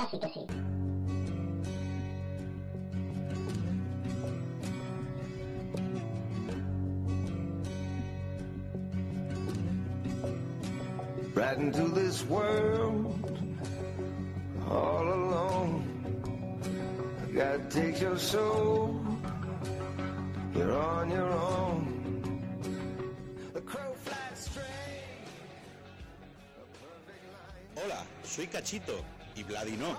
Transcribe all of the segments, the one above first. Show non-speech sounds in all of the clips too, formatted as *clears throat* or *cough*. Casi que sí. right into this world all alone. God takes your soul, you're on your own. The crow flies straight. Hola, soy Cachito y Vladi no.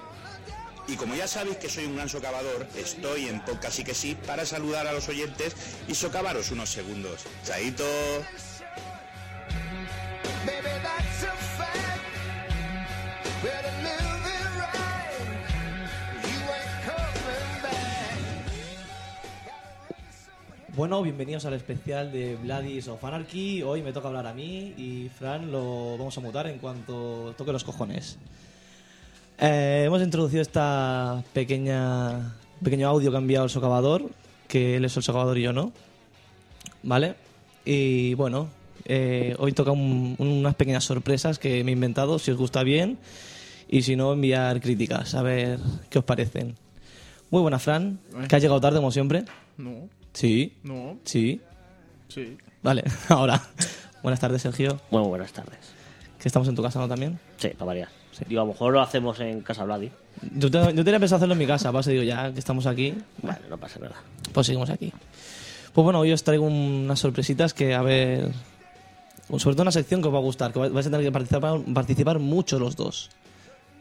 Y como ya sabéis que soy un gran socavador, estoy en Podcast y que sí para saludar a los oyentes y socavaros unos segundos. Chaito. Baby, that's a fact. Better live it right. You ain't coming back. Bueno, bienvenidos al especial de Vladis of Anarchy. Hoy me toca hablar a mí y Fran lo vamos a mutar en cuanto toque los cojones. Eh, hemos introducido esta pequeña pequeño audio que ha enviado el socavador, que él es el socavador y yo no. ¿Vale? Y bueno, eh, hoy toca un- unas pequeñas sorpresas que me he inventado, si os gusta bien, y si no, enviar críticas, a ver qué os parecen. Muy buena, Fran, que ha llegado tarde como siempre. No, Sí, no, sí. sí. Vale, *laughs* ahora. Buenas tardes, Sergio. Bueno, buenas tardes. Que estamos en tu casa, ¿no? También. Sí, para variar. Digo, a lo mejor lo hacemos en Casa Vladi. Yo, te- yo tenía pensado hacerlo en mi casa, pasa, digo, ya que estamos aquí, Vale, no pasa nada. pues seguimos aquí. Pues bueno, hoy os traigo unas sorpresitas que, a ver. Sobre todo una sección que os va a gustar, que vais a tener que participar, participar mucho los dos.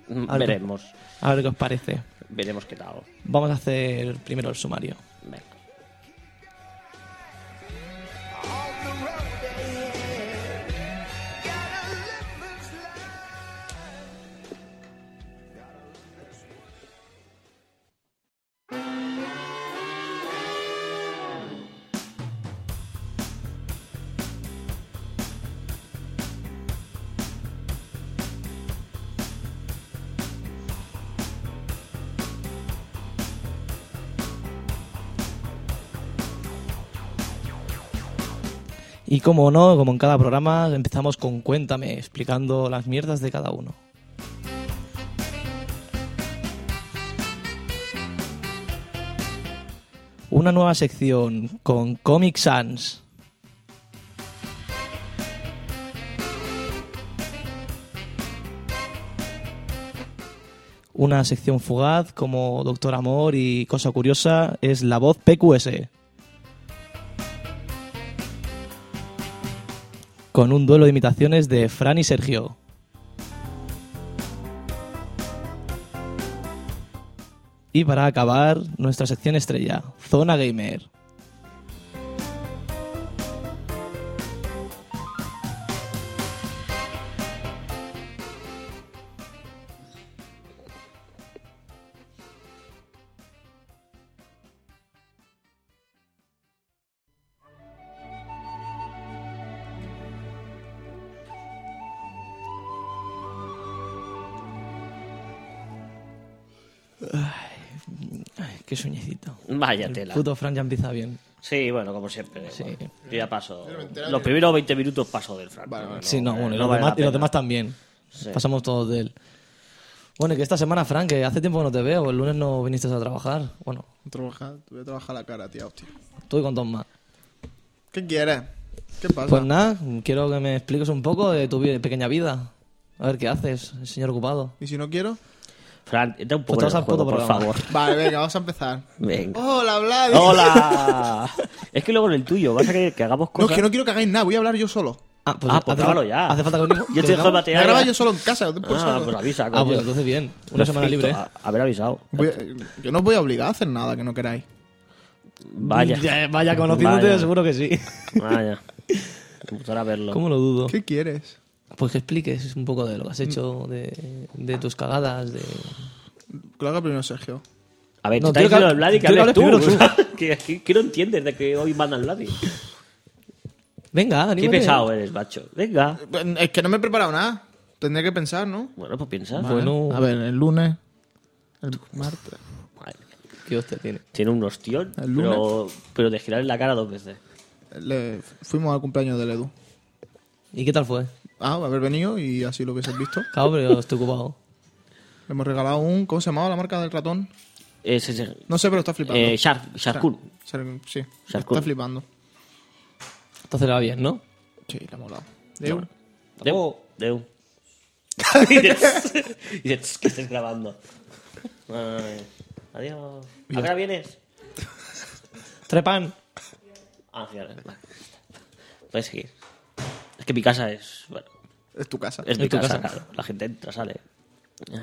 Mm, Algo. Veremos. A ver qué os parece. Veremos qué tal. Vamos a hacer primero el sumario. Venga. Y como no, como en cada programa, empezamos con Cuéntame, explicando las mierdas de cada uno. Una nueva sección con Comic Sans. Una sección fugaz como Doctor Amor y Cosa Curiosa es la voz PQS. con un duelo de imitaciones de Fran y Sergio. Y para acabar, nuestra sección estrella, Zona Gamer. Ay, qué sueñecito. Vaya El tela. puto Fran ya empieza bien. Sí, bueno, como siempre. Sí. bueno. Yo ya paso. me entero Los que- primeros 20 minutos paso del Fran. Vale, vale. sí, no, bueno, y, Ah, no los vale la demás, y los pena. demás también. Sí. Pasamos todos de él. Bueno, y que esta semana, Fran, que hace tiempo que no te veo, el lunes no viniste a trabajar. Bueno, Trabaja, te voy a trabajar la cara, tía, hostia. tú y con dos más. ¿Qué quieres? ¿Qué pasa? Pues nada, quiero que me expliques un poco de tu vi- pequeña vida. A ver qué haces, señor ocupado. ¿Y si no quiero? Fran, entra un poco Pues en estás el juego, al puto por programa. favor. Vale, venga, vamos a *laughs* empezar. Venga. ¡Hola, Vladi! *laughs* ¡Hola! es que luego en el tuyo vas a querer que hagamos No, es cosas. que no quiero que hagáis nada, voy a hablar yo solo. Ah, Ah, pues hace grábalo fa- ya. Hace falta que *laughs* Yo te dejo el Me batear. graba yo solo en casa, no te puedo Ah, solo. pues avisa, coño. Ah, pues entonces bien. Una semana Perfecto, libre. ¿eh? a- Haber avisado. Voy a- Yo no os voy a obligar a hacer nada que no queráis. Vaya. *laughs* Ya, eh, vaya, conociéndote, Vaya. seguro que sí. Vaya. Me gustará *laughs* verlo. ¿Cómo lo dudo? ¿Qué quieres? Pues que expliques un poco de lo que has hecho, de, de tus cagadas, de... Que lo haga primero Sergio. A ver, No, no, te quiero diciendo que- el Vladi que quiero hables que tú. hables primero o sea, *laughs* que, que- que no entiendes de que hoy manda el Vladi. Venga, Qué anímate. pesado eres, macho. Venga. Es que no me he preparado nada. Tendré que pensar, ¿no? Bueno, pues piensa. Bueno, A ver, el lunes. El martes. Madre mía. ¿Qué hostia tiene? Tiene un ostión, El pero, pero de girar en la cara dos veces. Le- Fuimos al cumpleaños del Edu. ¿Y qué tal fue? Ah, haber venido y así lo hubieses visto. Cabo, pero estoy ocupado. Le hemos regalado un. ¿Cómo se llamaba la marca del ratón? Es ese- No sé, pero está flipando. eh, Shark- Sharkul. Sar- Sí, Sharkul. está flipando. Entonces le va bien, ¿no? Sí, le ha molado. Deu. Deu. *laughs* Deu. Dice, dice, "Tss, que estés grabando. Ay, adiós. ¿Ahora vienes? Trepan. Ah, sí, ahora. Vale. Puedes seguir. Es que mi casa es. Bueno, Es tu casa. es mi tu casa, casa. claro. La gente entra, sale. Ay,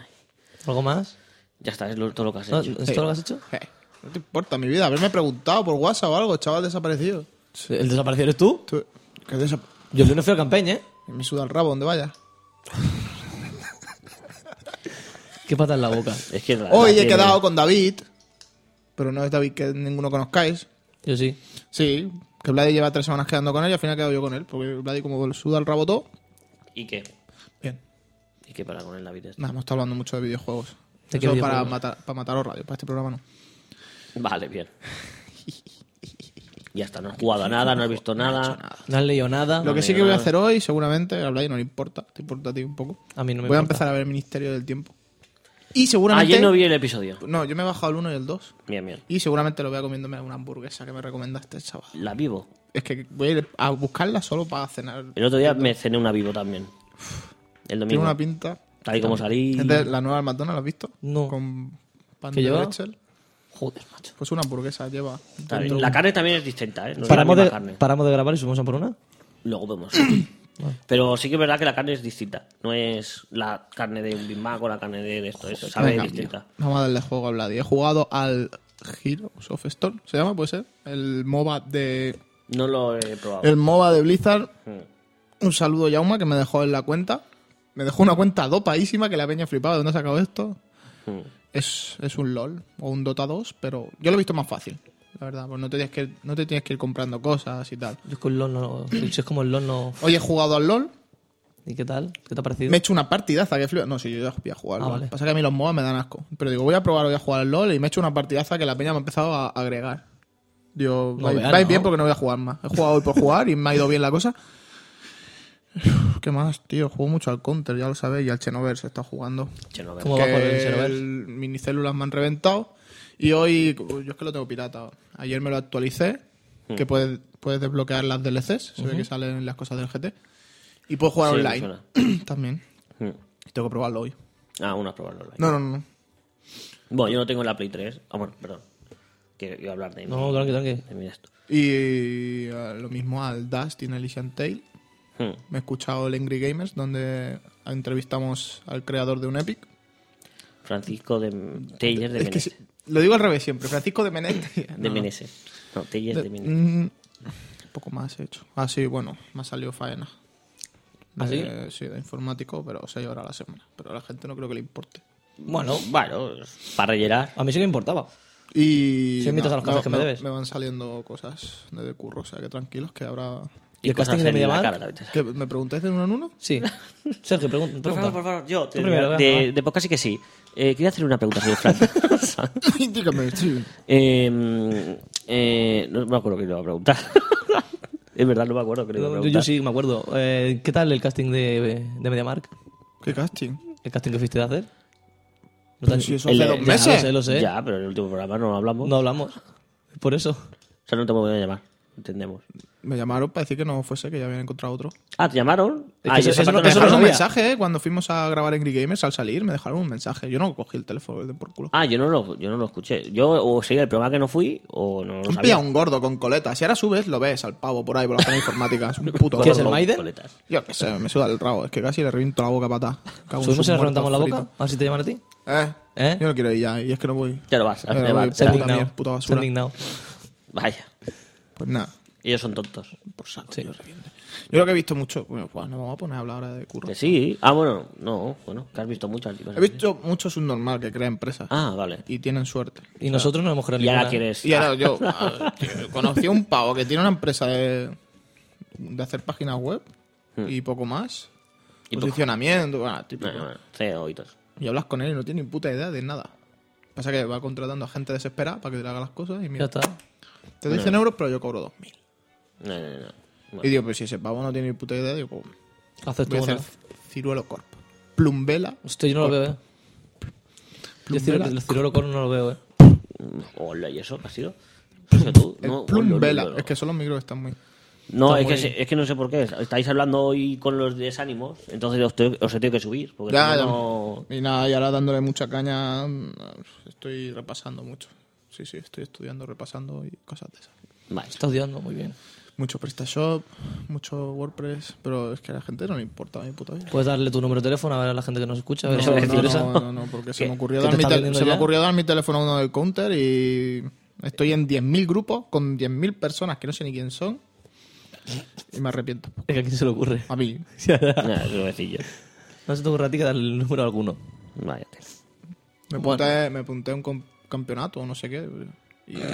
¿Algo más? ya está, es lo- todo lo que has ¿No? hecho. ¿Es todo lo que has hecho? Eh, no te importa mi vida. Haberme preguntado por WhatsApp o algo, chaval desaparecido. ¿El desaparecido eres tú? Tú- que desa- Yo soy no fui al campaña, ¿eh? Me suda el rabo donde vaya. Qué pata en la boca. Es que la- la Hoy he tiene- quedado con David, pero no es David que ninguno conozcáis. Yo sí. Sí, que Vladi lleva tres semanas quedando con él y al final he quedado yo con él, porque Vladi como le suda el rabo todo. ¿Y qué? Bien. ¿Y qué para con el David? este? Nada, hemos estado hablando mucho de videojuegos. ¿De qué Eso para videojuegos? matar, para mataros radio, para este programa no. Vale, bien. Ya está, no has *laughs* jugado a nada, no has visto nada. No has leído nada. Lo que me sí que voy a nada. hacer hoy, seguramente, a Vladi no le importa, te importa a ti un poco. A mí no me Voy a importa. empezar a ver el Ministerio del Tiempo. Y seguramente... Ayer no vi el episodio. No, yo me he bajado el 1 y el 2. Bien, bien. Y seguramente lo voy a comiéndome alguna hamburguesa que me recomendaste, chaval. La vivo. Es que voy a ir a buscarla solo para cenar. El otro día me cené una vivo también. El Tiene domingo. una pinta. Tal y como salí. Gente, la nueva del McDonald's, ¿la has visto? No. Con pan ¿Que de lleva? Bretzel. Joder, macho. Pues una hamburguesa lleva. Está bien. La carne también es distinta, ¿eh? No es la Paramos misma de, carne. paramos de grabar y subimos a por una. Luego *clears throat* vemos. Pero sí que es verdad que la carne es distinta. No es la carne de un Big Mac o la carne de esto. Es, sabe Venga, distinta. Vamos a darle juego a Vladi. He jugado al Heroes of Storm, ¿se llama? Puede ser. El MOBA de. No lo he probado. El MOBA de Blizzard. Un saludo, Yauma, que me dejó en la cuenta. Me dejó una cuenta dopadísima que la peña flipaba. ¿De dónde ha sacado esto? Es, es un LOL o un Dota 2, pero yo lo he visto más fácil. La verdad, pues no te tienes que ir- no te tienes que ir comprando cosas y tal. Yo es que el LOL no. Si es como el LOL no. Hoy he jugado al LOL, ¿Y qué tal? ¿Qué te ha parecido? me he hecho una partidaza que flipa. No, sí, yo ya voy a jugar. Ah, LOL. vale. Pasa que a mí los MOBA me dan asco. Pero digo, voy a probar, voy a jugar al LOL y me he hecho una partidaza que la peña me ha empezado a agregar. Digo, No vais, veas, vais ¿no? bien porque no voy a jugar más. He jugado hoy por jugar y me ha ido bien la cosa. ¿Qué más, tío? Juego mucho al Counter, ya lo sabéis, y al Chenoverse está jugando. Che, no, ¿Cómo que va con el Xenoverse? el- minicélulas me han reventado. Y hoy, yo es que lo tengo pirata. Ayer me lo actualicé, Hmm. que puedes, puedes desbloquear las DLCs, se ve que salen las cosas del GT. Y puedo jugar Sí, me online *clears throat* también. Mm. Tengo que probarlo hoy. Ah, una probarlo online. No, no, no. Bueno, yo no tengo la Play 3. Ah, bueno, perdón. Que iba a hablar de No, mi- tranqui, tranqui. de mi esto. Y eh, lo mismo al Dust in Elysian Tale. Hmm. Me he escuchado el Angry Gamers, donde entrevistamos al creador de un Epic. Francisco de Teller de es que Menezes. si- lo digo al revés siempre. Francisco de *laughs* Menéndez. De Menezes. No, Teller de, Menezes. Mm, poco más he hecho. Ah, sí, bueno, me ha salido faena. ¿Ah, sí? Eh, sí, de informático, pero 6 horas a la semana. Pero a la gente no creo que le importe. Bueno, Bueno, para rellenar. a mí sí que me importaba. Y. Sí, invitas a las me- cosas que me debes. Me van saliendo cosas de curro, o sea que tranquilos, que habrá. ¿Y el cosas casting de en la Mediamar? cara, David. ¿Que ¿Me preguntáis de uno en uno? *laughs* *laughs* Sí. Sergio, pregun- pregunta. Por favor, por favor, yo. Te, Tú primero, de, venga, va. de, podcast sí que sí. Eh, quería hacerle una pregunta, señor Frank. *laughs* Dígame, sí. eh, eh, no me acuerdo que le iba a preguntar. *laughs* es verdad, no me acuerdo que le iba a Yo, preguntar. yo sí, me acuerdo. Eh, ¿Qué tal el casting de, de MediaMark? ¿Qué casting? ¿El casting que fuiste a hacer? ¿No te Pero han- si eso el- hace el- dos ya, meses. lo sé, lo sé. Ya, pero en el último programa no hablamos. No hablamos. Por eso. O sea, no te voy a llamar. Entendemos. Me llamaron para decir que no fuese, que ya habían encontrado otro. Ah, ¿te llamaron? Es ah, que yo eso- esa eso parte no- me eso no Me acuerdo. dejaron un sabía. mensaje, eh, Cuando fuimos a grabar Angry Gamers, al salir, me dejaron un mensaje. Yo no cogí el teléfono de por culo. Ah, yo no lo, yo no lo escuché. Yo o seguía el programa que no fui o no lo Han sabía. pillado un gordo con coleta. Si ahora subes, lo ves al pavo por ahí, por la zona *laughs* informática. Es un puto ¿Qué es el gordo. Maiden? Coletas. Yo qué sé, me suda el rabo. Es que casi le reviento la boca a pata. Cago en ¿Subimos sus y le reventamos la muertos boca? A ver si te llaman a ti. fritos. ¿Eh? ¿Eh? Yo no quiero ir ya, y es que no voy. Ya lo vas, Ya te lo va, voy, te Se ha va. puta indignado. mierda, puta Se ha basura. indignado. Vaya, Pues nada. ellos son tontos. Por saco. Sí. Yo lo que he visto mucho. Bueno, pues nos vamos a poner a hablar ahora de curro. Que sí. Ah, bueno, no, bueno, que has visto muchas cosas. He visto mucho subnormal que crea empresas. Ah, vale. Y tienen suerte. Y nosotros no hemos creado Y ahora ninguna. quieres. Y ahora *laughs* yo a ver, conocí a un pavo que tiene una empresa de, de hacer páginas web y poco más. Hmm. Y poco. Posicionamiento, bueno, típico. Bueno, Ah, bueno, CEO y todo. eso. Y hablas con él y no tiene ni puta idea de nada. Pasa que va contratando a gente desesperada para que te le haga las cosas y Ya mira, está. te doy 100 euros pero yo cobro 2.000. No, no, no. Y digo, pues si ese pavo no tiene ni puta idea, digo, pues, Haces tú voy a una. hacer Ciruelo Corp. Plumbela. Hostia, yo no lo veo, eh. Yo ciruelo, el ciruelo corn no lo veo, eh. Hola, ¿y eso? ¿Qué ha sido? ¿Qué has sido tú? El No, plum hola, vela. hola, hola. Es que son los micros que están muy. No, es muy- que, se- es que no sé por qué. Estáis hablando hoy con los desánimos, entonces os, te- os he tenido que subir. Porque Ya, si ya. no- Y nada, y ahora dándole mucha caña. mm, Estoy repasando mucho. Sí, sí, estoy estudiando, repasando y cosas de esas. Vale. Está odiando muy bien. Mucho PrestaShop, mucho WordPress, pero es que a la gente no le importa mi puta vida. Puedes darle tu número de teléfono a ver a la gente que nos escucha. A ver si No, les no, interesa. no, no, no, porque se ¿Qué? me ¿Que ocurrió te dar mi, está tel- vendiendo se me ya? ocurrió dar mi teléfono a uno del counter y estoy en 10.000 grupos con 10.000 personas que no sé ni quién son y me arrepiento. Es *laughs* que a quién se le *laughs* ocurre. A mí. Nada, eso lo voy a decir yo. No se te ocurre a ti que darle el número a alguno. Váyate. Me apunté, me apunté a un com- campeonato o no sé qué.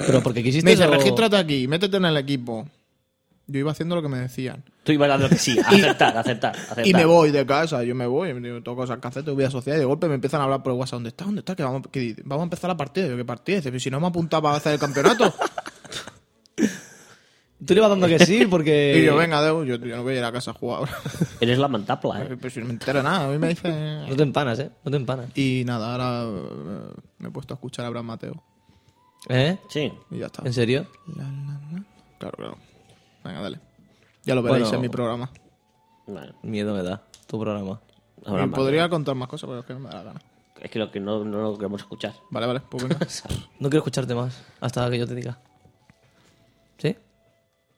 Pero porque quisiste. Me dice, o- regístrate aquí, métete en el equipo. Yo iba haciendo lo que me decían. Tú ibas dando que *laughs* sí, aceptar, aceptar, aceptar. Y me voy de casa, yo me voy, me digo, tengo cosas que hacer, tengo vida social, y de golpe me empiezan a hablar por el WhatsApp, ¿dónde está? ¿Dónde está? Que vamos, que vamos a empezar la partida. Yo, ¿qué partida? Dice, "Pero si no me apuntaba para hacer el campeonato. Tú le ibas dando que sí porque. Y yo, venga, Deu, yo, yo no voy a ir a casa a jugar *laughs* ahora. Eres la mantapla, ¿eh? Pero si no me entero de nada, a mí me dice... No te empanas, eh. No te empanas. Y nada, ahora eh, me he puesto a escuchar a Abraham Mateo. ¿Eh? Sí. Y ya está. ¿En serio? La, la, la. Claro, claro. Venga, dale. Ya lo veréis Bueno. en mi programa. Bueno, Miedo me da tu programa. ahora Y más. podría contar más cosas, pero es que no me da la gana. Es que lo que no, no lo queremos escuchar. Vale, vale, pues *laughs* venga. No quiero escucharte más hasta que yo te diga. ¿Sí?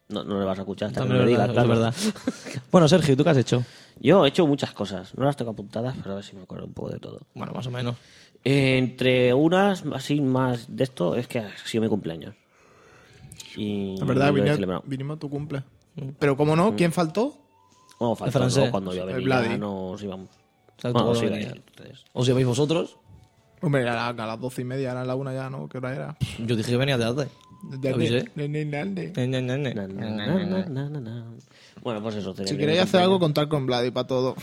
No, no lo vas a escuchar hasta que También me es lo digas, verdad, claro. es verdad. Bueno, Sergio, ¿tú qué has hecho? Yo he hecho muchas cosas. No las tengo apuntadas, pero a ver si me acuerdo un poco de todo. Bueno, más o menos. Eh, Entre unas, así más de esto, es que ha sido mi cumpleaños. Y La verdad, lo he vine- celebrado. vinimos a tu cumple. Pero como no, ¿quién faltó? Bueno, faltó, francés. ¿no? cuando yo El venía, Vladi. nos íbamos. sea, tú Bueno, cuando sí, venías. entonces. O si vais vosotros, Hombre, a, la- a las doce y media, era la una ya, ¿no? ¿Qué hora era? yo dije que venía tarde. Ya Lo ni- sé. ni- ni- ni- ni. Ne, ne, ne, ne. Na, na, na, na, na, na, na. Bueno, pues eso. Si celebré mi queréis hacer algo, cumpleaños. contar con Vladi para todo.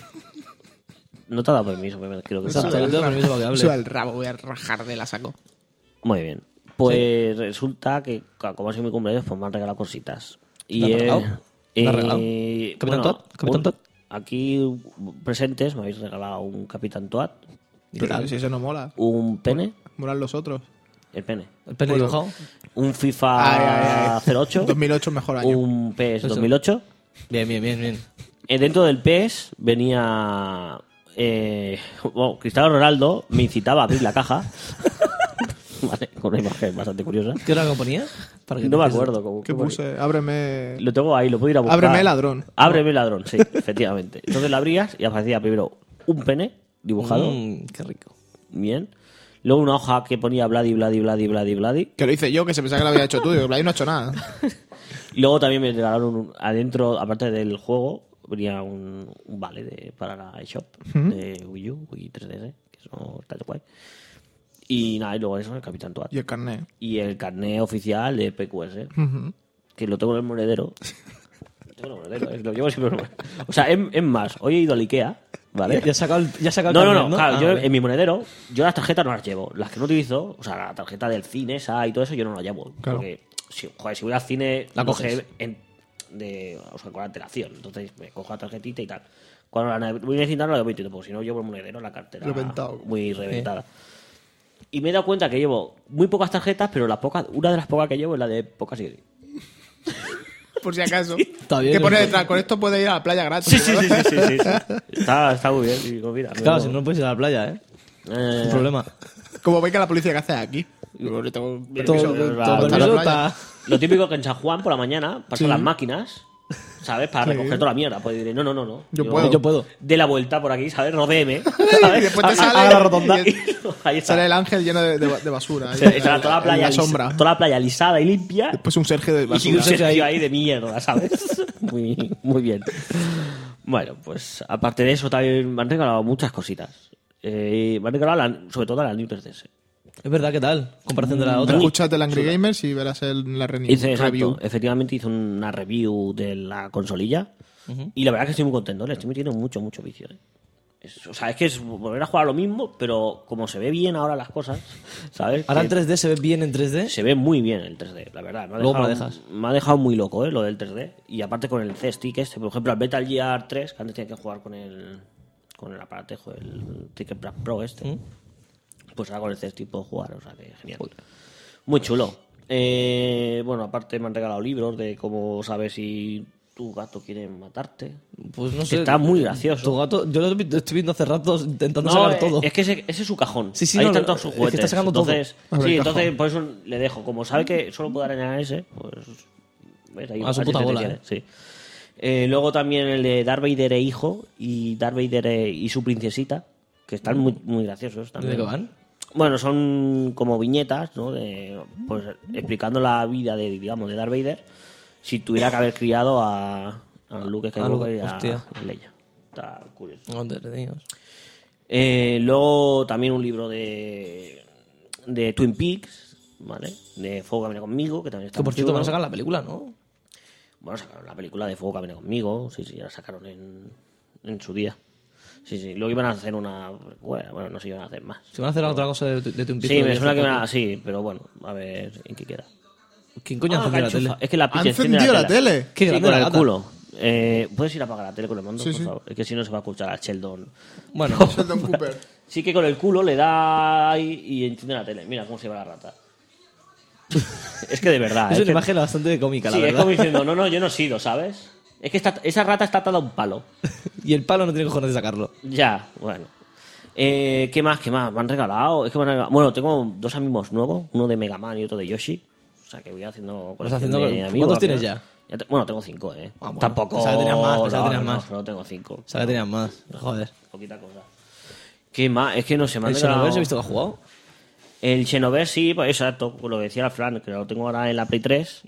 No te ha dado permiso, pero creo Pues que Exacto. te ha no dado. tengo permiso para que hable. Sube el rabo, voy a rajar de la saco. Muy bien. Pues resulta que, ca- como ha sido mi cumpleaños, pues me han regalado cositas. Y, ¿Te han eh, regalado? ¿Te han regalado? eh, ¿Capitán bueno, Toad? ¿Capitán un- Toad? Aquí presentes me habéis regalado un Capitán Toad, ¿Y qué Pero tal? si eso no mola, un pene, molan los otros. el pene, ¿El pene dibujado? un FIFA Ah, Ay, ay, *laughs* ay. *laughs* 08, 2008 mejor año. un PS Eso. 2008. Bien, bien, bien, bien. Eh, dentro del PES venía. Eh, bueno, Cristiano Ronaldo me incitaba a abrir *laughs* la caja. *laughs* vale, con una imagen bastante curiosa. ¿Qué hora componía? Para que No me empieces. acuerdo cómo. ¿Qué cómo- puse? Ábreme. Lo tengo ahí, lo puedo ir a buscar. Ábreme ladrón. Ábreme ladrón, sí, efectivamente. Entonces lo abrías y aparecía primero un pene dibujado, Mm, qué rico. bien. Luego una hoja que ponía Vladi, Vladi, Vladi, Vladi, Vladi. Que lo hice yo, que se pensaba que lo había hecho tú. Yo, Vladi no ha hecho nada. Y luego también me regalaron un- adentro, aparte del juego, venía un, un vale de, para la eShop de Wii U, Wii 3DS, que eso está de guay. Y nada, y luego eso, el Capitán Toad. Y el carnet. Y el carnet oficial de PQS, Ujú. que lo tengo en el monedero. *laughs* Lo tengo en el monedero, eh, lo llevo siempre en el monedero. O sea, es, es más, hoy he ido al Ikea, ¿vale? *laughs* Ya, ya has sacado el, ya has sacado el No, no, no, carnet, claro, Ah, yo vale. en mi monedero, yo las tarjetas no las llevo. Las que no utilizo, o sea, la tarjeta del cine, esa y todo eso, yo no la llevo. Claro. Porque, si, joder, si voy al cine, La no coges. sé, en- de, o sea, con antelación. Entonces me cojo la tarjetita y tal. Cuando la ne- voy a necesitar, la voy metiendo, porque si no, llevo el monedero en la cartera. Reventado. Muy reventada. Y me he dado cuenta que llevo muy pocas tarjetas, pero las pocas, una de las pocas que llevo es la de pocas y Por si acaso. Está bien, Que pone ¿no? detrás. Con esto puede ir a la playa gratis. ¿eh? sí, sí, sí, *laughs* Está, está muy bien. y digo, mira, Claro, luego- si no, no puedes ir a la playa, ¿eh? Eh, Un problema. Como veis que la policía que hace aquí. Yo le tengo permiso permiso, Todo claro, de- de- de- está de- permiso de- de- está... Lo típico que en San Juan por la mañana pasan Sí. las máquinas, ¿sabes? Para recoger toda la mierda. Pues diré, no, no, no, no. Yo puedo. Yo puedo. De la vuelta por aquí, ¿sabes? Rodéeme. *laughs* Y ¿sabes? después te Haga- sale- haga la rotonda. y- *laughs* Ahí está. Sale el ángel lleno de, de- de basura. ahí, en Estará la- toda la en playa, la lis- sombra. toda la playa lisada y limpia. Después un Sergio de y un basura. Sergio ahí. ahí. de mierda, *laughs* ¿sabes? Muy, muy bien. Bueno, pues aparte de eso, también me han regalado muchas cositas. Eh, me han regalado la- sobre todo la New 3DS. Es verdad, ¿qué tal? Comparación de Mm, la otra. Escúchate el Angry Gamers y verás el- la re- Hice, review. exacto, efectivamente hizo una review de la consolilla y la verdad que estoy muy contento, le estoy metiendo mucho, mucho vicio. ¿eh? Es- o sea, es que es volver a jugar a lo mismo, pero como se ve bien ahora las cosas, ¿sabes? Ahora en Que 3D se ve bien en 3D. se ve muy bien el 3D, la verdad. Me ha, Luego me dejado, lo dejas. me ha dejado muy loco ¿eh? lo del 3D. Y aparte con el C-Stick este, por ejemplo, al Metal Gear 3, ¿Mm? que antes tenía que jugar con el, con el aparatejo, el Ticket Black Pro este. Pues ahora con este tipo de jugar, o sea que genial. Muy chulo. Eh, bueno, aparte me han regalado libros de cómo saber si tu gato quiere matarte. Pues no Que sé. está muy gracioso. Tu gato, yo lo estoy viendo hace rato intentando sacar eh, todo. Es que ese, ese es su cajón. Sí, sí, Ahí no, están lo- todos sus es que juguetes. está sacando todo. entonces, A ver, Sí, el cajón. entonces por eso le dejo. Como sabe que solo puedo arañar a ese, pues. ves, ahí A su así puta te bola, tiene, eh. Sí. Eh, luego también el de Darth Vader e hijo y Darth Vader e- y su princesita, que están muy, muy graciosos también. Mm. ¿De qué van? Bueno, son como viñetas, ¿no? De, pues explicando la vida de, digamos, de Darth Vader si tuviera que haber criado a, a Luke Skywalker Luke, y a, hostia. y a Leia. Está curioso. No, entretenidos. Eh, luego también un libro de, de Twin Peaks, ¿vale? De Fuego Camina Conmigo, que también está Que por muy cierto chulo. van a sacar la película, ¿no? Bueno, sacaron la película de Fuego Camina Conmigo, sí, sí, ya la sacaron en, en su día. Sí, sí, luego iban a hacer una... Bueno, bueno, no sé si iban a hacer más. Se van a hacer otra cosa de, de Twin Peaks. Sí, ¿no? me Y suena que hace iban a... Sí, pero bueno, a ver en qué queda. poco. ¿Quién coño Ah, encendió la tele? enchufa. Es que la ¿Ha picha enciende encendido la tele? Qué Sí, grande con la el gata. culo. Eh, ¿Puedes ir a apagar la tele con el mando, Sí, por sí. favor? Es que si no se va a escuchar a Sheldon. *laughs* Bueno, *laughs* Sheldon Cooper. Sí que con el culo le da ahí y, enciende la tele. Mira cómo se va la rata. es que de verdad. es ¿eh? una imagen bastante cómica, la Sí, es verdad. como diciendo, no, no, yo no he sido, ¿sabes? Es que está- esa rata está atada a un palo. Y el palo no tiene cojones de sacarlo. Ya, bueno. Eh, ¿Qué más? ¿Qué más? ¿Me han regalado? Es que me han regalado- Bueno, tengo dos amigos nuevos, uno de Mega Man y otro de Yoshi. O sea, que voy haciendo... colección haciendo- de ¿cuántos amigos, al tienes final. ya? te- bueno, tengo cinco, ¿eh? Ah, bueno, Tampoco... pensaba que tenías más, pensaba que no, tenías no, más. solo tengo cinco. O sea, que tenían más. Joder. Poquita cosa. ¿Qué más? Es que no se me han ¿El regalado... Xenoverse he visto que ha jugado? El Xenoverse sí, pues, exacto, pues lo que decía la Fran, que lo tengo ahora en la Play 3.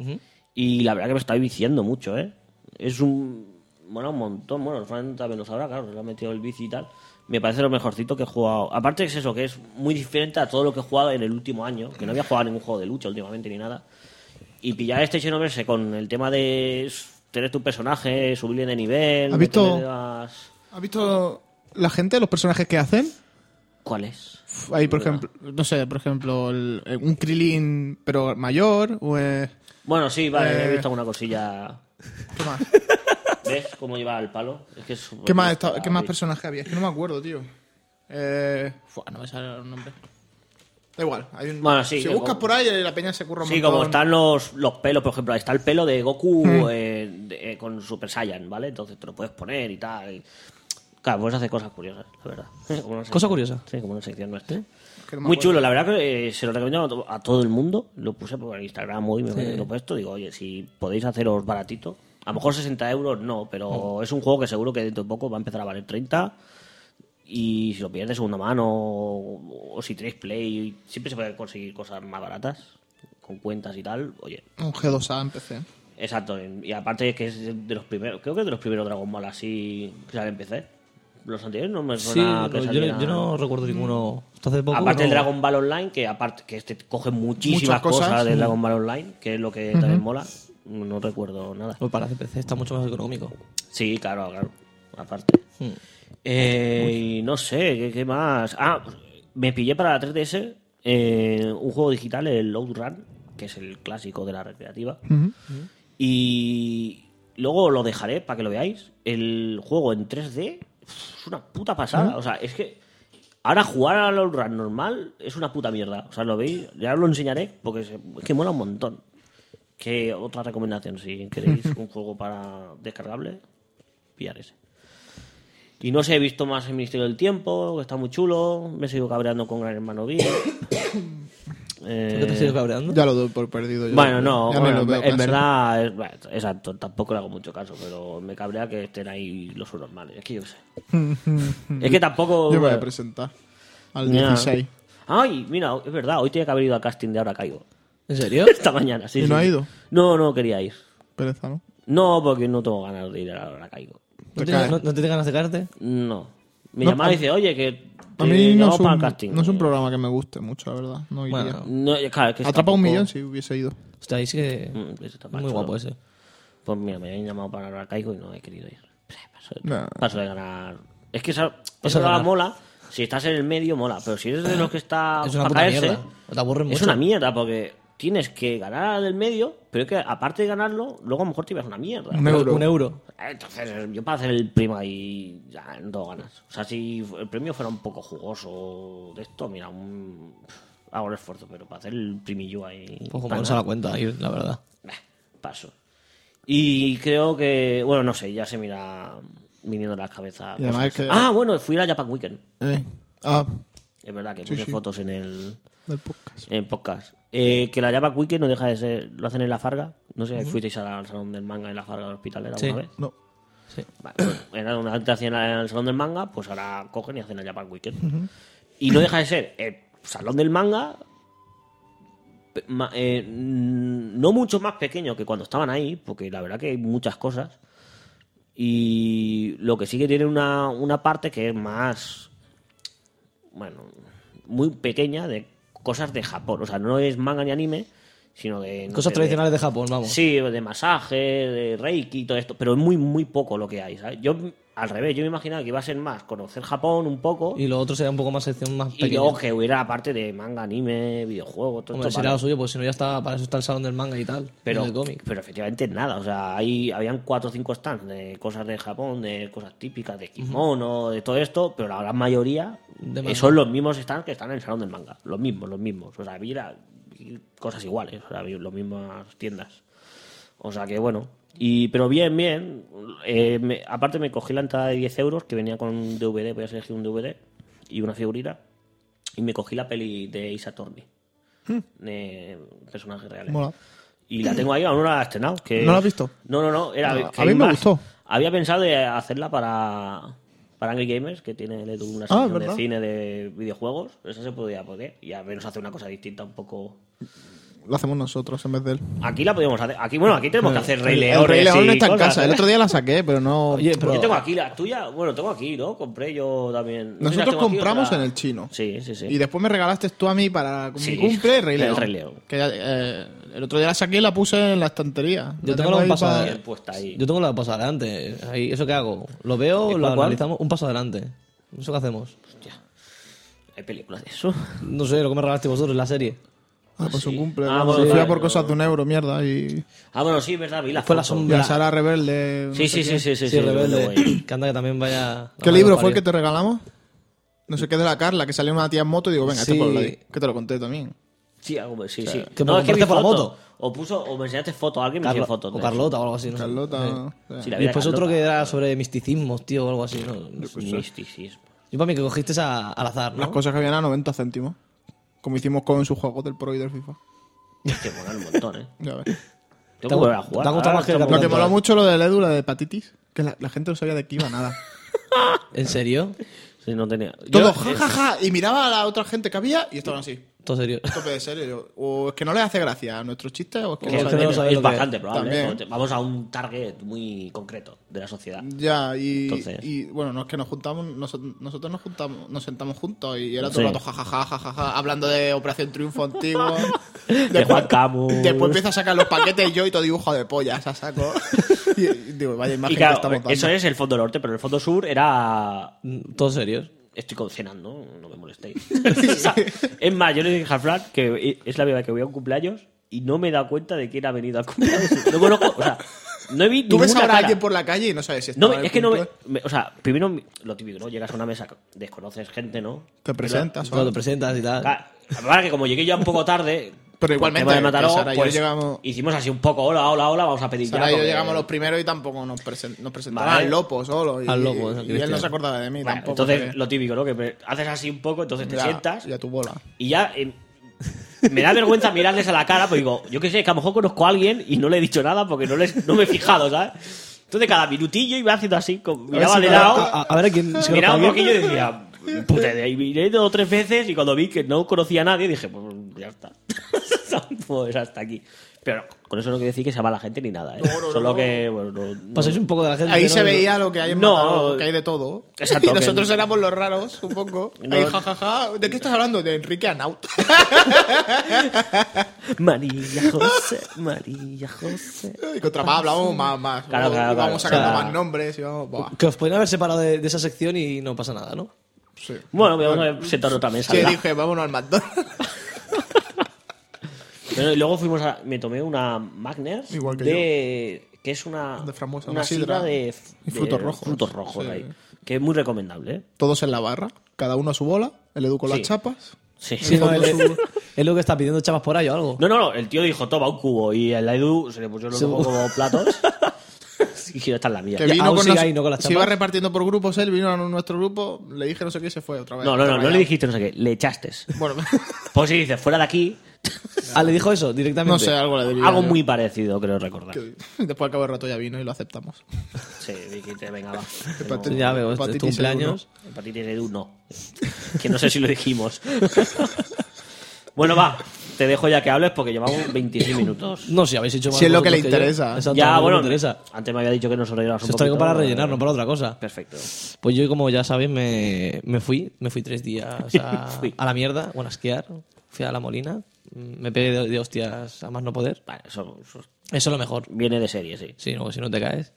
Y la verdad que me está viciando mucho, ¿eh? Es un. Bueno, un montón. Bueno, el Fran también lo sabrá, claro, le ha metido el bici y tal. Me parece lo mejorcito que he jugado. Aparte es eso, que es muy diferente a todo lo que he jugado en el último año, que no había jugado a ningún juego de lucha últimamente ni nada. Y pillar este Xenoverse con el tema de s- tener tu personaje, subirle de nivel. ¿Has visto? meterle las- ¿Has visto la gente, los personajes que hacen? ¿Cuál es? Uf, Hay, por ejemplo, no sé, por ejemplo, el- eh, un Krilin pero mayor, o, eh, Bueno, sí, vale, Eh. he visto alguna cosilla. ¿qué más? ¿Ves cómo lleva el palo? Es que es- ¿Qué más, esta- ¿Qué más personajes había? Es que no me acuerdo, tío. Eh, fua, no me sale el nombre. Da igual. Hay un, Bueno, sí, si que buscas como- por ahí, eh, la peña se curra un Sí, montón. como están los, los pelos, por ejemplo, está el pelo de Goku Mm. eh, de- eh, con Super Saiyan, ¿vale? Entonces te lo puedes poner y tal. y- Claro, puedes hacer cosas curiosas, la verdad. Como una Cosa sección- curiosa. Sí, como una sección nuestra. que no me Muy acuerdo. chulo, la verdad que eh, se lo recomiendo a to- a todo el mundo. Lo puse por Instagram hoy, me lo he puesto. Digo, oye, si podéis haceros baratito. A lo mejor 60 euros no, pero Mm. es un juego que seguro que dentro de poco va a empezar a valer 30. Y si lo pilláis de segunda mano o, o si tenéis play, siempre se pueden conseguir cosas más baratas con cuentas y tal. Oye, Un G2A en PC. exacto. Y aparte es que es de los primeros, creo que es de los primeros Dragon Ball así que sale en PC. Los anteriores no me Sí, no, suena Pues que yo, salieran- yo no recuerdo ninguno. Hasta hace poco. Aparte no. el Dragon Ball Online, que aparte que este coge muchísimas Muchas cosas. cosas, del Dragon Ball Online, que es lo que también mola. No recuerdo nada. Pues para CPC está mucho más económico. Sí, claro, claro. Aparte. Eh, y no sé, ¿qué, qué más? Ah, me pillé para la 3DS eh, un juego digital, el Outrun, que es el clásico de la recreativa. Y luego lo dejaré para que lo veáis. El juego en 3D es una puta pasada. O sea, es que ahora jugar al Outrun normal es una puta mierda. O sea, lo veis, ya os lo enseñaré porque se- es que mola un montón. Que otra recomendación, si *laughs* queréis un juego para descargable, pillar ese. Y no sé, he visto más el Ministerio del Tiempo, que está muy chulo. Me he seguido cabreando con Gran Hermano B. *coughs* ¿Por qué Eh, te sigo cabreando? Ya lo doy por perdido. yo. Bueno, no, Ya ni bueno, lo en- veo en, casi. verdad, es- bueno, exacto, tampoco le hago mucho caso, pero me cabrea que estén ahí los normales. Es que yo *laughs* qué sé. es que tampoco. Yo voy a bueno, presentar al ya. 16. Ay, mira, es verdad, hoy tenía que haber ido al casting de Ahora Caigo. *laughs* ¿En serio? Esta mañana, sí. ¿Y no sí. ha ido? No, no quería ir. Pereza, ¿no? No, porque no tengo ganas de ir a Ahora Caigo. ¿No Te te, cae. no, no te ganas de caerte? No. Me No, llamaba a- y dice, oye, que. A te mí no llamamos es, para el un, casting. no es un programa que me guste mucho, la verdad. No iría. Bueno. No, claro, es que es Atrapa tampoco- un millón si hubiese ido. Hostia, ahí sí que. Mm, ese está Muy macho, guapo ¿no? ese. Pues mira, me habían llamado para ahora caigo y no he querido ir. *laughs* Paso de, Nah. paso de ganar. Es que esa, Paso de esa ganar. mola. Si estás en el medio, mola. Pero si eres de los que está *clears throat* Es una pa' puta caerse, mierda. Te aburren es mucho. una mierda porque tienes que ganar del medio, pero es que aparte de ganarlo, luego a lo mejor te ibas una mierda. Mm. Un euro. Un euro. Entonces, yo para hacer el primo ahí ya no tengo ganas. O sea, si el premio fuera un poco jugoso de esto, mira, un- hago el esfuerzo, pero para hacer el primillo ahí. Pues como para no se da cuenta, ahí, la verdad. Bah, paso. Y creo que, bueno, no sé, ya se mira viniendo las cabezas. Y además cosas. que- Ah, bueno, fui a la Japan Weekend. Eh, ah, Es verdad que Sí, puse sí. fotos en el del podcast. en el podcast. Eh, que la Japan Weekend no deja de ser, lo hacen en la Farga. No sé, fuisteis al al salón del manga en la Farga del hospital alguna Sí. vez. No. Vale, bueno, *clears throat* era una actuación en el salón del manga, pues ahora cogen y hacen el Japan Weekend. Y no deja de ser el salón del manga, pe- ma- eh, mm, no mucho más pequeño que cuando estaban ahí, porque la verdad que hay muchas cosas. Y lo que sí que tiene una, una parte que es más, bueno, muy pequeña de cosas de Japón. O sea, no es manga ni anime, sino de... no sé, Cosas de- tradicionales de Japón, vamos. Sí, de masaje, de reiki, todo esto, pero es muy, muy poco lo que hay, ¿sabes? Yo, al revés, yo me imaginaba que iba a ser más conocer Japón un poco y, Y lo otro será un poco más sección más pequeña. luego que hubiera la parte de manga, anime, videojuego, todo Hombre, esto. será vale. lo suyo, pues si no ya está, para eso está el salón del manga y tal. pero, Pero. El cómic. pero efectivamente nada, o sea, ahí habían cuatro o cinco stands de cosas de Japón, de cosas típicas, de kimono, de todo esto, pero la gran mayoría De eh, manga. son los mismos stands que están en el salón del manga, los mismos, los mismos, o sea, había cosas iguales, o sea, había las mismas tiendas. O sea que bueno. Y, pero bien, bien. Eh, me- aparte me cogí la entrada de 10 euros que venía con un DVD, voy a elegir un DVD y una figurita. Y me cogí la peli de Isa Tormi. Hmm. De personajes reales. Mola. Y la tengo ahí, aún no la he estrenado. Que ¿No la has visto? No, no, no. Era, Ah, que a mí hay me más. gustó. Había pensado de hacerla para, para Angry Gamers, que tiene le tuvo una Ah, sección de ¿verdad? cine de videojuegos. Eso se podía poner. Y al menos hacer una cosa distinta un poco. Lo hacemos nosotros en vez de él. Aquí la podíamos hacer. Aquí, bueno, aquí tenemos que hacer Rey El- León. El Rey León no está en cosas, ¿eh? casa. El otro día la saqué, pero no. Oye, pero- Yo tengo aquí la tuya, bueno, tengo aquí, ¿no? Compré yo también. No sé si las Nosotros tengo aquí o compramos te la- en el chino. Sí, sí, sí. Y después me regalaste tú a mí para mi Sí, cumple el Rey el León. Rey León. Que, eh, el otro día la saqué y la puse en la estantería. Yo La tengo la ahí un paso para- Bien adelante. puesta ahí. Yo tengo la paso adelante. Ahí, ¿Eso qué hago? ¿Lo veo? ¿Cuál, ¿Lo cuál? analizamos? Un paso adelante. ¿Eso qué hacemos? Hostia. Hay películas de eso. No sé, lo que me regalaste vosotros, la serie. Ah, pues Sí. un cumple. Ah, vamos, bueno, se fui claro, a por pero- cosas de un euro, mierda. Y, Ah, bueno, sí, verdad, vi la Fue la foto. y sombra. a Sara Rebelde. no Sí, sé sí, qué. sí, Ah, sí, sí, Sí, sí, Rebelde. Rebelde, güey. *clears throat* que anda que también vaya. ¿Qué libro fue el que te regalamos? No sé qué de la Carla, que salió una tía en moto y digo, venga, este Sí. por la que te lo conté también. Sí, algo, sí, sí. que me vi compraste por la foto. moto. O puso, o me enseñaste fotos, alguien me enseñó fotos. o de Carlota o algo así, ¿no? sé. Carlota. eso. o Sí, sea, la Y vi de después otro Carlota. que era Pues sobre misticismos, tío, o algo así, ¿no? Misticismo. Yo para mí que cogiste a- al azar, pues- Las ¿no? cosas que habían a 90 céntimos. Como hicimos con su juego del Pro y del FIFA. Que molan un montón, *laughs* ¿eh? Ya Tengo ves. Te que ha- volver a jugar. te ha gustado Ahora más que estamos- Lo que Tanto, mola eh. mucho lo del Edu, la de hepatitis, que la, la gente no sabía de qué iba *laughs* nada. ¿En serio? Sí, no tenía. Yo- Todo eh, jajaja, y miraba a la otra gente que había y estaban así. Todo serio. *laughs* Tope de serio. yo, o es que no les hace gracia a nuestros chistes o es que Que no es, Porque no saben. saben lo que es Pues es. bastante probable. También. ¿eh? Vamos a un target muy concreto de la sociedad. Ya, y, Entonces. y, bueno, no es que nos juntamos, nosotros, nosotros nos juntamos, nos sentamos juntos y era todo Sí. el rato jajaja, jajaja, hablando de Operación *laughs* Triunfo Antiguo. De Juan Camus. Después empieza a sacar los paquetes y yo y todo dibujo de pollas a saco. Y, y digo, vaya imagen Y claro, eh, que estamos dando. eso es el fondo norte, pero el fondo sur era. Todo serios. Estoy con- cenando, no me *laughs* molestéis. *laughs* O sea, es más, yo le dije a Fran que es la verdad que voy a un cumpleaños y no me he dado cuenta de quién ha venido al cumpleaños. No conozco, o sea, no he visto. Tú ves ahora a alguien por la calle y no sabes si está No, es que no me, me- O sea, primero, lo típico, ¿no? Llegas a una mesa, desconoces gente, ¿no? Te presentas. Cuando o te presentas y tal. Claro, la verdad que como llegué ya un poco tarde. Pero por igualmente, tema de Mataró, que Sara y yo pues, llegamos- Hicimos así un poco, hola, hola, hola, vamos a pedir Sara ya. y yo porque- llegamos los primeros y tampoco nos, presen- nos presentaban Vale. al Lopo solo. Y, Al Lopo, eso y quiero él no decir. se acordaba de mí Vale, tampoco. entonces, que- lo típico, ¿no? Que pre- haces así un poco, entonces te ya- sientas Ya tu bola. y ya. eh, me da vergüenza mirarles a la cara, pues digo, yo qué sé, que a lo mejor conozco a alguien y no le he dicho nada porque no, les, no me he fijado, ¿sabes? Entonces, cada minutillo iba haciendo así, como, miraba si de me da- lado. A, a- a ver a quién. si Miraba un conozco a alguien. poquillo y decía, "Pues puta idea. Y miré dos o tres veces y cuando vi que no conocía a nadie dije, pues ya está. *laughs* pues hasta aquí. Pero con eso no quiere decir que se va la gente ni nada, ¿eh? Solo que, bueno, no- Pues no- Pasáis un poco de la gente. Ahí ¿no? se veía lo que hay en No. Mataró, que hay de todo. Exacto, *laughs* y que- nosotros éramos los raros, *laughs* un poco. No. Ahí, ja, ja, ja. ¿De qué estás hablando? De Enrique Anaut. *laughs* María José, María José. y contra *laughs* más hablábamos más, más. Claro, claro, claro. Vamos sacando O sea, más nombres y vamos... Buah, Que os podían haber separado de, de esa sección y no pasa nada, ¿no? sí. Bueno, vamos a sentar otra mesa. Sí, ¿verdad? dije, vámonos al McDonald's. Pero, y luego fuimos a. Me tomé una Magners. Igual que de, que es una. De frambuesa, una una sidra sidra de, f- y de frutos rojos. frutos rojos Sí. ahí, Que es muy recomendable, ¿eh? *laughs* Todos en la barra, cada uno a su bola, el Edu con Sí. las chapas. Sí. *laughs* Sí, no, el- su- Es lo que está pidiendo chapas por ahí o algo. No, no, no, el tío dijo, toma un cubo. Y el Edu se le puso los ojos como platos. y quiero estar en la mía. que Ya, vino aún con sigue las- ahí, ¿no? Con las se iba chapas. repartiendo por grupos él, vino a nuestro grupo, le dije no sé qué y se fue otra vez. No, no, no, no Rayado. le dijiste no sé qué, le echaste. Bueno, *laughs* Pues si dices, fuera de aquí, Ah, le dijo eso directamente. no sé, algo le debía. algo yo. muy parecido, creo recordar. Que- *laughs* Después al cabo de rato ya vino y lo aceptamos. Sí, dijiste, venga, va. Hepatitis- Ya veo, es tu hepatitis cumpleaños. El Hepatitis Edu no. *laughs* Que no sé si lo dijimos. *laughs* bueno, va, te dejo ya que hables porque llevamos 26 minutos. No, si habéis hecho más. Si es lo que vosotros le yo. interesa. Exacto, es lo ya, que bueno, me interesa. antes me había dicho que nos rellenamos Se un os traigo poquito, para eh, rellenar, no para otra cosa. Perfecto. Pues yo, como ya sabéis, me, me fui. Me fui tres días a, *laughs* Fui. a la mierda, bueno, a esquiar. Fui a la molina. mm, Me pegué de, de hostias a más no poder. Vale, eso, eso Eso es lo mejor. viene de serie, sí. Sí, no, si no te caes.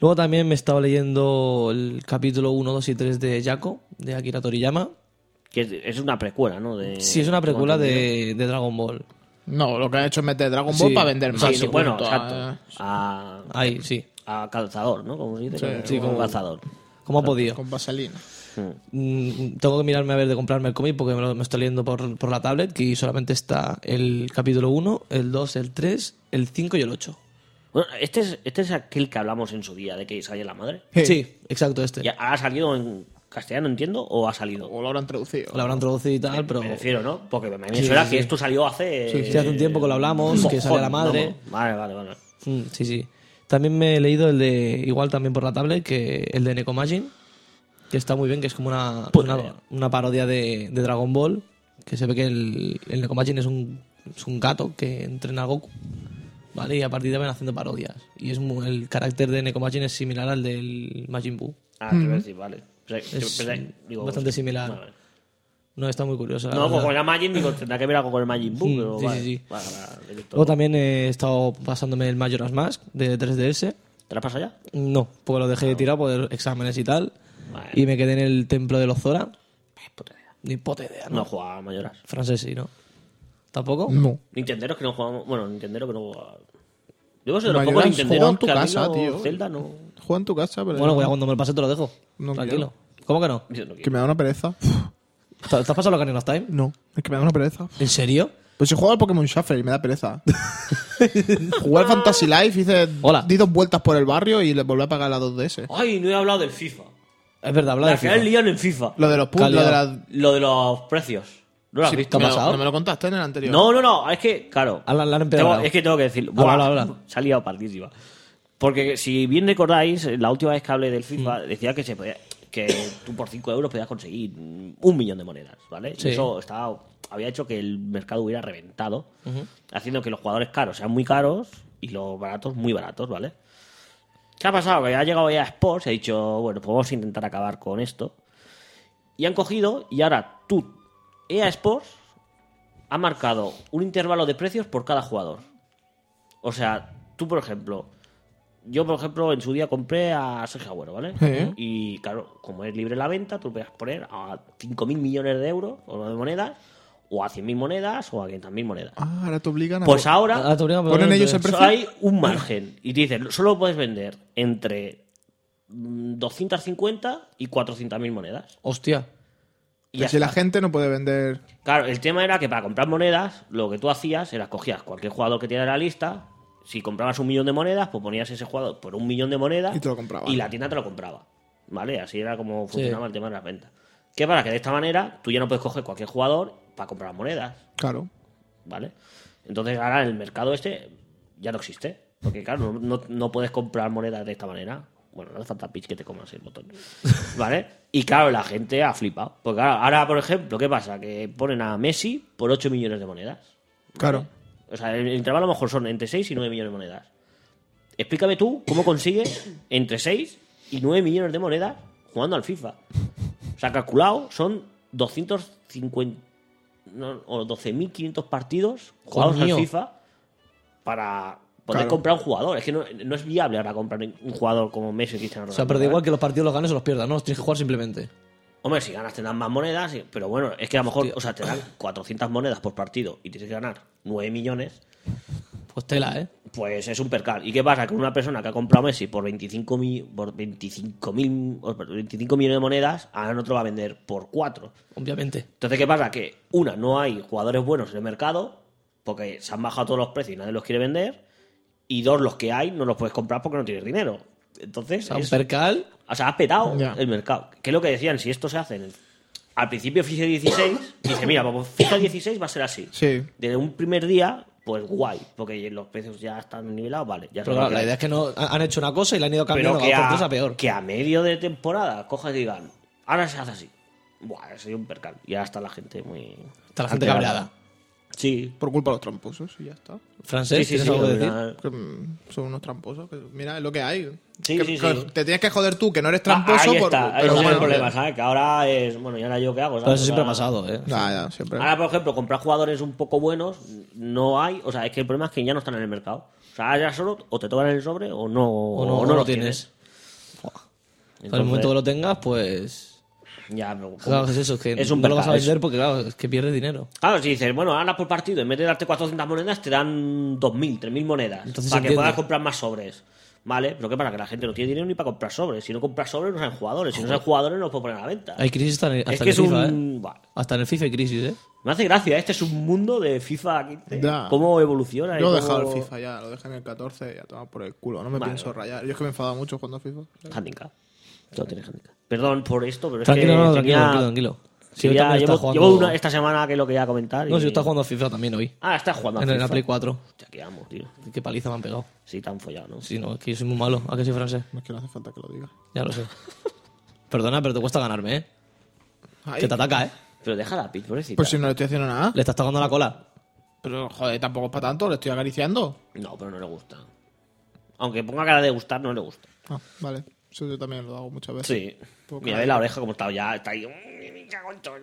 Luego también me he estado leyendo el capítulo 1, 2 y 3 de Yako, de Akira Toriyama. Que es, es una precuela, ¿no? De, Sí, es una precuela de, de Dragon Ball. No, lo que ha hecho es meter Dragon Ball Sí. para vender más. Sí, y bueno, punto. exacto. Ah, A, Ahí, sí. a calzador, ¿no? Como se dice. Sí, como como- calzador. ¿Cómo ha podido? eh, Con vaselina. Mm, tengo que mirarme a ver de comprarme el cómic porque me lo me estoy leyendo por, por la tablet que solamente está el capítulo 1, el 2, el 3, el 5 y el 8. Bueno, este es, este es aquel que hablamos en su día de que sale la madre. Sí, exacto, este. ¿Y ¿Ha salido en castellano, entiendo? ¿O ha salido? O lo habrán traducido. Lo habrán traducido y tal, pero Me refiero, ¿no? Porque me me Sí, suena sí, que sí. esto salió hace. Sí, hace un tiempo que lo hablamos, un que sale la mojón, madre. ¿no? Vale, vale, vale. Mm, sí, sí. También me he leído el de, igual también por la tablet, que el de Nekomajin, que está muy bien, que es como una, Puta una, idea. una parodia de, de Dragon Ball, que se ve que el, el Nekomajin es un, es un gato que entrena a Goku, ¿vale? Y a partir de ahí van haciendo parodias. Y es mu- el carácter de Nekomajin es similar al del Majin Buu. Ah, te voy a decir, vale. Pensé- yo Es pensé- digo, bastante hostia, similar. vale. No, está muy curioso. la No, pues verdad. como era Majin, digo, tendrá que ver algo con el Majin Buu, Mm, pero sí, vale. sí, sí. Vale, vale, he visto. Luego también he estado pasándome el Majora's Mask de 3DS. ¿Te la has pasado ya? No, porque lo dejé tirado por exámenes y tal. Ah, Vale. Y me quedé en el templo de los Zora. Eh, puta idea. Ni puta idea, ¿no? No jugaba a mayoras. Francés sí, ¿no? ¿Tampoco? No. Nintenderos que no jugamos. Bueno, Nintendero que no jugaba. Yo soy de los Mayoras pocos jugaba en Nintenderos tu que a mí casa, no- tío. Zelda no. Juega en tu casa, pero. Bueno, pues ya cuando me lo pase te lo dejo. No Tranquilo. ¿Cómo que no? yo no quiero. que me da una pereza. ¿Te te has pasado la Canina of Time? No, es que me da una pereza. ¿En serio? Pues si juego al Pokémon Shuffle y me da pereza. *laughs* Jugué al Fantasy Life, hice. Hola. Di dos vueltas por el barrio y le volví a pagar la 2DS. Ay, no he hablado del FIFA. Es verdad, habla La de que FIFA. han liado en FIFA. Lo de los puntos, lo de las. Lo de los precios. ¿No lo has Sí, visto? ¿Te ha me lo- pasado? No me lo contaste en el anterior. No, no, no, es que, claro. Habla- hablar en Tengo- pedrado. es que tengo que decir. Habla, habla, habla. Se ha liado pardísima. Porque si bien recordáis, la última vez que hablé del FIFA, Mm. decía que se podía, que tú por 5 euros podías conseguir un millón de monedas, ¿vale? Y Sí. Eso estaba, había hecho que el mercado hubiera reventado, haciendo que los jugadores caros sean muy caros y los baratos muy baratos, ¿vale? ¿Qué ha pasado? Que ha llegado ya Sports y ha dicho, bueno, pues vamos a intentar acabar con esto. Y han cogido y ahora tú, EA Sports, ha marcado un intervalo de precios por cada jugador. O sea, tú, por ejemplo, yo, por ejemplo, en su día compré a Sergio Agüero, ¿vale? Sí. Y claro, como es libre la venta, tú puedes poner a 5.000 millones de euros o de monedas, o a 100.000 monedas, o a 500.il monedas. Ah, ahora te obligan a. Pues ahora Ah, te obligan a Ponen pagar ellos el- el precio. Solo hay un margen. Y te dicen, solo puedes vender entre mm, 250 y 400.000 monedas. Hostia. Y ya Pues si la está. gente no puede vender. Claro, el tema era que para comprar monedas, lo que tú hacías era cogías cualquier jugador que tiene la lista. Si comprabas un millón de monedas, pues ponías ese jugador por un millón de monedas. Y te lo compraba. Y la tienda te lo compraba. ¿Vale? Así era como funcionaba el tema de las ventas. Que para que de esta manera tú ya no puedes coger cualquier jugador para comprar monedas. Claro. ¿vale? Entonces ahora el mercado este ya no existe, porque claro, no, no puedes comprar monedas de esta manera. Bueno, no hace falta pitch que te comas el botón, ¿vale? Y claro, la gente ha flipado. Porque ahora, ahora, por ejemplo, ¿qué pasa? Que ponen a Messi por 8 millones de monedas. Claro. O sea, el, el intervalo a lo mejor son entre 6 y 9 millones de monedas. Explícame tú cómo consigues entre 6 y 9 millones de monedas jugando al FIFA. O sea, calculado, son 250 no, o 12.500 partidos jugados Coño. al FIFA para poder Claro. comprar un jugador. Es que no, no es viable ahora comprar un jugador como Messi y Cristiano O Ronaldo. sea, pero da ¿verdad? igual que los partidos los ganes o los pierdas, ¿no? Los tienes que jugar simplemente. Hombre, si ganas te dan más monedas, y- pero bueno, es que a lo mejor, o sea, te dan 400 monedas por partido y tienes que ganar 9 millones, Pues tela, ¿eh? pues es un percal. ¿Y qué pasa? Con una persona que ha comprado Messi por 25, mi- por 25, mil, o por 25 millones de monedas, ahora otro va a vender por 4. Obviamente. Entonces, ¿qué pasa? Que, una, no hay jugadores buenos en el mercado, porque se han bajado todos los precios y nadie los quiere vender. Y dos, los que hay no los puedes comprar porque no tienes dinero. Entonces, O sea, un es- percal. o sea, ha petado Ya. el mercado. Que es lo que decían, si esto se hace en el- al principio FIFA 16, dice, mira, vamos, FIFA 16 va a ser así. Sí. Desde un primer día, pues guay, porque los precios ya están nivelados, vale. Ya Pero sabemos claro, que la hay. idea es que no han han hecho una cosa y la han ido Pero cambiando que, va por a, tres a peor. que a medio de temporada cojas y digan, ahora se hace así. Buah, sería un percal. Y ahora está la gente muy... Está la gente alterada. cabreada. Sí. Por culpa de los tramposos y ya está. Francés, ¿tienes algo que decir? una- Que, mm, son unos tramposos. que- mira, es lo que hay. Sí, Que- sí, que sí. Te tienes que joder tú, que no eres tramposo. Ah, ahí por- está, ahí pero está el bueno, problema, ya. ¿sabes? Que ahora es, bueno, ¿y ahora yo qué hago? Pero ¿sabes? eso O siempre ha sea, pasado, ¿eh? Ya, ya, siempre. Ahora, por ejemplo, comprar jugadores un poco buenos no hay. O sea, es que el problema es que ya no están en el mercado. O sea, ahora ya solo o te tocan el sobre o no, O no, o no lo lo tienes. En el momento que lo tengas, pues. Ya, pero- Claro, es eso, es que es un no lo vas a percal, es- vender porque, claro, es que pierdes dinero. Claro, si dices, bueno, ahora por partido, en vez de darte 400 monedas, te dan 2.000, 3.000 monedas. Entonces para que entiendo. puedas comprar más sobres. ¿Vale? Pero ¿qué pasa? Que la gente no tiene dinero ni para comprar sobres. Si no compras sobres, no salen jugadores. Si no salen jugadores, no los puedo poner a la venta. Hay crisis hasta en, hasta es en que es el FIFA, un. ¿eh? Buah. Hasta en el FIFA hay crisis, ¿eh? Me hace gracia, este es un mundo de FIFA 15. Ya. ¿Cómo evoluciona? y Yo he cómo- dejado el FIFA ya, lo dejé en el 14 y a tomar por el culo. No me Vale. pienso rayar. Yo es que me enfadaba mucho jugando a FIFA. Handicap. Todo tiene handicap. Perdón por esto, pero Tranquilo, es que no, tenía- tranquilo, tranquilo, tranquilo. Si yo quería- también llevo, estaba jugando. llevo una- esta semana que es lo que iba a comentar. No, y- si yo estaba jugando a FIFA también hoy. Ah, estás jugando a En el- en FIFA. la Play 4. Hostia, qué amo, tío. Qué paliza me han pegado. Sí, tan follado, ¿no? Sí, no, es que yo soy muy malo. ¿A qué soy francés? No es que no hace falta que lo diga. Ya *laughs* lo sé. Perdona, pero te cuesta ganarme, ¿eh? Ay, Que te ataca, ¿eh? Pero deja la pitch, pobrecita. pues si no le estoy haciendo nada. Le estás tocando la cola. Pero joder, tampoco es para tanto, le estoy acariciando. No, pero no le gusta. Aunque ponga cara de gustar, no le gusta. Ah, vale. Eso yo también lo hago muchas veces. Sí. Poca- Mira, ve la oreja como está ya. Está ahí. "Mm, me cago en todo".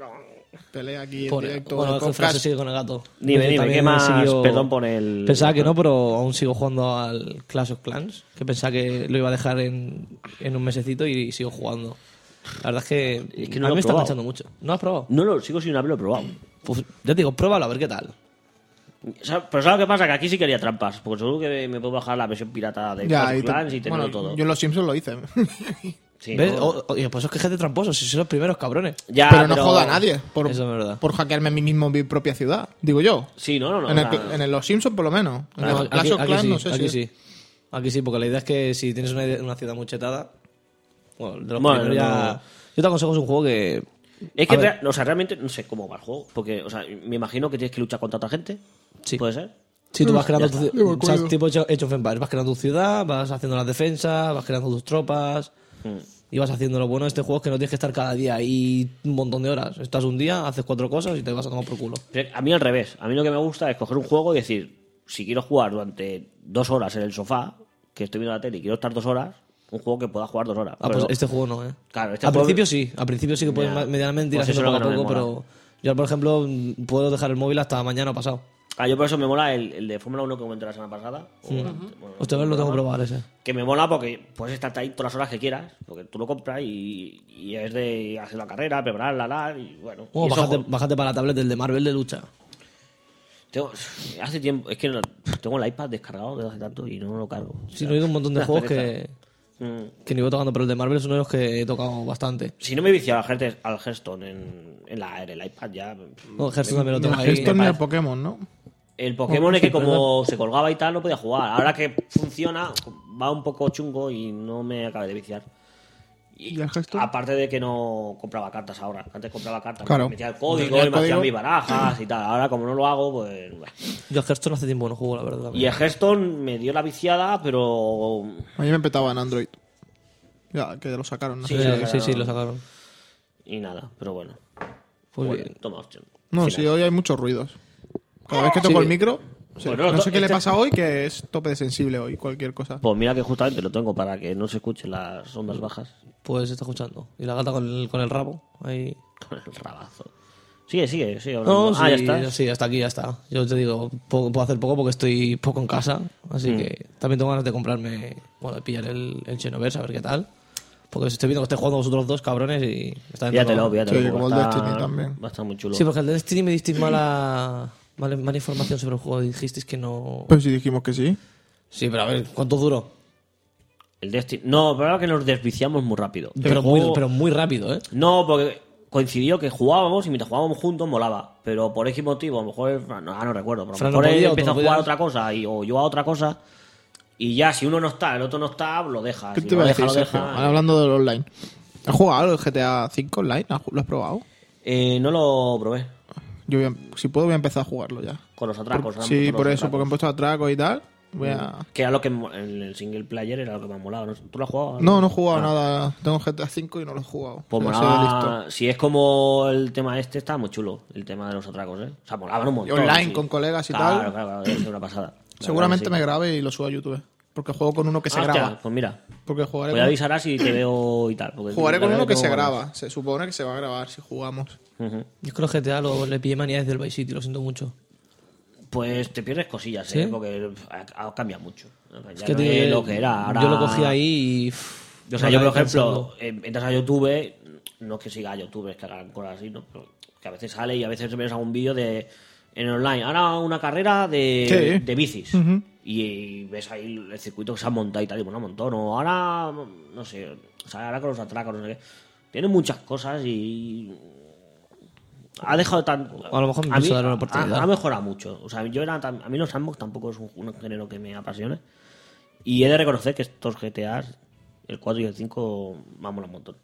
Pelea aquí en Pobre- directo. bueno, en es el que Francés podcast. sigue con el gato. Dime, Yo dime, también ¿qué más? sigo- Perdón por el- Pensaba que no, pero aún sigo jugando al Clash of Clans. Que pensaba que lo iba a dejar en, en un mesecito y sigo jugando. La verdad es que, Es que no a mí lo he me está probado. Mm. enganchando mucho. ¿No lo has probado? No lo sigo sin haberlo probado. Pues ya te digo, pruébalo a ver qué tal. O sea, Pero ¿sabes qué pasa? Que aquí sí quería trampas. Porque seguro que me puedo bajar la versión pirata de Ya, Clash of y te- Clans y tenerlo bueno, todo. Yo en los Simpsons lo hice. Sí, ¿Ves? ¿no? O- o- y pues os quejáis de tramposos, si sois los primeros cabrones. Ya, pero no joda a nadie por, Eso es verdad. por hackearme a mí mismo en mi propia ciudad. Digo yo. Sí, no, no, no. en, el, o sea, en el Los Simpsons por lo menos. En No, el Clash of Clans sí, no sé aquí si. sí. Aquí sí, porque la idea es que si tienes una, idea- una ciudad muy chetada. Bueno, de los Bueno, primeros ya. no. Yo te aconsejo es un juego que. Es que, A ver. rea- o sea, realmente no sé cómo va el juego. Porque, o sea, me imagino que tienes que luchar contra otra gente. Sí. ¿Puede ser? Si tú vas creando Mm, Ya tu está. ciudad. De acuerdo. tipo Age Age of Empires. Vas creando tu ciudad, vas haciendo las defensas, vas creando tus tropas. Mm. Y vas haciendo lo bueno de este juego es que no tienes que estar cada día ahí un montón de horas. Estás un día, haces cuatro cosas y te vas a tomar por culo. Pero A mí al revés. A mí lo que me gusta es coger un juego y decir, si quiero jugar durante dos horas en el sofá, que estoy viendo la tele y quiero estar dos horas, un juego que pueda jugar dos horas. Ah, Pero- pues este juego no, ¿eh? Claro, este al juego- principio sí, al principio sí que puedes Ya. ma- medianamente ir Pues eso haciendo es poco lo a poco, que no me pero yo, por ejemplo, mm, puedo dejar el móvil hasta mañana pasado. Ah, yo por eso me mola el, el de Fórmula 1 que comenté la semana pasada. o la- bueno, Hostia, a ver, lo tengo que probar ese. que me mola porque puedes estar ahí todas las horas que quieras, porque tú lo compras y, y es de hacer la carrera, prepararla, la, y bueno. Oh, Y eso, bájate, jo- bájate para la tablet del de Marvel de lucha. Tengo- hace tiempo, es que no- tengo el iPad descargado desde hace tanto y no lo cargo. O Si sea, no, hay un montón *laughs* de una juegos pereza. que, Mm. que ni voy tocando, pero el de Marvel es uno de los que he tocado bastante. Si no me viciaba al Hearthstone- al Hearthstone en, en la, en el iPad ya. No, Hearthstone también lo Ni tengo el ahí. Hearthstone ni Me el parece- Pokémon, ¿no? El Pokémon es que como se colgaba y tal no podía jugar. Ahora que funciona va un poco chungo y no me acabé de viciar. ¿Y el Hearthstone? aparte de que no compraba cartas ahora. Antes compraba cartas, Claro. me metía el Metía código, el y me hacía código. mis barajas y tal. Ahora como no lo hago, pues... bueno. Yo el Hearthstone hace tiempo que no juego, la verdad. Y el Hearthstone me dio la viciada, pero... A mí me petaba en Android. Ya, que lo sacaron. No Sí, sé si- sí, sí, sí, lo sacaron. Y nada, pero bueno. Pues Bueno, bien. toma opción. No, Final. sí, hoy hay muchos ruidos. Cada vez que toco el micro. sí. Bueno, no, to- sé qué le este- pasa hoy, que es tope de sensible hoy, cualquier cosa. Pues mira que justamente lo tengo para que no se escuchen las ondas bajas. Pues se está escuchando. Y la gata con el, con el rabo. Ahí. Con el rabazo. Sigue, sigue, sigue. hablando. No, ah, ya sí, está. Sí, hasta aquí, ya está. Yo te digo, po- puedo hacer poco porque estoy poco en Mm. casa. Así que también tengo ganas de comprarme, bueno, de pillar el, el Xenoverse, a ver qué tal. Porque os estoy viendo que estáis jugando vosotros dos cabrones y... está dentro de Píatelo, la- píatelo. Sí, porque como el va a Destiny estar- también. Va a estar muy chulo. Sí, porque al de Destiny me disteis mala, mala, mala información sobre el juego. Dijisteis que no... Pero si dijimos que sí. Sí, pero a ver, ¿cuánto duró? El Destiny. No, pero ahora que nos desviciamos muy rápido. El Pero muy, juego- pero muy rápido, ¿eh? No, porque coincidió que jugábamos y mientras jugábamos juntos molaba. Pero por X motivo, a lo mejor. No, ah, no recuerdo. Pero a Fran lo no mejor él podía, o tú empezó no a jugar a podías. otra cosa y, o yo a otra cosa. Y ya, si uno no está, el otro no está, lo deja. ¿Qué Si te lo iba a deja, decir, lo Sergio? Ah. deja. Ahora hablando del online. ¿Has jugado el GTA V online? ¿Has- ¿Lo has probado? Eh, no lo probé. Yo voy a- si puedo voy a empezar a jugarlo ya. Con los atracos. han sí, puesto por los eso, porque atracos. han puesto atracos y tal. Voy a... Que era lo que mo- en el single player era lo que me ha molado. ¿no? ¿Tú lo has jugado? No, no he jugado nada. Tengo GTA V y no lo he jugado. Ah. Pues Pero soy molaba. Si es como el tema este, está muy chulo. El tema de los atracos, ¿eh? O sea, molaban un Y montón. online sí. con colegas y Claro, tal. Claro, claro, debe ser una pasada. La Seguramente verdad me que sí. grabe y lo suba a YouTube. Porque juego con uno que se Ah, Pues hostia, graba. Pues mira, Porque voy jugaré a con, avisar si te veo y tal. porque jugaré la con verdad uno que tengo se ganas. graba. Se supone que se va a grabar si jugamos. Ujú. Yo creo que GTA lo, le pillé manía desde el Vice City, lo siento mucho. Pues te pierdes cosillas, ¿eh? ¿Sí? Porque ha, ha cambiado mucho. Ya Es que no te digo, es yo- lo que era. Ahora... Yo lo cogí ahí y... pff, O sea, yo, me por acabé ejemplo, cansando. eh, entras a YouTube, no es que siga a YouTube, es que hagan cosas así, ¿no? Pero que a veces sale y a veces ves algún vídeo de en online. Ahora una carrera de, Sí. de bicis. Y ves ahí el circuito que se ha montado y tal, y bueno, un montón. O ahora, no sé, o sea, ahora con los atracos, no sé qué. Tiene muchas cosas y. Ha dejado tan. A lo mejor me pienso darle una oportunidad. Ha, ha mejorado mucho. O sea, yo era tan- a mí los sandbox tampoco es un, un género que me apasione. Y he de reconocer que estos GTAs, el 4 y el 5, vamos un montón.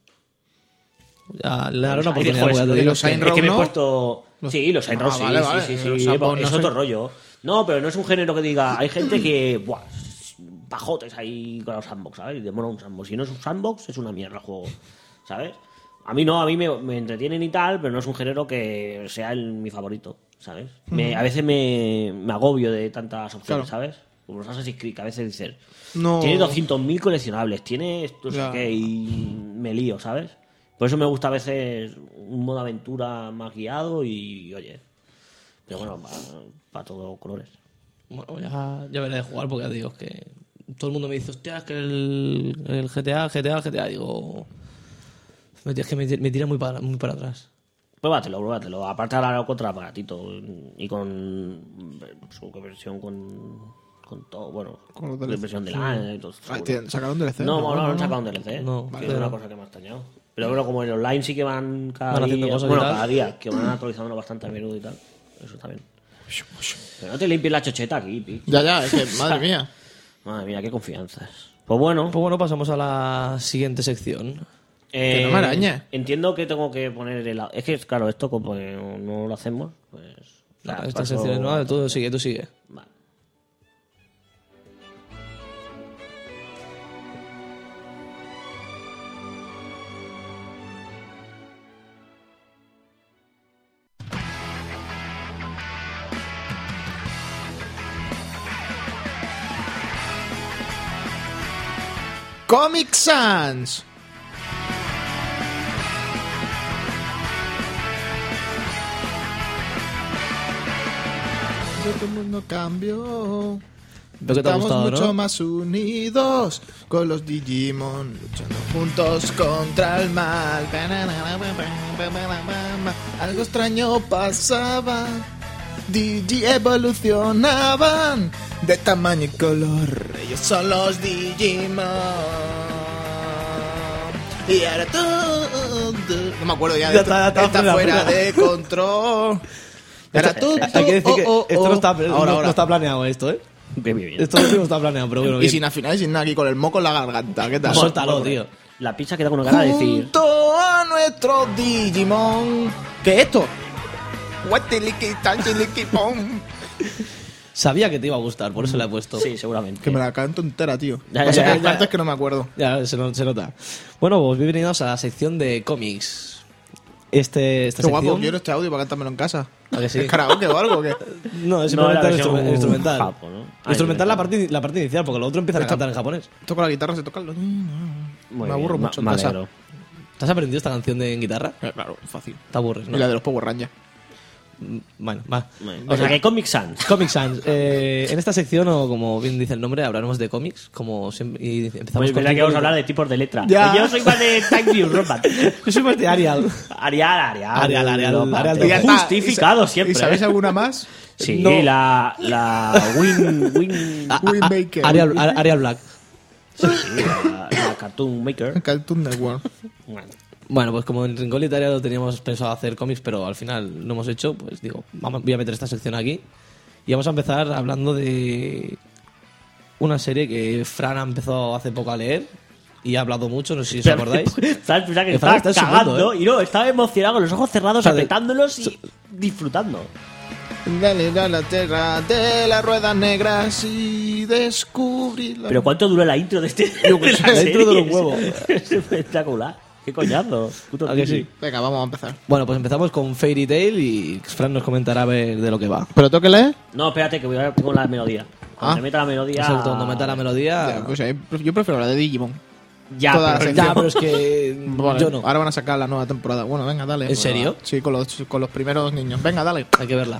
Ya, le daré una Ahí oportunidad. dejo voy a eso, decir y lo los que- Saints Es que me he ¿no? puesto. Los- Sí, los Saints Ah, Row sí, vale, sí, vale. sí, sí, Los sí, Saints es no otro sé. rollo. No, pero no es un género que diga. Hay gente que. Buah, pajotes ahí con los sandbox, ¿sabes? Y demora un sandbox. Si no es un sandbox, es una mierda el juego, ¿sabes? A mí no, a mí me, me entretienen y tal, pero no es un género que sea el- mi favorito, ¿sabes? Me- a veces me, me agobio de tantas opciones, Claro. ¿sabes? Como los Assassin's Creed, que a veces dices. No. Tiene 200.000 coleccionables, tiene esto, no sé Ya. qué, y me lío, ¿sabes? Por eso me gusta a veces un modo aventura más guiado y, oye, pero bueno, para todos colores. Bueno, pues ya, ya veré de jugar porque ya te digo es que todo el mundo me dice, hostia, es que el, el GTA, GTA, GTA, digo... me tira- Es que me, tira- me tira muy para, muy para atrás. Pruébatelo, pruébatelo. Aparte ahora lo contra baratito y con su versión con, con todo, bueno, Con los la DLC. versión de la... y todo esto, Ah, seguro. tienen- sacaron DLC. no, no, Bueno, no han sacado un DLC, No, que vale. es una cosa que me ha extrañado. Pero bueno, como en online sí que van cada Van haciendo día, cosas y bueno, tal. cada día, que van actualizándolo bastante a menudo y tal. Eso está bien. Pero no te limpies la chocheta aquí, pi. Ya, ya, es *laughs* que, madre mía. Madre mía, qué confianzas. Pues bueno, Pues bueno, pasamos a la siguiente sección. eh, no me arañe. Entiendo que tengo que poner el. Es que, claro, esto como no, no lo hacemos, pues. Ah, Nah, nada, esta paso- sección es nueva, tú sigue, tú sigue. Vale. Comic Sans. Ya todo el mundo cambió. Lo que te ha Estamos gustado, mucho ¿no? más unidos con los Digimon luchando juntos contra el mal. Algo extraño pasaba. Digi evolucionaban de tamaño y color. Ellos son los Digimon. Y ahora tú. No me acuerdo ya. Ya esto- está, ya está fuera, fuera. de control. Y ahora tú. Hay que decir oh, que oh, esto oh. no, está, no- Ahora, no ahora. está planeado esto, ¿eh? Bien, bien, bien. Esto último está planeado, pero bueno, Y bien. sin afinar y sin nada, aquí con el moco en la garganta. ¿Qué tal? Suéltalo, tío. La pizza queda con una cara de decir. Junto a nuestro Digimon. ¿Qué es esto? Guatiliqui, tanchiliqui, pom. Sabía que te iba a gustar, por eso la he puesto. Sí, seguramente. Que me la canto entera, tío. Ya, ya, Pasa ya, que hay ya. partes que no me acuerdo. Ya, se, no- se nota. Bueno, pues bienvenidos a la sección de cómics. Este, esta Qué sección... guapo, quiero este audio para cantármelo en casa. ¿A que sí? ¿Es *laughs* karaoke o algo? o qué? No, es No, la simplemente versión instru- instrumental. japo, ¿no? Ah, Instrumental la instrumental. parte, la parte inicial, porque lo otro empiezan a cantar en japonés. Toco la guitarra, se toca el... Muy Me aburro bien, ma- mucho en me casa. alegro. ¿Te has aprendido esta canción de en guitarra? Eh, Claro, fácil. Te aburres, Y la ¿no? de los Power Rangers. Mm, Bueno, va. Bueno, O sea, que Comic Sans. Comic Sans. Eh, en esta sección, o como bien dice el nombre, hablaremos de cómics, como siempre. Y empezamos Pues es verdad que vamos a hablar de tipos de letra. Yo soy más de Type View, Rombat. *laughs* Yo soy más de Arial. Arial, Arial. Arial, Arial, Rombat. Arial Y ya está. Justificado ¿Y sa- siempre. ¿Y sabéis ¿eh? alguna más? Sí, No. la, la Win, Win, A- a- Will Baker. Arial, Ar- Arial Black. sí, la, la Cartoon Maker. Cartoon Network. Bueno, Bueno, pues como en Rincón Literario lo teníamos pensado hacer cómics, pero al final no hemos hecho, pues digo, vamos- voy a meter esta sección aquí. Y vamos a empezar hablando de una serie que Fran ha empezado hace poco a leer y ha hablado mucho, no sé si os *laughs* acordáis. *laughs* ¿Sabes? Pensaba que El Fran estaba está en su mundo, cagando ¿eh? y no, estaba emocionado con los ojos cerrados, sea, de- apretándolos y disfrutando. Dale a la tierra de las ruedas negras y descubrí la... Pero ¿cuánto dura la intro de este? *laughs* Yo qué de sé, la la serie? intro de los huevos. *laughs* Es espectacular. Qué coñazo. Puto ¿A que Disney. sí? Venga, vamos a empezar. Bueno, pues empezamos con Fairy Tail y Fran nos comentará a ver de lo que va. ¿Pero tengo que leer? No, espérate, que voy a con la melodía. Cuando Ah. se meta la melodía. Eso, cuando meta la melodía. Ya, pues, eh, yo prefiero la de Digimon. Ya, toda la pero- sección. Ya, pero es que *laughs* Vale, yo no. Ahora van a sacar la nueva temporada. Bueno, venga, dale. Pues ¿En serio? Sí, con los, con los primeros niños. Venga, dale. Hay que verla.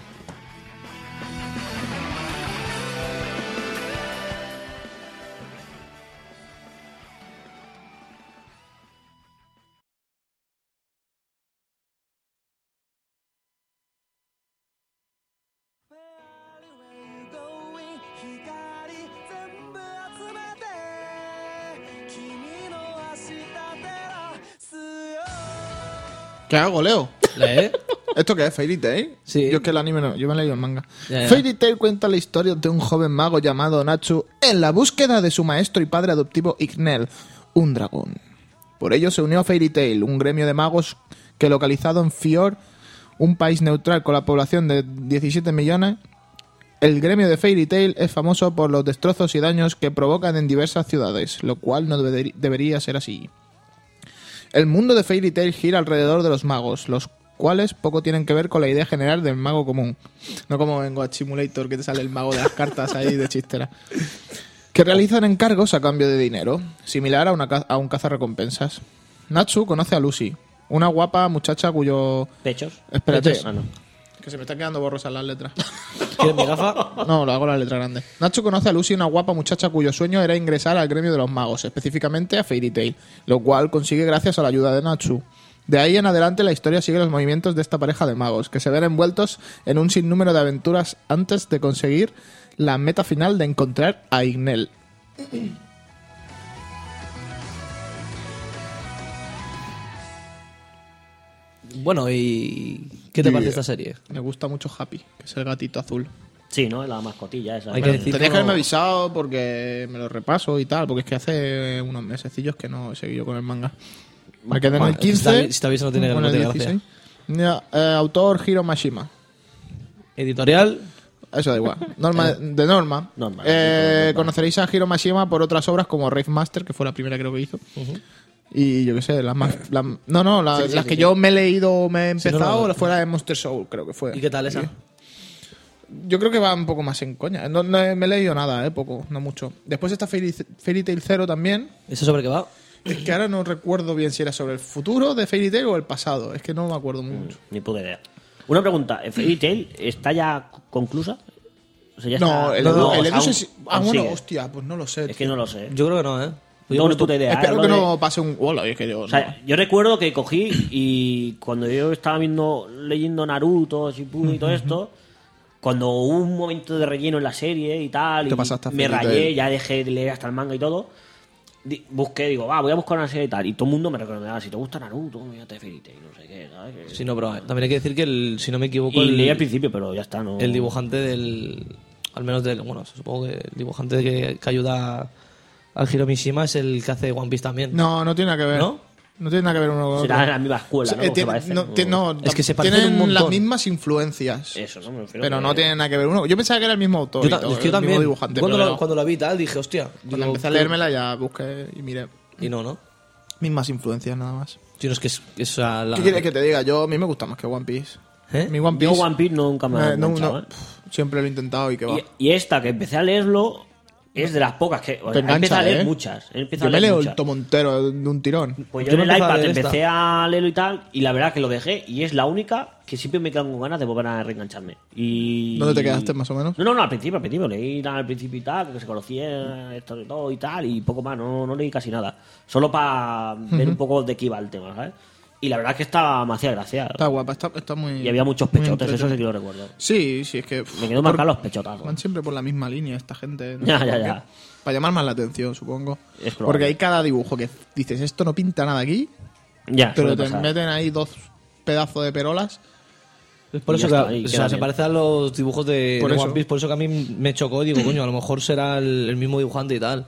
¿Qué hago, Leo? ¿Eh? ¿Esto qué es? ¿Fairy Tail? Sí. Yo es que el anime no, yo me he leído el manga. Ya, ya. Fairy Tail cuenta la historia de un joven mago llamado Nachu en la búsqueda de su maestro y padre adoptivo Ignel, un dragón. Por ello se unió a Fairy Tail, un gremio de magos que localizado en Fior, un país neutral con la población de 17 millones, el gremio de Fairy Tail es famoso por los destrozos y daños que provocan en diversas ciudades, lo cual no debe- debería ser así. El mundo de Fairy Tail gira alrededor de los magos, los cuales poco tienen que ver con la idea general del mago común. No como en Goat Simulator que te sale el mago de las cartas ahí de chistera. Que realizan encargos a cambio de dinero, similar a, una ca- a un cazarrecompensas. Natsu conoce a Lucy, una guapa muchacha cuyo... Pechos. Espérate, Ah, no. que se me están quedando borrosas las letras. ¿Quieres mi *laughs* gafa? No, lo hago la letra grande. Nacho conoce a Lucy, una guapa muchacha cuyo sueño era ingresar al gremio de los magos, específicamente a Fairy Tail, lo cual consigue gracias a la ayuda de Nacho. De ahí en adelante la historia sigue los movimientos de esta pareja de magos, que se ven envueltos en un sinnúmero de aventuras antes de conseguir la meta final de encontrar a Ignel. Bueno, ¿y qué te parece esta serie? Me gusta mucho Happy, que es el gatito azul. Sí, ¿no? La mascotilla esa. Hay que decir- Tenías que haberme como- avisado porque me lo repaso y tal, porque es que hace unos mesecillos que no he seguido con el manga. Me quedé en el Bueno, si te 15. avi- si te aviso no tiene- bueno, no el tiene 16. Ya, eh, autor Hiro Mashima. Editorial, Eso *laughs* da igual. Norma, Eh, de Norma. Norma, Eh, Norma. Conoceréis a Hiro Mashima por otras obras como Rave Master, que fue la primera creo que hizo. Y yo qué sé, las más. las- no, no, las, las que yo me he leído o me he Sí, no, empezado, no, no. fue la de Monster Soul, creo que fue. ¿y qué tal esa? Yo creo que va un poco más en coña. No, no he- me he leído nada, eh, poco, no mucho. Después está Fairy, Fairy Tail Zero también. ¿Eso sobre qué va? Es que ahora no recuerdo bien si era sobre el futuro de Fairy Tail o el pasado. Es que no me acuerdo Mm. mucho. Ni puta idea. Una pregunta. *clears throat* ¿Fairy Tail está ya conclusa? O sea, ya No, está- el no, Edu, el aún- Edu se- Ah, aún bueno, sigue. hostia, pues no lo sé. Es que no lo sé. Yo creo que no, ¿eh? Yo no, ni justo- puta idea. Espero Hablo que de- no pase un. Hola, es que yo. O sea, no. yo recuerdo que cogí y cuando yo estaba viendo, leyendo Naruto, Shippuden y todo esto, cuando hubo un momento de relleno en la serie y tal, Te y pasaste a me Fairy rayé, Tail. ya dejé de leer hasta el manga y todo, di- busqué, digo, va, voy a buscar una serie y tal, y todo el mundo me recomendaba, si te gusta Naruto, mírate Fairy Tail, no sé qué, ¿sabes? Que- Sí, no, pero también hay que decir que, el, si no me equivoco, y el, leí al principio, pero ya está, ¿no? el dibujante del. Al menos del. Bueno, supongo que el dibujante que, que ayuda al Hiro Mishima es el que hace One Piece también. No, no tiene nada que ver. ¿no? No tiene nada que ver uno con Será otro. de la misma escuela, O sea, ¿no? ¿Cómo eh, se tiene- parece? no, ti- no, Es que se parecen tienen un las montón. mismas influencias. Eso, no me refiero pero que- no tiene nada que ver uno. Yo pensaba que era el mismo autor. Yo, y ta- todo, es que yo el mismo también. dibujante. cuando, pero lo, no. cuando la vi y tal, dije, hostia. Cuando digo, empecé a creo- leérmela ya busqué y miré. Y no, ¿no? Mismas influencias nada más. Si no es que es. que es a la- ¿Qué quieres que te diga? Yo a mí me gusta más que One Piece. ¿Eh? Mi One Yo Piece. One Piece nunca me ha Eh, no, enganchado, no, ¿eh? pf, Siempre lo he intentado y que va. Y, y esta que empecé a leerlo Es de las pocas que. o sea, he Te empezado engancha, a leer ¿eh? muchas. he empezado Yo a me leer leo muchas. el Tomontero de un tirón. Pues Yo yo, me en he el empezado a iPad leer empecé a leerlo y tal, y la verdad que lo dejé, y es la única que siempre me quedan con ganas de volver a reengancharme. Y... ¿Dónde te quedaste, más o menos? No, no, no, al principio, al principio, leí nada al principio y tal, que se conocía esto y todo y tal, y poco más, no, no leí casi nada. Solo para ver un poco de qué iba el tema, ¿sabes? Y la verdad que estaba, me hacía gracia. Está guapa, está, está muy. Y había muchos muy pechotes, eso sí entretenido. que lo recuerdo. Sí, sí, es que. pff, Me quedó por- marcado los pechotazos. Van siempre por la misma línea esta gente. no Ya, sé ya, por qué. ya. Para llamar más la atención, supongo. Es probable. Porque hay cada dibujo que dices, esto no pinta nada aquí, Ya, pero Ah, suele te pasar. meten ahí dos pedazos de perolas. Es por Y ya eso que, está, y o queda sea, se bien. parece a los dibujos de, Por de eso. One Piece, por eso que a mí me chocó y digo, coño, a lo mejor será el, el mismo dibujante y tal.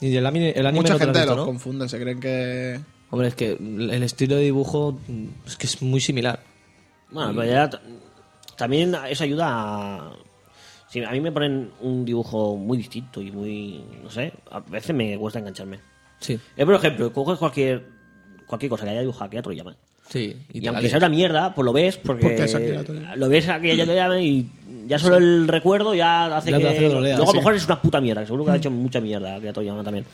Y el, ami- el anime Mucha no te lo has gente visto, los ¿no? confunde, se creen que. Hombre, es que el estilo de dibujo mm, es que es muy similar. Bueno, pero ya t- también eso ayuda a... Si a mí me ponen un dibujo muy distinto y muy... No sé, a veces me cuesta engancharme. Sí, Yo, por ejemplo, coges cualquier, cualquier cosa que haya dibujado Akira Toriyama. sí. Y, te la aunque lees. sea una mierda, pues lo ves porque... Porque es Akira Toriyama. Lo ves Akira Toriyama y ya solo el recuerdo ya hace Ya te que... hace que lo leas, Luego a sí. lo mejor es una puta mierda, que seguro que ha hecho mucha mierda Akira Toriyama también.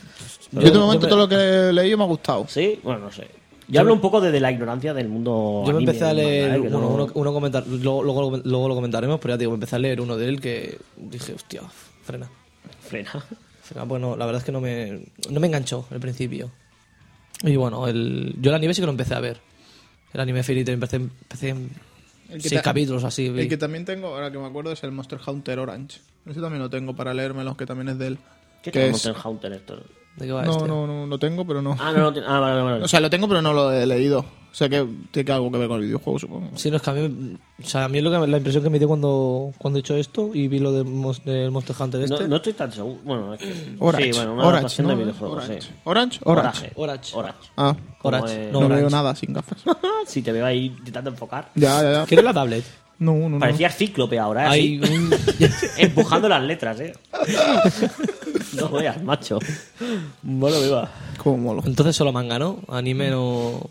yo de Pero- momento me- todo lo que he leído me ha gustado. Sí, bueno, no sé. Yo hablo un poco desde la ignorancia del mundo Yo me anime, empecé a leer manga, ¿eh? Que uno, no- uno- uno comentar, luego, luego, luego lo comentaremos, pero ya te digo, me empecé a leer uno de él que dije, hostia, frena. Frena. Frena, bueno, la verdad es que no me, no me enganchó al principio. Y bueno, el, yo el anime sí que lo empecé a ver. El anime Fairy Tail empecé, empecé en El que seis ta- capítulos así. vi. El que también tengo, ahora que me acuerdo, es el Monster Hunter Orange. Ese también lo tengo para leérmelo, que también es de él. ¿Qué Que tal es- Monster Hunter esto? ¿De qué va No, este? no, no, lo tengo, pero no. Ah, no, no, tiene- ah, vale, vale, vale. O sea, lo tengo, pero no lo he leído. O sea, que tiene que algo que ver con el videojuego, supongo. Sí, no, es que a mí, o sea, a mí es lo que, la impresión que me dio cuando, cuando he hecho esto y vi lo de Mos- del Monster Hunter no, este. no estoy tan seguro. Bueno, es que... Orange. Sí, bueno, una Orange, adaptación ¿no? de videojuegos, Orange. sí. Orange. Orange. Oraje. Orange. *laughs* Orange. Ah, Orange. eh, No, no Orange. veo nada sin gafas. *laughs* Ah, Si te veo ahí intentando enfocar. ya, ya, ya. Quiero la tablet. No, no, no. Parecías cíclope ahora, ¿eh? Hay Así, *laughs* un... empujando las letras, *laughs* ¿eh? no veas, macho. Bueno, viva. Como molo. *laughs* Entonces solo manga, ¿no? Anime no...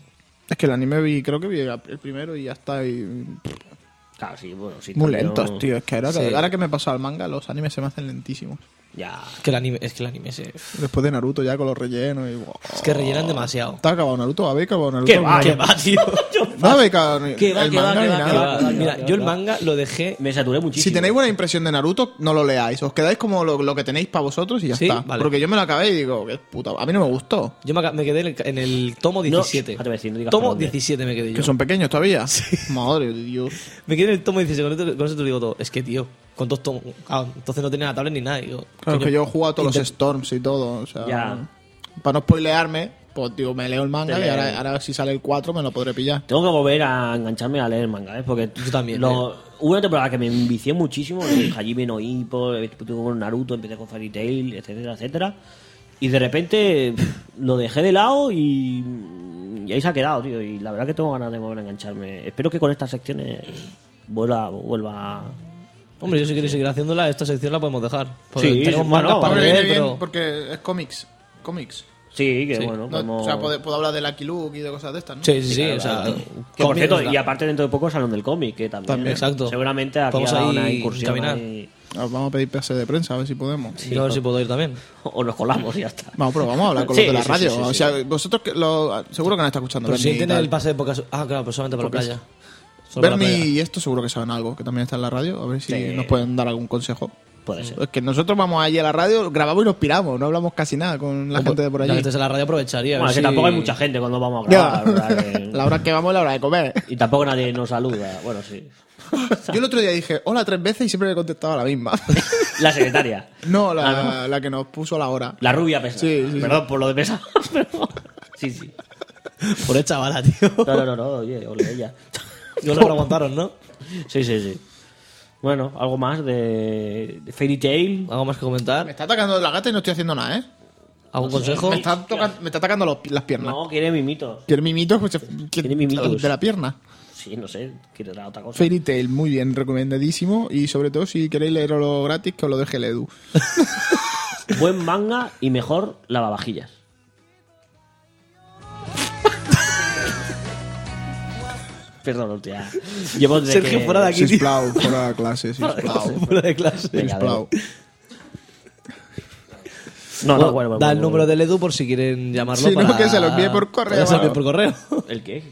Es que el anime vi, creo que vi el primero y ya está. y- Claro, sí, bueno, sí. Muy también lentos, no- tío. Es que ahora, que Sí. ahora que me he pasado al manga, los animes se me hacen lentísimos. Ya. Que el anime, es que el anime se... Después de Naruto ya con los rellenos y... Es que Oh. rellenan demasiado. ¿Está acabado Naruto? ¿Habéis acabado Naruto? ¿Qué va, No. qué va, tío? *laughs* No habéis acabado ni- ¿Qué va, el qué va, manga qué ni va, nada. qué va, qué va? Mira, yo el manga lo dejé... Me saturé muchísimo. Si tenéis buena impresión de Naruto, no lo leáis. Os quedáis como lo, lo que tenéis para vosotros y ya Sí, está. vale. Porque yo me lo acabé y digo, qué puta. A mí no me gustó. Yo me, aca- me quedé en el, en el tomo No, 17. ah, te voy a decir, no digas tomo por dónde. 17 me quedé yo. Que son *laughs* pequeños todavía. Madre de Dios. Me quedé en el tomo 17. Con, esto- con eso te lo digo todo. Es que, tío, con dos tomos... Ah, entonces no tenía la tablet ni nada. y Digo, Claro, coño, que yo he jugado todos los Inter- Storms y todo. O sea, Ya. para no spoilearme, pues digo, me leo el manga Te y leo. ahora, ahora si sale el 4 me lo podré pillar. Tengo que volver a engancharme a leer manga, ¿eh? Porque Yo también, ¿eh? lo- Hubo una temporada que me envicié muchísimo, de Hajime no Ippo, empecé con Naruto, empecé con Fairy Tail, etcétera, etcétera. Y de repente pf, lo dejé de lado y, y ahí se ha quedado, tío. Y la verdad que tengo ganas de volver a engancharme. Espero que con estas secciones vuelva, vuelva Hombre, yo si queréis seguir haciéndola, esta sección la podemos dejar. Sí, tenemos mangas sí, bueno, para Hombre, hombre, leer, viene bien pero... porque es cómics. Cómics. Sí, que Sí. bueno, No, podemos- O sea, puedo, puedo hablar de Lucky Luke y de cosas de estas, ¿no? Sí, sí, sí. claro, o sea, claro. Que, por cómics, cierto, o sea, y aparte dentro de poco Salón del Cómic, que también. También, ¿eh? exacto. Seguramente aquí Vamos ha dado ahí una incursión. caminar. ahí. Ah, Vamos a pedir pase de prensa, a ver si podemos. yo a ver si puedo ir también. o nos colamos y ya está. Vamos, pero vamos a hablar con Sí, los de la sí, radio. sí, sí, o sí. sea, vosotros que lo- seguro que no está escuchando. Pero Bernie si y Pues tiene tal. el pase de pocas... Ah, claro, pero solamente para la playa. Solo para la Bernie playa. y esto seguro que saben algo, que también está en la radio. A ver si Sí. Pues nos pueden dar algún consejo. Puede ser. Es que nosotros vamos allí a la radio, grabamos y nos piramos. No hablamos casi nada con la gente de por allí. La gente de la radio aprovecharía. a Bueno, ver es que si- tampoco hay mucha gente cuando vamos a Ya. grabar. la verdad que- *laughs* la hora que vamos es la hora de comer. Y tampoco nadie nos saluda. Bueno, sí. Yo el otro día dije hola tres veces y siempre me contestaba la misma. La secretaria. no, la, Ah, la que nos puso la hora. La rubia pesa. Sí, sí, Perdón por lo de pesa. *laughs* pero- sí, sí. *laughs* Por chavala, tío. No, no, no, no, oye, ole ella. No lo aguantaron, ¿no? Sí, sí, sí. Bueno, algo más de, de Fairy Tail. ¿Algo más que Me comentar? está atacando la gata y no estoy haciendo nada, ¿eh? ¿Algún consejo? Me está, tocan- me está atacando los pi- las piernas. No, quiere mimitos. Quiere mimitos, pues, que- Quiere mimitos. de la pierna. Sí, no sé, quiere dar otra cosa. Fairy Tail, muy bien, recomendadísimo. Y sobre todo, si queréis leerlo gratis, que os lo deje el Edu. Buen manga y mejor lavavajillas. Perdón, hostia. Llevo desde Sergio, que- fuera de aquí. tío. *laughs* pues, *laughs* Sisplau, fuera de clase, sisplau. Fuera de clase. Venga, Sisplau. No, no, Bueno, bueno, bueno, Oh, da el bueno, número bueno. del Edu por si quieren llamarlo. Sí, no, para, que se lo envíe por correo. para que se lo envíe por correo. ¿El qué?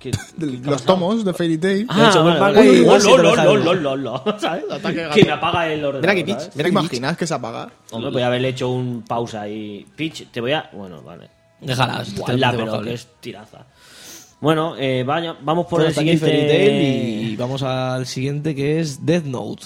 ¿Qué- Del- Los tomos de Fairy Tail. Ah. De hecho, bueno, Ah, uy, uy, igual sí te lo lol, lol, dejan. lol, lol, lol, lol, ¿sabes? Que me apaga el ordenador. Mira que ¿sabes? Peach. Mira que imaginas que se apaga. Hombre, voy a haberle hecho un pausa ahí. Pitch, te voy a. Bueno, vale. Déjala, esto te lo Guala, meto por pero cable. que es tiraza. Bueno, eh, vaya, vamos por Bueno, el hasta aquí siguiente. Fairy Tail y vamos al siguiente que es Death Note.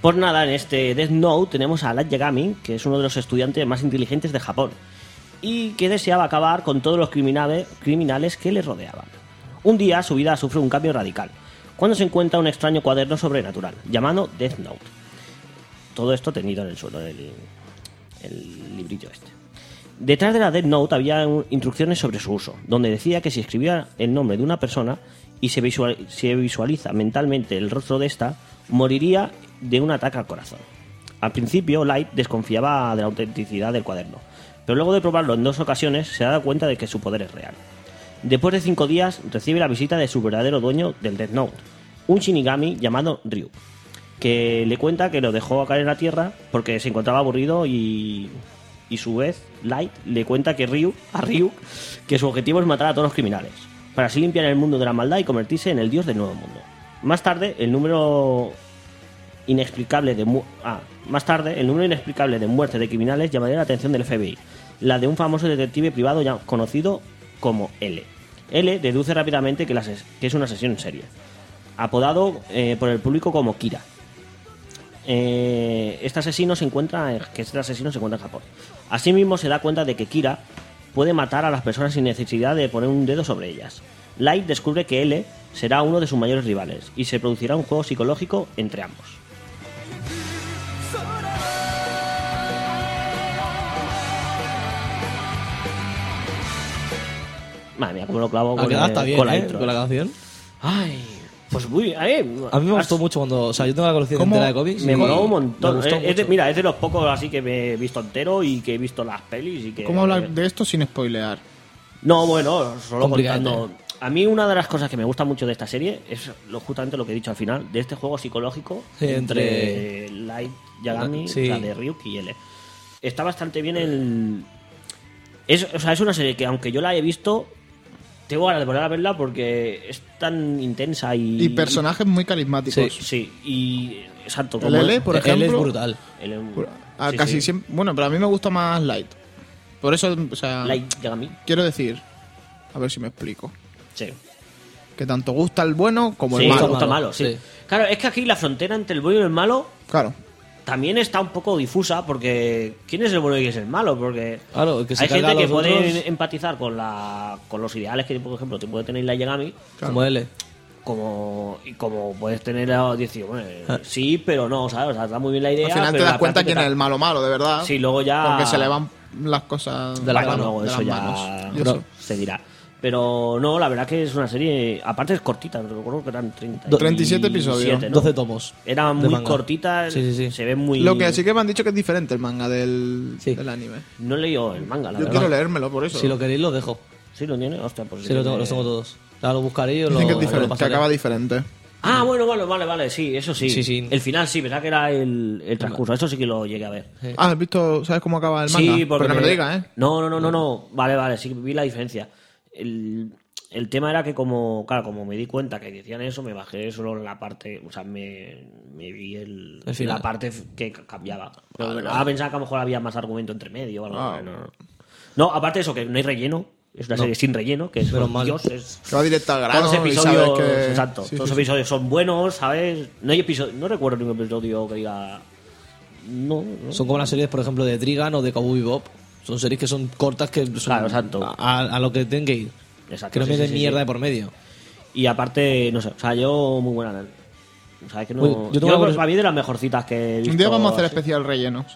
Por nada, en este Death Note tenemos a Light Yagami, que es uno de los estudiantes más inteligentes de Japón, y que deseaba acabar con todos los criminales, criminales que le rodeaban. Un día su vida sufre un cambio radical, cuando se encuentra un extraño cuaderno sobrenatural, llamado Death Note. Todo esto tendido en el suelo, en el, el librillo este. Detrás de la Death Note había un- instrucciones sobre su uso, donde decía que si escribía el nombre de una persona y se, visual- se visualiza mentalmente el rostro de esta, moriría de un ataque al corazón. Al principio, Light desconfiaba de la autenticidad del cuaderno, pero luego de probarlo en dos ocasiones se da cuenta de que su poder es real. Después de cinco días, recibe la visita de su verdadero dueño del Death Note, un Shinigami llamado Ryu, que le cuenta que lo dejó caer en la tierra porque se encontraba aburrido y, y su vez Light le cuenta que Ryu, a Ryu que su objetivo es matar a todos los criminales para así limpiar el mundo de la maldad y convertirse en el dios del nuevo mundo. Más tarde, el número inexplicable de mu- ah, más tarde el número inexplicable de muertes de criminales llamaría la atención del FBI, la de un famoso detective privado ya conocido como L. L deduce rápidamente que, la ses- que es una sesión en serie, apodado eh, por el público como Kira. Eh, este asesino se encuentra en- que este asesino se encuentra en Japón. Asimismo se da cuenta de que Kira puede matar a las personas sin necesidad de poner un dedo sobre ellas. Light descubre que L será uno de sus mayores rivales y se producirá un juego psicológico entre ambos. Madre mía, cómo lo clavo Ha con, quedado eh, hasta bien, con la ¿eh? intro. Con la canción. Ay, pues muy bien. eh, A mí me has- gustó mucho cuando. O sea, yo tengo la colección ¿Cómo? entera de cómics. Me y moló un me montón. gustó Eh, es de- mucho. mira, es de los pocos así que me he visto entero y que he visto las pelis y que. eh, ¿Cómo hablar de esto sin spoilear? No, bueno, solo Complicado, eh. contando. A mí una de las cosas que me gusta mucho de esta serie es lo, justamente lo que he dicho al final, de este juego psicológico Sí, entre, entre- Light Yagami, Sí. la de Ryuk y L. Está bastante bien el... Es, o sea, es una serie que aunque yo la he visto, tengo ganas de volver a verla porque es tan intensa y... Y personajes muy carismáticos. Sí, y... Exacto. El L, por Él ejemplo. es brutal. el- Ah, sí, casi sí. siempre. Bueno, pero a mí me gusta más Light. Por eso, o sea. Light Yagami. Quiero decir. A ver si me explico. Sí. Que tanto gusta el bueno como Sí, el esto malo. gusta malo, sí. sí. Claro, es que aquí la frontera entre el bueno y el malo Claro. también está un poco difusa porque ¿quién es el bueno y quién es el malo? Porque Claro, que se hay carga gente a que los puede otros. empatizar con la con los ideales que, por ejemplo, te puede tener la Yagami Como L. como y como puedes tener a decir, bueno, Ah. eh, sí, pero no, ¿sabes? O sea, está muy bien la idea. Al final ah, pero te en das la cuenta práctica quién es tal. el malo malo, de verdad. Sí, luego ya- Porque se le van las cosas De la de mano, Bueno, de eso las ya manos. Y no, eso. se dirá. Pero no, la verdad que es una serie, aparte es cortita, recuerdo que eran 30 y 37 episodios. siete, ¿no? 12 tomos. Era de muy manga. cortita, Sí, sí, sí. se ve muy... Lo que sí que me han dicho que es diferente el manga del, Sí. del anime. No he leído el manga, la Yo verdad. quiero leérmelo por eso. Si lo queréis, lo dejo. ¿Sí lo tiene? Hostia, pues Si lo tengo, tiene- los tengo todos. Ahora lo buscaré y os lo, Dicen que os es lo diferente, que pasaré. acaba diferente. Ah, bueno, vale, vale, vale, sí, eso sí. Sí, sí. El final sí, verdad que era el, el transcurso, eso sí que lo llegué a ver. Ah, ¿has visto? ¿Sabes cómo acaba el manga? Sí, porque... Pero no me lo digas, ¿eh? No, no, no, no, no, vale, vale, sí, vi la diferencia. El, el tema era que como, claro, como me di cuenta que decían eso, me bajé solo en la parte, o sea, me, me vi el, El final. la parte que c- cambiaba. Pero ah, pensaba que a lo mejor había más argumento entre medio o algo. Ah. no, no. No, aparte de eso, que no hay relleno, es una serie sin relleno, que es, Menos oh, mal. Dios, es Que va directo al grano todos los y episodios, sabes que... exacto, Sí, todos sí, los episodios son buenos, ¿sabes? No hay episodio, no recuerdo ningún episodio que diga no, no. Son como las series, por ejemplo, de Trigan o de Cowboy Bob. Son series que son cortas que son Claro, exacto. A, a lo que tienen que ir. Exacto, que no sí, me sí, sí, mierda sí. de por medio. y aparte, no sé, o sea, yo muy buena O sea, es que no. Uy, yo yo tengo una creo que curiosidad. para mí de las mejorcitas que he visto. Un día vamos a hacer así. especial rellenos.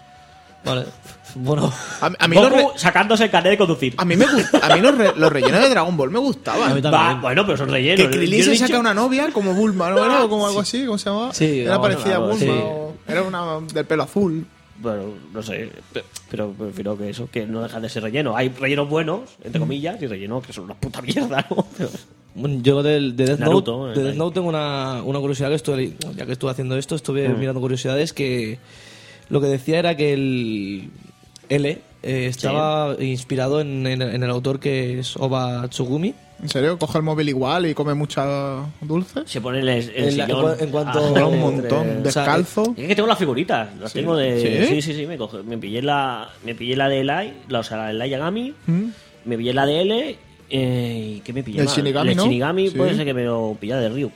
Vale. *laughs* Bueno, A, a mí, Goku los re- sacándose el carnet de conducir. a mí, me gust- a mí los, re- los rellenos de Dragon Ball me a gustaban. mí Va, también. bueno, pero son rellenos. Que Krillin Yo se he dicho- Ah, saca una novia como Bulma, ¿no? Era como algo así, ¿cómo se llamaba? Sí, era no, parecida no, a no, Bulma. sí. o- Era una del pelo azul. Bueno, no sé. pe- Pero prefiero que eso, que no deja de ser relleno. Hay rellenos buenos, entre comillas, y rellenos que son una puta mierda, ¿no? *laughs* Pero- Bueno, Yo del, de Death Naruto, Note, eh, de Death ahí. Note tengo una, una curiosidad que estuve, ya que estuve haciendo esto, estuve Mm. mirando curiosidades que lo que decía era que el L eh, estaba inspirado en, en- en el autor que es Oba Tsugumi. ¿En serio? Coge el móvil igual y come mucha dulce. se ponen el, el En la- en sillón. cua- en cuanto- a- Era eh, Ah, un eh, montón. Descalzo. Es que tengo las figuritas, las tengo de. ¿Sí? ¿Sí? sí, sí, me, coge- me pillé la. Me pillé la de Eli, la, o sea, la de Eli Yagami, me pillé la de L, eh, ¿y ¿qué me pillé? ¿Mm? El más? Shinigami, el ¿no? Shinigami Sí. puede ser que me lo pillara de Ryu.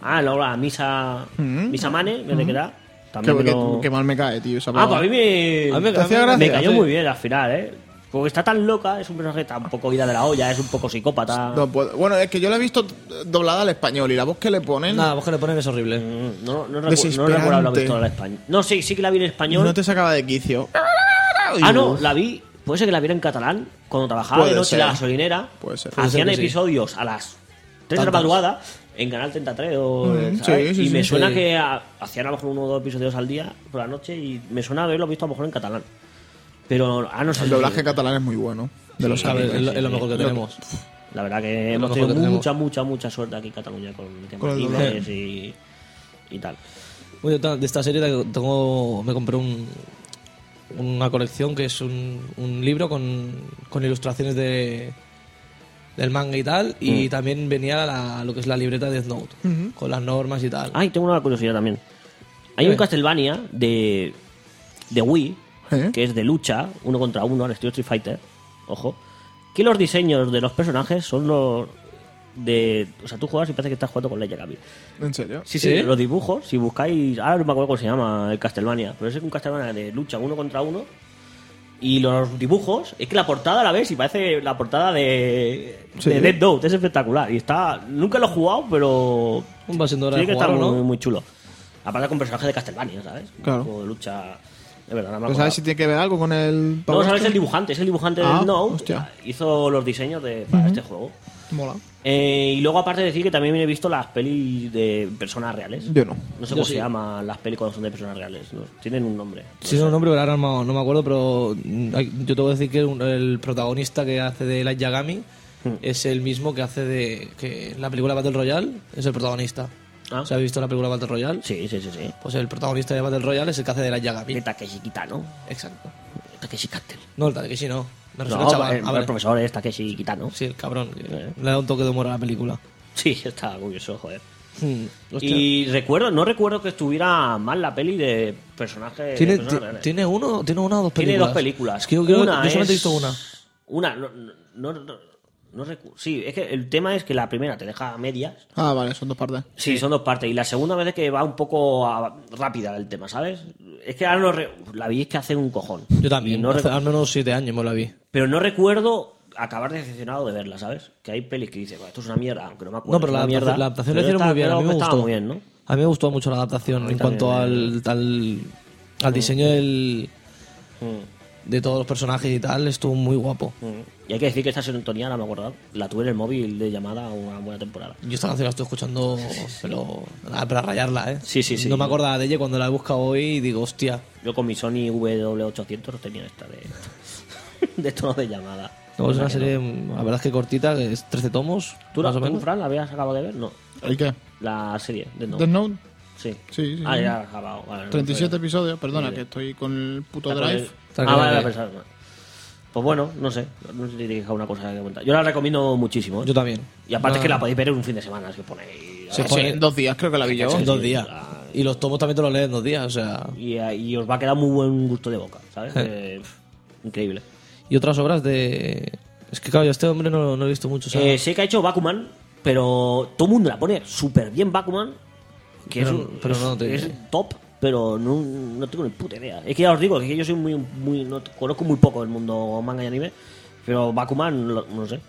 Ah, luego la Misa. Mm. Misa Mane, me queda. Que, También me que- lo- que mal me cae, tío. esa Ah, palabra. pues a mí me. A mí me- ¿Te hacía gracia? Me cayó Sí. muy bien al final, ¿eh? Como que está tan loca, es un personaje tan poco ida de la olla, es un poco psicópata. No puedo- Bueno, es que yo la he visto doblada al español y la voz que le ponen. eh, Nada, vos que le ponen es horrible. Mm, No, no, recu- no Desesperante. recuerdo haberla visto en español. No, sí, sí que la vi en español. No te sacaba de quicio. Ah, no, la vi. Puede ser que la viera en catalán cuando trabajaba de Puede noche ser. en la gasolinera. Puede ser. Puede Hacían ser que sí. episodios a las 3 de la Tantas. madrugada en Canal 33. O, Mm, ¿sabes? sí, sí, y me sí. suena Sí. que ah, hacían a lo mejor uno o dos episodios al día por la noche y me suena haberlo visto a lo mejor en catalán. Pero, ah, no sé. El si- doblaje catalán es muy bueno. De los A ver, animes. es, lo, es lo mejor que tenemos. La verdad que Es lo hemos mejor tenido que tenemos. mucha, mucha, mucha suerte aquí en Cataluña con el Con tema el de doblaje. imágenes y, y tal. Oye, ta- de esta serie tengo, me compré un, una colección que es un, un libro con, con ilustraciones de del manga y tal, y también venía la- lo que es la libreta de Death Note, con las normas y tal. Ay, tengo una curiosidad también. Hay Dime. un Castlevania de, de Wii, ¿Eh? que es de lucha, uno contra uno, al estilo Street Fighter, ojo, que los diseños de los personajes son los de... O sea, tú juegas y parece que estás jugando con Leia Gabi. ¿En serio? Sí, sí, ¿Sí? los dibujos, si buscáis... Ahora no me acuerdo cómo se llama el Castlevania, pero es un Castlevania de lucha uno contra uno. Y los dibujos, es que la portada la ves y parece la portada de, Sí. de Dead Note, es espectacular. Y está... Nunca lo he jugado, pero Va siendo hora tiene de que estar jugarlo, muy, ¿no? muy chulo. Aparte con personajes de Castlevania, ¿sabes? Claro. Un juego de lucha... De verdad, no me ¿No acordaba. sabes si tiene que ver algo con el este? No, Power sabes el Stone? dibujante, es el dibujante Ah, del No. hostia. Hizo los diseños de, para este juego. Mola. Eh, y luego, aparte, decir que también he visto las pelis de personas reales. Yo no. No sé Yo cómo sí. se llaman las pelis cuando son de personas reales. ¿no? Tienen un nombre. No Sí, sé. es un nombre, pero ahora no, no me acuerdo, pero mm, hay- yo tengo que decir que un- el protagonista que hace de Light Yagami es el mismo que hace de... que en la película Battle Royale es el protagonista. Ah. ¿Se ha visto la película Battle Royale? Sí, sí, sí. sí. Pues el protagonista de Battle Royale es el que hace de Light Yagami. De Takeshi Kitano. Exacto. Takeshi Cartel. No, el Takeshi no. Me refiero No, al chaval. el, Ah, el vale. profesor es Takeshi Kitano. Sí, el cabrón. que Eh. Le da un toque de humor a la película. Sí, *laughs* está curioso, joder. Hmm, hostia. Y recuerdo, no recuerdo que estuviera mal la peli de personajes. ¿Tiene, de personas reales. ti- ¿tiene, uno, ¿Tiene una o dos películas? Tiene dos películas. Es que yo, creo- Una yo solamente he es- visto una. Una, no, no, no, no recu- Sí, es que el tema es que la primera te deja a medias. Ah, vale, son dos partes. Sí, son dos partes. Y la segunda vez es que va un poco a- rápida el tema, ¿sabes? Es que ahora no re- la vi es que hace un cojón. Yo también. Y no hace recu- al menos siete años me la vi. Pero no recuerdo acabar decepcionado de verla, ¿sabes? Que hay pelis que dices, "Bueno, esto es una mierda, aunque no me acuerdo. No, pero la, es una mierda. adaptación- la adaptación la Pero hicieron está- muy bien. A pero mí me estaba gustó. muy bien, ¿no? A mí me gustó mucho la adaptación A mí en cuanto al, también, eh. al, al diseño del, Hmm. de todos los personajes y tal. Estuvo muy guapo. Y hay que decir que esta sintonía, no me acuerdo, la tuve en el móvil de llamada una buena temporada. Yo esta canción la estoy escuchando, pero nada, para rayarla, ¿eh? Sí, sí, sí. No me acordaba de ella cuando la he buscado hoy y digo, hostia, Yo con mi Sony W800 tenía esta de, *laughs* de tono de llamada. No, es una O sea que serie, mm, la verdad es que cortita, que es 13 tomos, no. ¿Tú, la- más o tú, menos. Fran, la habías acabado de ver? No. ¿El qué? La serie, de no. Death Note, Sí. Sí, sí, Ah, sí. ya la has acabado. Vale, no, 37 no, episodios. Perdona, Sí. que estoy con el puto no, no, no. drive. Ah, Tranquilo, vale, vale, que- pensaba, no. Pues bueno, no sé. No sé si te dije una cosa que contar. Yo la recomiendo muchísimo. ¿eh? Yo también. Y aparte es que Ah, la podéis ver en un fin de semana, si os ponéis. Sí, joder. en dos días creo que la vi yo. en Ah, sí, dos sí, días. la- Y los tomos también te los lees en dos días, o sea... Y, eh, y os va a quedar muy buen gusto de boca, ¿sabes? Eh, pf, increíble. Y otras obras de... Es que, claro, yo a este hombre no, no he visto mucho, o sea, Eh, sé que ha hecho Bakuman, pero todo el mundo la pone súper bien Bakuman. Que Pero- es, un- pero es- no te- es top, pero no, no tengo ni puta idea. Es que ya os digo, es que yo soy muy, muy no, conozco muy poco del mundo manga y anime, pero Bakuman, lo- no sé.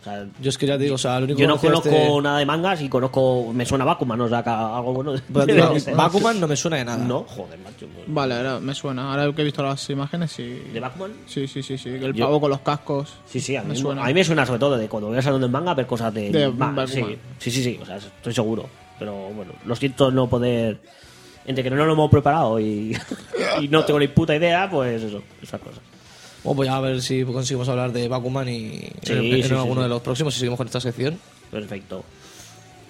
O sea, Yo es que ya te digo, o sea, lo único yo no que conocía conozco este- nada de mangas y conozco. Me suena Bakuman, o sea, que algo bueno. *laughs* de- Pero, de- no, de- Pues, *laughs* Bakuman no me suena de nada. No, joder, macho. pues, Vale, ahora me suena. Ahora que he visto las imágenes, sí. ¿De Bakuman? Sí, sí, sí, sí. que El Yo- pavo con los cascos. Sí, sí, a mí, Me me suena. a mí me suena sobre todo de cuando voy al salón del manga a ver cosas de, De manga, Bakuman. sí. sí, sí, sí, o sea, estoy seguro. Pero bueno, lo siento no poder... Entre que no lo hemos preparado y, *laughs* y no tengo ni puta idea, pues eso, esas cosas. Bueno, pues ya a ver si conseguimos hablar de Bakuman y Sí, en, en sí, sí, alguno sí. de los próximos, si seguimos con esta sección. Perfecto.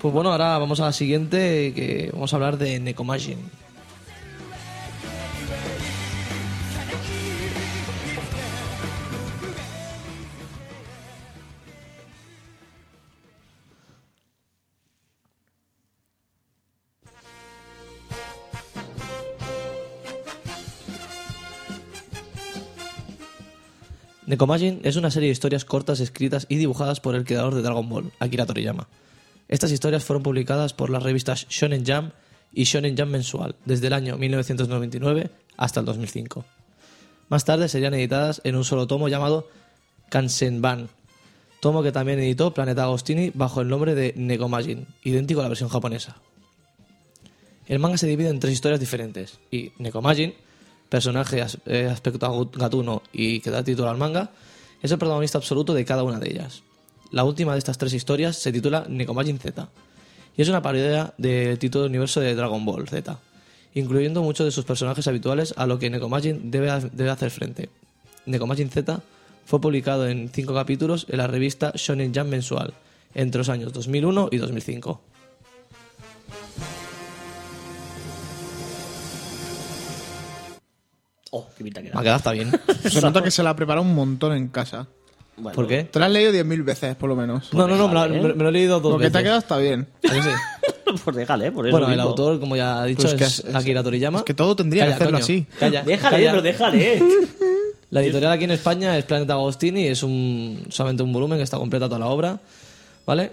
Pues bueno, ahora vamos a la siguiente, que vamos a hablar de Necomagin. Nekomajin es una serie de historias cortas escritas y dibujadas por el creador de Dragon Ball, Akira Toriyama. Estas historias fueron publicadas por las revistas Shonen Jump y Shonen Jump Mensual desde el año 1999 hasta el 2005. Más tarde serían editadas en un solo tomo llamado Kansenban, tomo que también editó Planeta Agostini bajo el nombre de Nekomajin, idéntico a la versión japonesa. El manga se divide en tres historias diferentes y Nekomajin, personaje as- eh, aspecto agu- gatuno y que da título al manga, es el protagonista absoluto de cada una de ellas. La última de estas tres historias se titula Nekomajin Z y es una parodia del título del universo de Dragon Ball Z, incluyendo muchos de sus personajes habituales a lo que Nekomajin debe, ha- debe hacer frente. Nekomajin Z fue publicado en cinco capítulos en la revista Shonen Jump mensual entre los años 2001 y 2005. Oh, qué pinta que Me ha da. quedado hasta bien. Se nota que se la ha preparado un montón en casa. Bueno, ¿Por qué? Te la has leído 10.000 veces, por lo menos. No, no, no, me, Vale. lo- me- me lo he leído dos Lo que veces. te ha quedado está bien. ¿A *laughs* que sí? *laughs* pues déjale, por eso Bueno, el mismo. autor, como ya he dicho, Pues que es, es- es- Akira Toriyama. es que todo tendría que hacerlo coño, así. Calla, *laughs* Déjale, calla. *laughs* pero déjale. La editorial aquí en España es Planeta Agostini, es un, solamente un volumen que está completa toda la obra, ¿vale?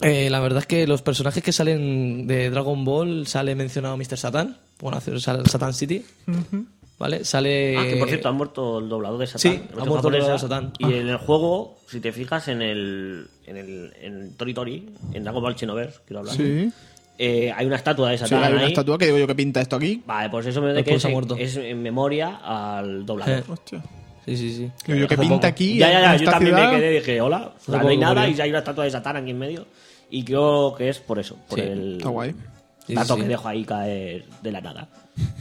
Eh, la verdad es que los personajes que salen de Dragon Ball sale mencionado Mr. Satan, bueno, hace- sale Satan City, ¿vale? Sale... Eh, Ah, que por cierto, ha muerto el doblador de Satán. sí, la ha versión muerto el doblador de japonesa. Satán. Y en el juego, si te fijas en el. en el. en Tori Tori, en Dragon Ball Xenoverse, quiero hablar. Sí. Eh, hay una estatua de Sí, Satán. hay una ahí. estatua que digo yo que pinta esto aquí. Vale, pues eso me El da que pulso es, muerto. es en memoria al doblador. Eh, Hostia. sí, sí, sí. Digo yo que pinta aquí. ya, ya, en ya. Yo esta también ciudad? me quedé y dije, hola. O sea, Tampoco no hay nada murió. y hay una estatua de Satán aquí en medio. Y creo que es por eso, por Sí, el. Está guay. Sí, dato sí, sí. que dejo ahí caer de la *laughs* nada.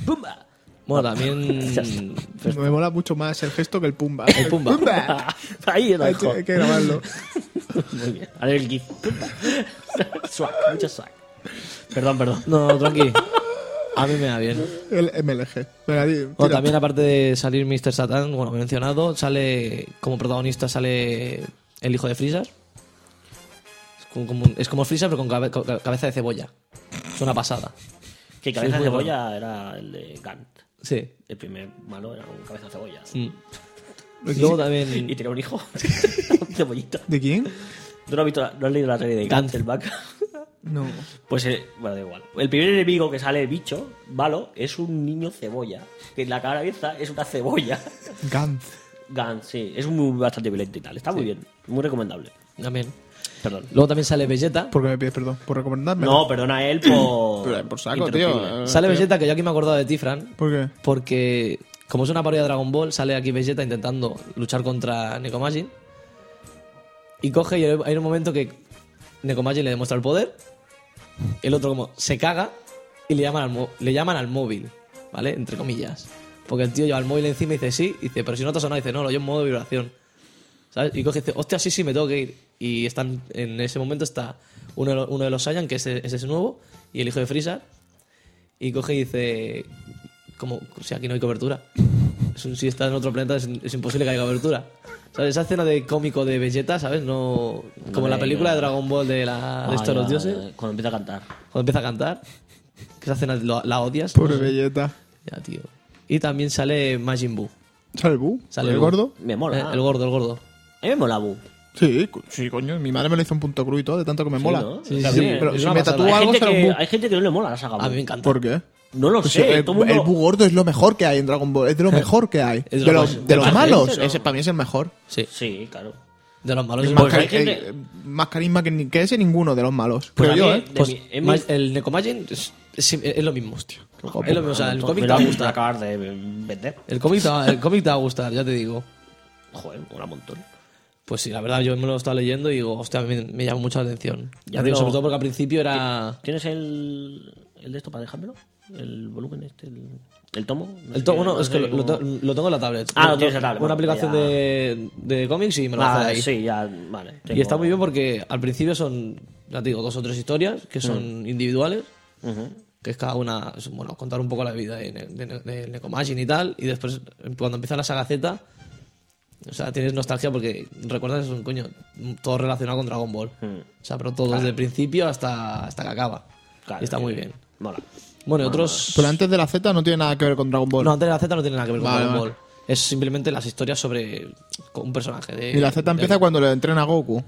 ¡Pumba! Bueno, también... *laughs* Ya está. Me mola mucho más el gesto que el *laughs* pumba. El Pumba. *laughs* ahí lo Hay dejo. que, hay que grabarlo. Muy bien. A ver el GIF. *laughs* swag, mucho swag. Perdón, perdón. No, tranqui. A mí me da bien. El MLG. Venga, di, O tira. también aparte de salir Mr. Satan, bueno, mencionado, sale como protagonista sale el hijo de Freezer. Es como, como un- es como Freezer pero con cabe- con cabeza de cebolla. Es una pasada. Que cabeza muy de cebolla era el de Gant. Sí. El primer malo era un cabeza de cebolla. Mm. Luego también Y tenía *laughs* un hijo. *laughs* cebollita. ¿De quién? ¿Tú no has, visto la- no has leído la serie de Gant, Gantz. el vaca? No. *laughs* Pues, eh, bueno, da igual. El primer enemigo que sale, bicho, malo, es un niño cebolla. Que en la cabeza es una *laughs* cebolla. Gantz. Gant, sí. Es muy, bastante violento y tal. Está muy bien. Muy recomendable. también. Perdón. Luego también sale Vegeta. ¿Por qué me pides perdón? ¿Por recomendarme? No, perdona *coughs* a él por... Pero, por saco, tío. interrumpirme. Eh, Sale tío. Vegeta que yo aquí me he acordado de ti, Fran, ¿Por qué? porque como es una parodia de Dragon Ball, sale aquí Vegeta intentando luchar contra Nekomajin. Y coge y hay un momento que Nekomajin le demuestra el poder. El otro como se caga y le llaman al, mo- le llaman al móvil, ¿vale? Entre comillas. Porque el tío lleva el móvil encima y dice sí, y dice, pero si no te ha sonado, Y dice, no, lo llevo en modo de vibración. ¿Sabes? Y coge y dice, hostia, sí, sí, me tengo que ir. Y están, en ese momento está uno de los, uno de los Saiyan, que ese, ese es nuevo, y el hijo de Freezer. Y coge y dice, como, si aquí no hay cobertura. Es un- si estás en otro planeta es, es imposible que haya cobertura. ¿Sabes? Esa escena de cómico de Vegeta, ¿sabes? No, como en la Hombre, película ya. de Dragon Ball de, eh. la, de Ah, estos los ya, dioses, ya, Cuando empieza a cantar. cuando empieza a cantar, que esa escena lo- la odias. Pobre Belleta. Ya, tío. Y también sale Majin Buu. ¿Sale el Bu? Sale ¿El Bu. gordo? Me mola. Eh, el gordo, el gordo. A mí me mola Bu. Sí, co- sí, coño. Mi madre me lo hizo un punto cru y todo, de tanto que me mola. ¿no? Sí, Está sí, bien. pero es si una me pasada. tatúo hay, algo gente será que, un Bu. hay gente que no le mola la saga Bu. A mí me encanta. ¿Por qué? No lo Pues sé. el, todo el mundo- el Bu gordo es lo mejor que hay en Dragon Ball. Es de lo mejor que hay. Es de lo los, más- de me los parece, malos. pero- Ese para mí es el mejor. Sí. Sí, claro. De los malos. Es es más, más- cari- Pues hay gente- eh, más carisma que, ni- que ese ninguno de los malos. Pues creo a yo, mí- ¿eh? de pues, mi- en ma- mi- el Necomagen es, es- es lo mismo, hostia. Es lo mismo, o sea, el Me cómic te lo va a han- gustar. Acabar de vender. El cómic, te va, el cómic te va a gustar, ya te digo. Joder, mola un montón. Pues sí, la verdad, yo me lo he estado leyendo y digo, hostia, me, me llama mucho la atención. Ya Ya digo, veo. sobre todo porque al principio era. ¿Tienes el, el de esto para dejármelo? ¿El volumen este? ¿El, el tomo? No El sé to- qué- bueno, no es sé que lo, lo cómo- to- lo tengo en la tablet. Ah, lo Yo tienes tengo en la Una tablet, bueno, aplicación ya. de, de cómics y me lo hace Ah, ahí. sí, ya, vale. Y está muy bien porque al principio son, ya te digo, dos o tres historias Mm. que son individuales, que es cada una, es, bueno, contar un poco la vida de, Ne- de, Ne- de Necomagin y tal, y después cuando empieza la saga Z, o sea, tienes nostalgia porque recuerdas, un coño, todo relacionado con Dragon Ball. Hmm. Mm, O sea, pero todo desde el principio hasta, hasta que acaba. y está muy bien. Mola. Bueno, y otros... Pero antes de la Z no tiene nada que ver con Dragon Ball. No, antes de la Z no tiene nada que ver con Vale, Dragon vale. Ball. Es simplemente las historias sobre con un personaje. De, y la Z empieza de- cuando le entrena a Goku.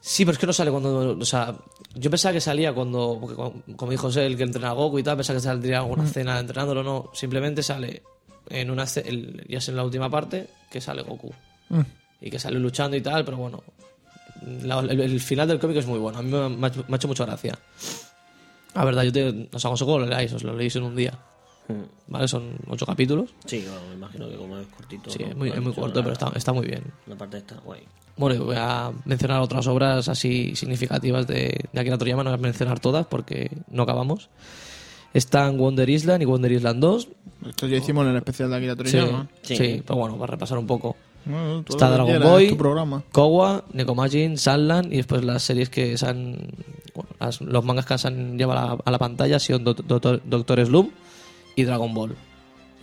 Sí, pero es que no sale cuando. O sea, yo pensaba que salía cuando. Porque como- como dijo José, el que entrena a Goku y tal, pensaba que saldría alguna escena entrenándolo. No, simplemente sale en una. esce- el- ya es en la última parte que sale Goku. Y que sale luchando y tal, pero bueno. la- el, el final del cómic es muy bueno. A mí me, ha- me ha hecho- me ha hecho mucha gracia. La verdad, yo te, os aconsejo que lo leáis, os lo leéis en un día. ¿Vale? Son ocho capítulos. Mm. Sí, bueno, me imagino que como es cortito. Sí, ¿no? es muy, es muy Vale, corto, la- pero está, está muy bien. La parte esta, guay. Bueno, y voy a mencionar otras obras así significativas de, de Akira Toriyama, no voy a mencionar todas porque no acabamos. Están Wonder Island y Wonder Island 2. Esto ya hicimos en el especial de Akira Sí, Toriyama. sí, Sí. pero bueno, para repasar un poco. Bueno, todo Está lo que Dragon quieras, Boy, es tu programa. Kowa, Nekomajin, Sandland y después las series que se han... bueno, las- los mangas que se han llevado a la, a la pantalla son Do- Doctor, Doctor Slump y Dragon Ball.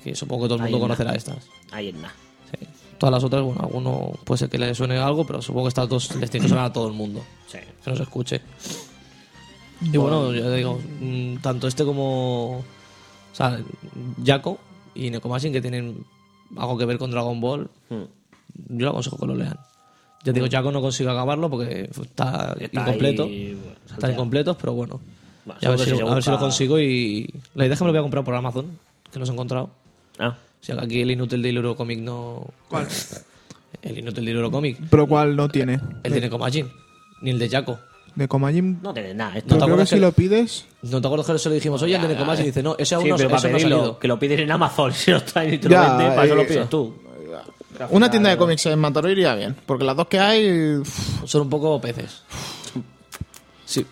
Que supongo que todo el mundo Ahí está. conocerá estas. Ahí es nada. Sí. Todas las otras, bueno, alguno puede ser que le suene algo, pero supongo que estas dos les tiene que sonar a todo el mundo. Sí. Que nos escuche. Y bueno, ya digo, mm, tanto este como. O sea, Jaco y Nekomasin, que tienen algo que ver con Dragon Ball, yo lo aconsejo que lo lean. Ya digo, Jaco no consigo acabarlo porque está, Está incompleto. ahí, bueno, están salteado. incompletos, pero bueno. Bueno, Ya a ver, si, seguro que lo- se a ver si lo busca- consigo y. La idea es que me lo voy a comprar por Amazon, que los he encontrado. Ah, O sea, que aquí el inútil del Eurocomic no. ¿Cuál? *laughs* El inútil del Eurocomic. Pero cuál no tiene. El de Nekomajin. Ni el de Jaco. De Komajin. no tiene nada. te Esto pero creo que acuerdas si que- lo pides. ¿No te acuerdas que se lo dijimos? Oye, el de Nekomajin. Y dice, no, ese aún Sí, no, pero eso para no ha pedirlo, salido. que lo pides en Amazon, *laughs* si no traen y te lo Ya, venden, para eso eh, lo pides tú. Una tienda de cómics en Mataroir iría bien. Porque las dos que hay. uff, Son un poco peces. Sí.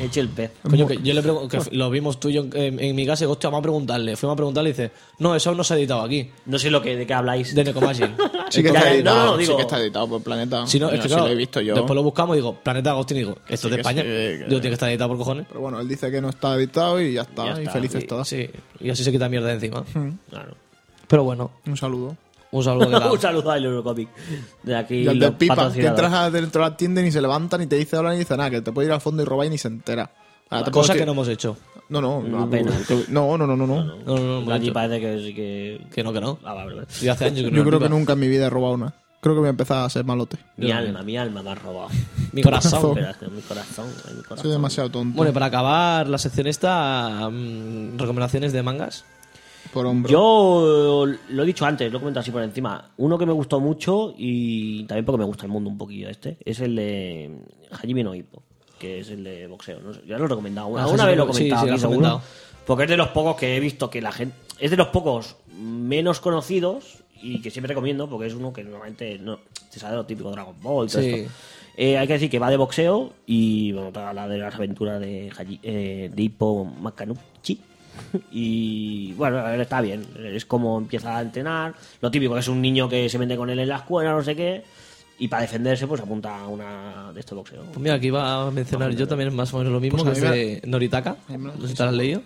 Eche el pez. Coño, que yo le pregun- que lo vimos tú y yo en, en mi casa y digo, hostia, vamos a preguntarle. Fuimos a preguntarle y dice, no, eso aún no se ha editado aquí, No sé lo que, de qué habláis. de *laughs* Nekomajin. sí que Ya, está ya, no, editado. no, digo- Sí que está editado por Planeta. Si no, es Mira, que sí claro, lo he visto yo. después lo buscamos y digo, Planeta Agostín, y digo, esto es de que España. sí, que- Digo, tiene que estar editado por cojones. Pero bueno, él dice que no está editado y ya está. Ya y está, felices sí, todas. Sí, y así se quita mierda de encima. Claro. Pero bueno, Un saludo. un saludo *laughs* *laughs* que Un tal. saludo al Eurocomic. De aquí. Y al de los Pipa, que patrocinadores. entras adentro de la tienda y ni se levantan, ni te dice hola, ni dice nada, que te puede ir al fondo y robar y ni se entera. Ahora tampoco Cosa estoy- Ah, que no hemos hecho. No, no, No, apenas. no, no, no, no, no. No, no, no, Aquí mucho. parece que sí que. Que no, que no. Ah, vale, vale. Yo hace años que no Yo creo que iba. nunca en mi vida he robado una. Creo que voy a empezar a ser malote. Mi alma, mi alma me ha robado. *laughs* Mi corazón. Espera, que mi corazón, ay, mi corazón. Soy demasiado tonto. Bueno, y para acabar la sección esta, mm, recomendaciones de mangas. por hombro. Yo eh, lo he dicho antes, lo he comentado así por encima. Uno que me gustó mucho y también porque me gusta el mundo un poquillo este, es el de Hajime no Ippo, que es el de boxeo. No sé, ya lo he recomendado. Ah, Una, sí, sí, vez lo sí, he sí, comentado, lo aquí has seguro. comentado. Porque es de los pocos que he visto que la gente... Es de los pocos menos conocidos y que siempre recomiendo porque es uno que normalmente no, se sabe lo típico Dragon Ball y todo Sí. esto. Eh, hay que decir que va de boxeo y bueno, te habla de las aventuras de, Haji- eh, de Hippo Makanuchi. *laughs* Y bueno, a ver, está bien. Es como empieza a entrenar. Lo típico que es un niño que se mete con él en la escuela, no sé qué. Y para defenderse, pues apunta a una de este boxeo. Pues mira, aquí iba a mencionar yo también más o menos lo mismo, Pues que a mí me- es de Noritaka. me lo- No sé si te lo has leído.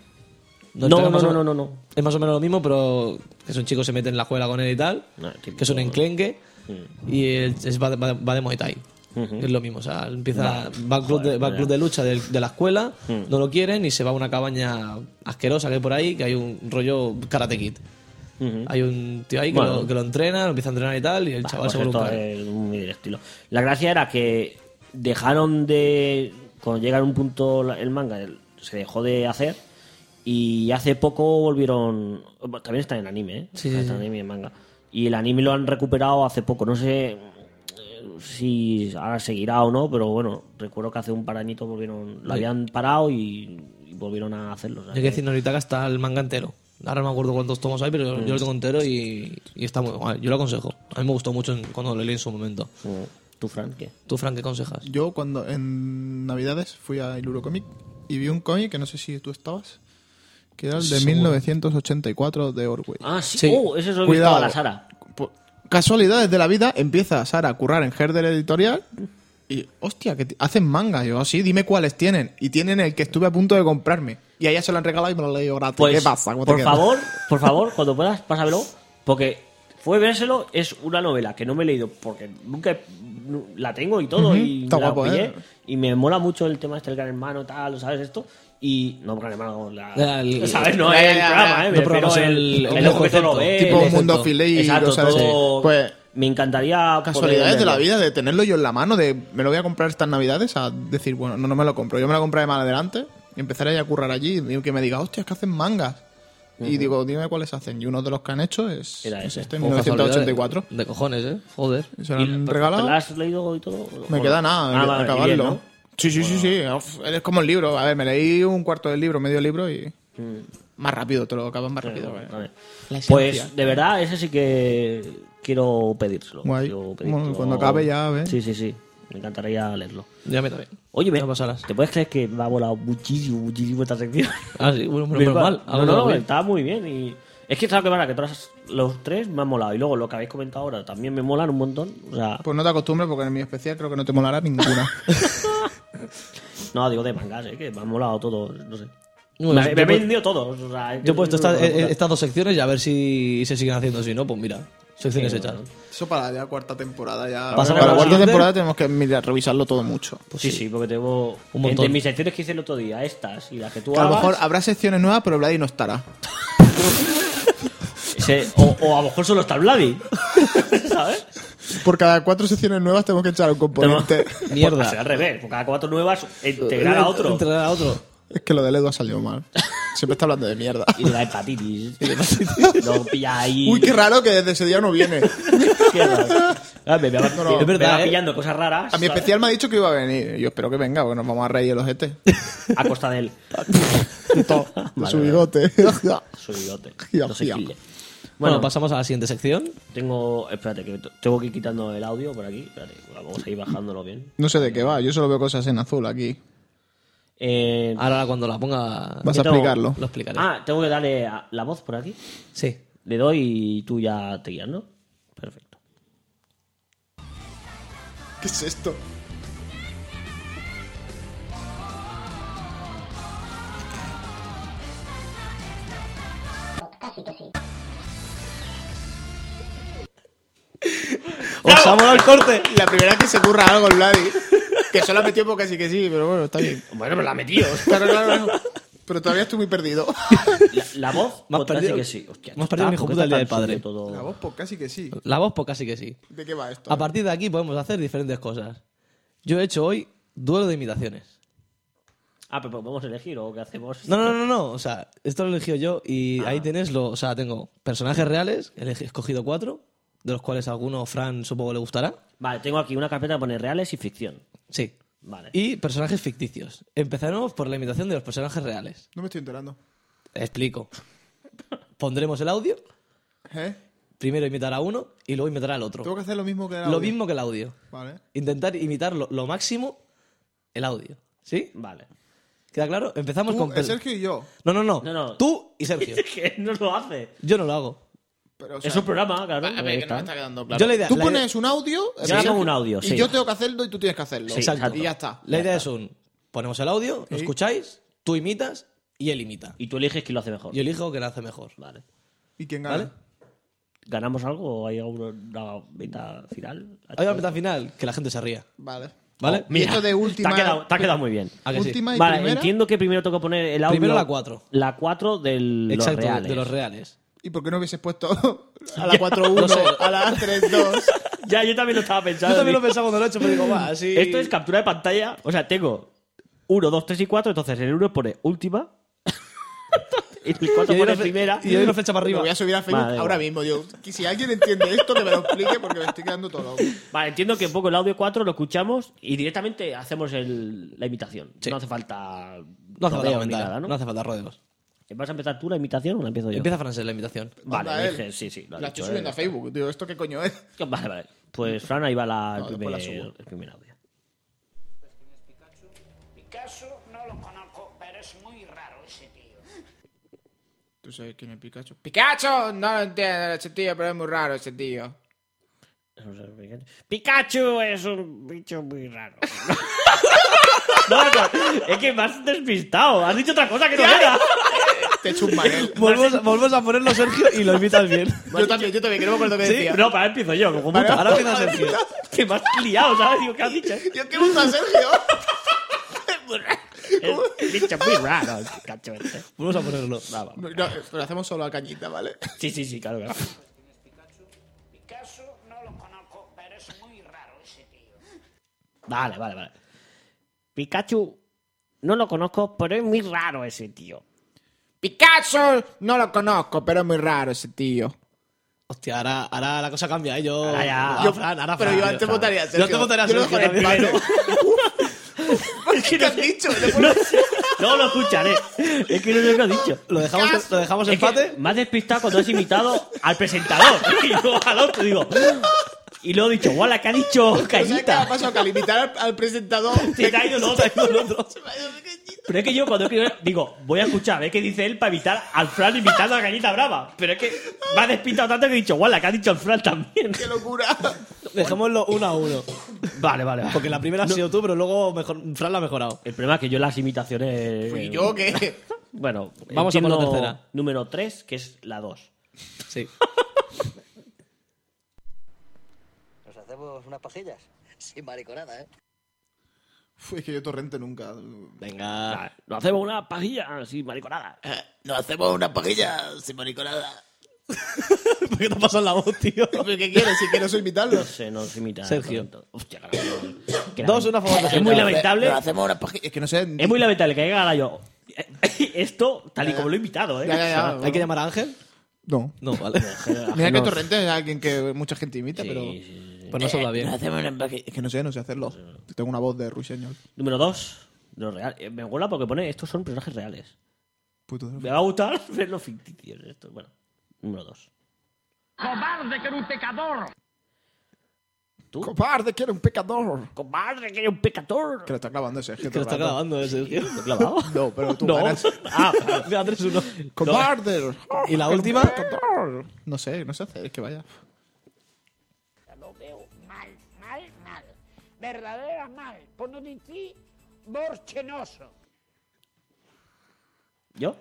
No, Noritaka no, más o no, menos- no, no, no. Es más o menos lo mismo, pero que es un chico que se mete en la escuela con él y tal, No, el típico- Mm. que es un enclenque y él es, va, de, va de- va de Muay Thai. Es lo mismo, o sea, él empieza, va al club, de, va al club de lucha del- de, la escuela, Mm. no lo quieren y se va a una cabaña asquerosa que hay por ahí, que hay un rollo karate kid. Hay un tío ahí que, Bueno. lo, que lo entrena, lo empieza a entrenar y tal, y el Bah, chaval pues se vuelve un esto crack. es muy del estilo. La gracia era que dejaron de. Cuando llega a un punto la- el manga, el- se dejó de hacer. Y hace poco volvieron. También está en anime, ¿eh? Sí, Está sí, en anime y en manga. Y el anime lo han recuperado hace poco. No sé. eh, si ahora seguirá o no, pero bueno, recuerdo que hace un par de añitos volvieron, lo habían parado y, y volvieron a hacerlo. o sea Hay que decir, ahorita está el manga entero. Ahora no me acuerdo cuántos tomos hay, pero Mm. yo lo tengo entero y, y está muy guay. Yo lo aconsejo. A mí me gustó mucho en- cuando lo leí en su momento. que, eh, ¿Tú, Fran, qué? ¿Tú, Frank, qué aconsejas? Yo cuando en Navidades fui a Iluro Comic y vi un cómic que no sé si tú estabas, que era el de 1984 de Orwell. Ah, sí. Sí. Oh, ese es lo que Cuidado. a la Sara. Pu- Casualidades de la vida, empieza Sara a currar en Herder Editorial y, hostia, que t- hacen manga. Yo, así, dime cuáles tienen. Y tienen el que estuve a punto de comprarme. Y a ella se lo han regalado y me lo han leído gratis. Pues, ¿Qué pasa? ¿Cómo te por queda? favor, por favor, cuando puedas, pásamelo. Porque fue vérselo, es una novela que no me he leído porque nunca he- nu- la tengo y todo. Ujú, y, está me la guapo, pillé, ¿eh? y me mola mucho el tema este del gran hermano, tal, ¿sabes esto? Y no, gran hermano, la, Ya, el- *laughs* ¿sabes? No ya, es el ya, programa, ya. ¿eh? No, pero pero vamos, el, el- el, el ojo que todo lo concepto. ve. Tipo el- mundo efecto. filé y eh, Exacto, cosas así. todo- Pues, me encantaría. poder Casualidades de la leerlo. vida, de tenerlo yo en la mano, de me lo voy a comprar estas navidades, a decir, bueno, no, no me lo compro, yo me lo compraré más adelante y empezaré ya a currar allí y que me diga, hostia, es que hacen mangas. Y digo, dime cuáles hacen. Y uno de los que han hecho es, Era es ese. este, Oh, casualidad, 1984. De, de cojones, ¿eh? Joder. Y Se lo ¿Y la- han pero- regalado. ¿te la has leído y todo? Me Joder. queda nada, Ah, vale, y acabarlo. bien, ¿no? Sí, sí, sí, sí. Uf, es como el libro. A ver, me leí un cuarto del libro, medio libro y. Más rápido, te lo acabas más rápido. Mm. Vale, eh. vale. La esencia. Pues de verdad, ese sí que quiero pedírselo. Guay. quiero Bueno, cuando acabe ya, a ver. Sí, sí, sí. Me encantaría leerlo. Ya me también. Oye, me, No pasarás. ¿te puedes creer que me ha volado muchísimo, muchísimo esta *laughs* sección? Ah, sí, bueno, Me menos va- mal. No, Algo no, bien. estaba muy bien. Y... Es que sabes que para que todas los tres me han molado. Y luego lo que habéis comentado ahora también me molan un montón. O sea, Pues no te acostumbres porque en mi especial creo que no te *laughs* molará ninguna. Pues no, digo de mangas, eh, que me han molado todo. No sé. Bueno, me yo me pues- he vendido todos. o sea, Yo he puesto esta- no lo puedo eh, contar. estas dos secciones y a ver si se siguen haciendo así, ¿no? Pues mira, secciones Sí, hechas. bueno. Eso para la cuarta temporada ya. Pásame la para la cuarta siguiente. temporada tenemos que mirar, revisarlo todo mucho. Pues sí, sí, porque tengo. Un montón. Entre mis secciones que hice el otro día, estas y las que tú Que a lo hagas, mejor habrá secciones nuevas, pero Vladi no estará. se- o, o a lo mejor solo está el Vladi. *laughs* ¿Sabes? Por cada cuatro secciones nuevas tenemos que echar un componente. Mierda. Pues, al revés, porque cada cuatro nuevas integrar a otro. Entrar a otro. es que lo del Edu ha salido mal. Siempre está hablando de *laughs* mierda. Y de la hepatitis. No pilla ahí. Uy, qué raro que desde ese día no *laughs* viene. Qué raro. Ah, me, me va, No, no. me Es verdad, va ¿eh? pillando cosas raras. A mi ¿sabes? especial me ha dicho que iba a venir. Yo espero que venga, porque nos vamos a reír el *laughs* ojete. A costa de él. De todo. De su bigote. *laughs* Soy bigote. Ya, No sé ya. quién. Bueno, Bueno, pasamos a la siguiente sección. tengo. Espérate, que tengo que ir quitando el audio por aquí. Espérate, vamos a ir bajándolo bien. No sé de qué va, yo solo veo cosas en azul aquí. Eh, Ahora cuando la ponga Vas a tengo- explicarlo. lo explicaré. ah, tengo que darle a- la voz por aquí. Sí. Le doy y tú ya te guías, ¿no? Perfecto. ¿Qué es esto? ¡Os ha molado el corte! La primera vez que se curra algo el Vladi. Que solo ha metido porque sí que sí, pero bueno, está bien. Bueno, me la metí. Claro, claro, claro. Pero todavía estoy muy perdido. La, la voz, Me has pues, casi perdido- que sí. Hostia, me has está, perdido un hijo porque puta está el tan día del sucio todo. La voz por casi que sí. La voz, pues casi que sí. ¿De qué va esto? A partir de aquí podemos hacer diferentes cosas. Yo he hecho hoy duelo de imitaciones. Ah, pero podemos elegir o qué hacemos. No, no, no, no. O sea, esto lo eligió yo y ahí tenés lo. O sea, tengo personajes reales, he elegi- escogido cuatro, de los cuales a alguno Fran supongo le gustará. Vale, tengo aquí una carpeta que pone reales y ficción. Sí. Vale. Y personajes ficticios. Empezaremos por la imitación de los personajes reales. No me estoy enterando. Explico. Pondremos el audio, ¿Eh? primero imitar a uno y luego imitar al Tengo otro. que hacer lo mismo que era Lo mismo que el audio. Vale. Intentar imitar lo, lo máximo el audio. ¿Sí? *laughs* Vale. ¿Queda claro? Empezamos Tú, con... per- Sergio y yo. No, no, no, No, no. Tú y Sergio. que no lo hace. Yo no lo hago. Pero, o sea, Es un programa, claro. a ver, ahí que no me está. está quedando claro. Yo la idea- tú la pones idea- un audio. Yo hago un audio, Y sí. yo tengo que hacerlo y tú tienes que hacerlo. Sí, exacto. Y ya está. La idea es un... Ponemos el audio, lo Sí. escucháis, tú imitas y él imita. Y tú eliges quién lo hace mejor. Yo elijo que lo hace mejor. Vale. ¿Y quién gana? ¿Vale? ¿Ganamos algo o hay alguna meta final? Hay una meta final, que la gente se ría. Vale. ¿Vale? Y esto de última. Te ha quedado, te ha quedado muy bien. ¿A que sí? Oh, última y Vale, primera. entiendo que primero tengo que poner el audio. Primero la cuatro. La 4 de los Exacto, de- reales. de los reales. ¿Y por qué no hubieses puesto *laughs* a la 4-1, a la 3-2? *laughs* ya, yo también lo estaba pensando. Yo también lo digo, pensaba cuando lo he hecho, pero digo, *laughs* va, así... Esto es captura de pantalla. O sea, tengo 1, 2, 3 *laughs* y 4. Entonces en el 1 pone última. el 4 doy pone una fe- primera. y yo doy una flecha para Lo arriba. voy a subir a Facebook Vale. ahora mismo. Digo, que si alguien entiende esto, que me lo explique porque me estoy quedando todo loco. Vale, entiendo que un poco el audio 4 lo escuchamos y directamente hacemos el- la imitación. Sí. No hace falta. No hace falta rodeo ni comentar, nada, ¿no? Eh, no hace falta rodeos. ¿Vas a empezar tú la imitación o la empiezo yo? Empieza Francés la invitación. Vale, Anda, él. dije, sí, sí. lo has La dicho, estoy subiendo eh. a Facebook. Digo, ¿esto qué coño es? Vale, vale. Pues, Fran, ahí va la, el, después primer, la subo. el primer audio. Picasso no lo conozco, pero es muy raro ese tío. ¿Tú sabes quién es Pikachu? ¡Pikachu! No lo entiendo ese tío, pero es muy raro ese tío. No sé, Pikachu. Pikachu es un bicho muy *laughs* raro. No, no, es que me has despistado. Has dicho otra cosa que no era. Te he hecho un manel. *laughs* Volvemos, volvemos a ponerlo, Sergio, y lo invitas bien. Yo también, yo también, que no me acuerdo qué decía. No, para empiezo yo, como Vale, puta. *laughs* Ahora empieza Sergio. *laughs* Que me has liado, ¿sabes? Digo, ¿qué *laughs* has dicho? Yo qué gusta, Sergio. Es bicho muy raro, el Pikachu este. Volvemos a ponerlo. Va, va. No, no, pero hacemos solo a cañita, ¿vale? Sí, sí, sí, claro, claro. Picasso no lo conozco, pero es muy raro ese tío. Vale, vale, vale. Pikachu, no lo conozco, pero es muy raro ese tío. *laughs* Pikachu, no lo conozco, pero es muy raro ese tío. Hostia, ahora, ahora la cosa cambia, ¿eh? Yo. Ahora ya. Ah, Yo- Fran, ahora pero Fran, yo antes Fran. votaría a Sergio. Yo te votaría a Yo lo Sergio dejo en *laughs* el también. ¿Qué has dicho? No sé. Luego lo escucharé. Es que no sé lo que ha dicho. ¿Lo dejamos, ¿Lo dejamos Es que empate? me has despistado cuando has imitado al presentador. *laughs* Y luego al otro, digo. Y luego he dicho, guala, ¿qué *laughs* ha Pues dicho Pero ¿Sabes qué me ha Cañita? pasado? Que al imitar al, al presentador... Se te ha ido el otro. Pero es que yo cuando escribo, digo, voy a escuchar a ver qué dice él para evitar al Fran imitando a Cañita Brava. Pero es que me ha despistado tanto que he dicho, guala, ¿qué ha dicho el Fran también? ¡Qué locura! Dejémoslo uno a uno. Vale, vale, vale. Porque la primera ha sido tú, pero luego mejor, Fran la ha mejorado. El problema es que yo las imitaciones. eh, ¿Y yo qué? Bueno, Vamos a por la entiendo tercera. Número 3, que es la 2. Sí. Nos hacemos unas pajillas. Sin mariconada, ¿eh? Uf, es que yo torrente nunca... Venga. Nos hacemos una pajilla así, mariconada. Nos hacemos una pajilla sin mariconada. ¿Por qué te pasado la voz, tío? ¿Pero qué quieres? Si quiero imitarlo. No sé, nos imita. Sergio. tanto. Hostia, cabrón. Que la- Dos, una a favor de Es Sergio. muy lamentable. Nos hacemos una pajilla... Es que no sé... pues, Es muy lamentable que haya ganado yo. *laughs* Esto, tal y Ya, ya. como lo he imitado, ¿eh? Ya, ya, ya. ¿Hay que llamar a Ángel? No. No, vale. Mira que Nos- Torrente es alguien que mucha gente imita, pero... Sí, sí, sí. Pues no se va bien. Es que no sé, no sé hacerlo. Tengo una voz de ruiseño. Número 2. De los real- eh, Me mola porque pone estos son personajes reales. Puto de- Me va a gustar *laughs* ver los ficticios. Estos. Bueno, número 2. ¡Cobarde que era un pecador! ¡Cobarde, que era un pecador! Comadre, que eres un pecador. Que lo está clavando ese Que lo está grabando, eh, Sergio. ¿Lo he clavado? *laughs* No, pero *laughs* tú No. ganas. *laughs* Ah, vale. Venga, 3-1. ¡Cobarde! ¿Y la que era un última? pecador! No sé, no sé hacer, es que vaya. Lo veo mal, mal, mal. Verdadera mal. Por no decir borchenoso. ¿Yo?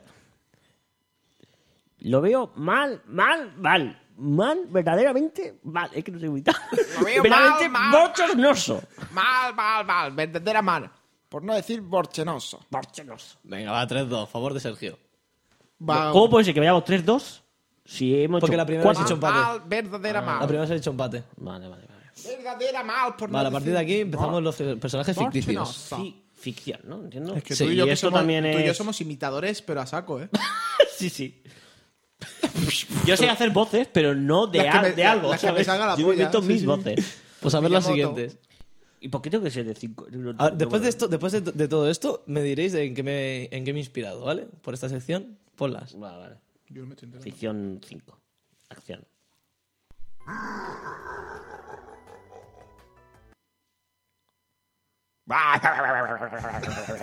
Lo veo mal, mal, mal. Mal, verdaderamente mal. Es que no sé imitar. Lo *laughs* veo verdaderamente mal, mal. bochornoso. *laughs* Mal, mal, mal, verdadera mal. Por no decir borchenoso. Bochornoso. Venga, va, 3-2. Favor de Sergio. Va, ¿Cómo puede ser que vayamos 3-2 si hemos Porque hecho la primera cuatro? vez he hecho un Ah. par. mal, verdadera La mal. primera se ha hecho empate. Vale, vale, vale. Verdadera mal, por no Vale, a partir decir- de aquí empezamos los personajes ficticios. Borchenoso. Sí, ficción, ¿no? Entiendo. Es que Sí, tú y yo, y que esto somos, también tú y yo es- somos imitadores, pero a saco, *laughs* ¿eh? *laughs* Sí, sí. *laughs* Yo sé hacer voces, pero no de, Las que al- me- de algo. las que me ¿sabes? salga la Yo polla, invento sí, mis sí. voces. Pues a ver las Miyamoto. siguientes. ¿Y por qué tengo que ser Ah, de 5? A ver, Ah, después de esto, después de, de todo esto, me diréis de en qué me, en qué me he inspirado, ¿vale? Por esta sección, ponlas. Vale, vale. Yo no me estoy enterando. Ficción 5. Acción. *laughs*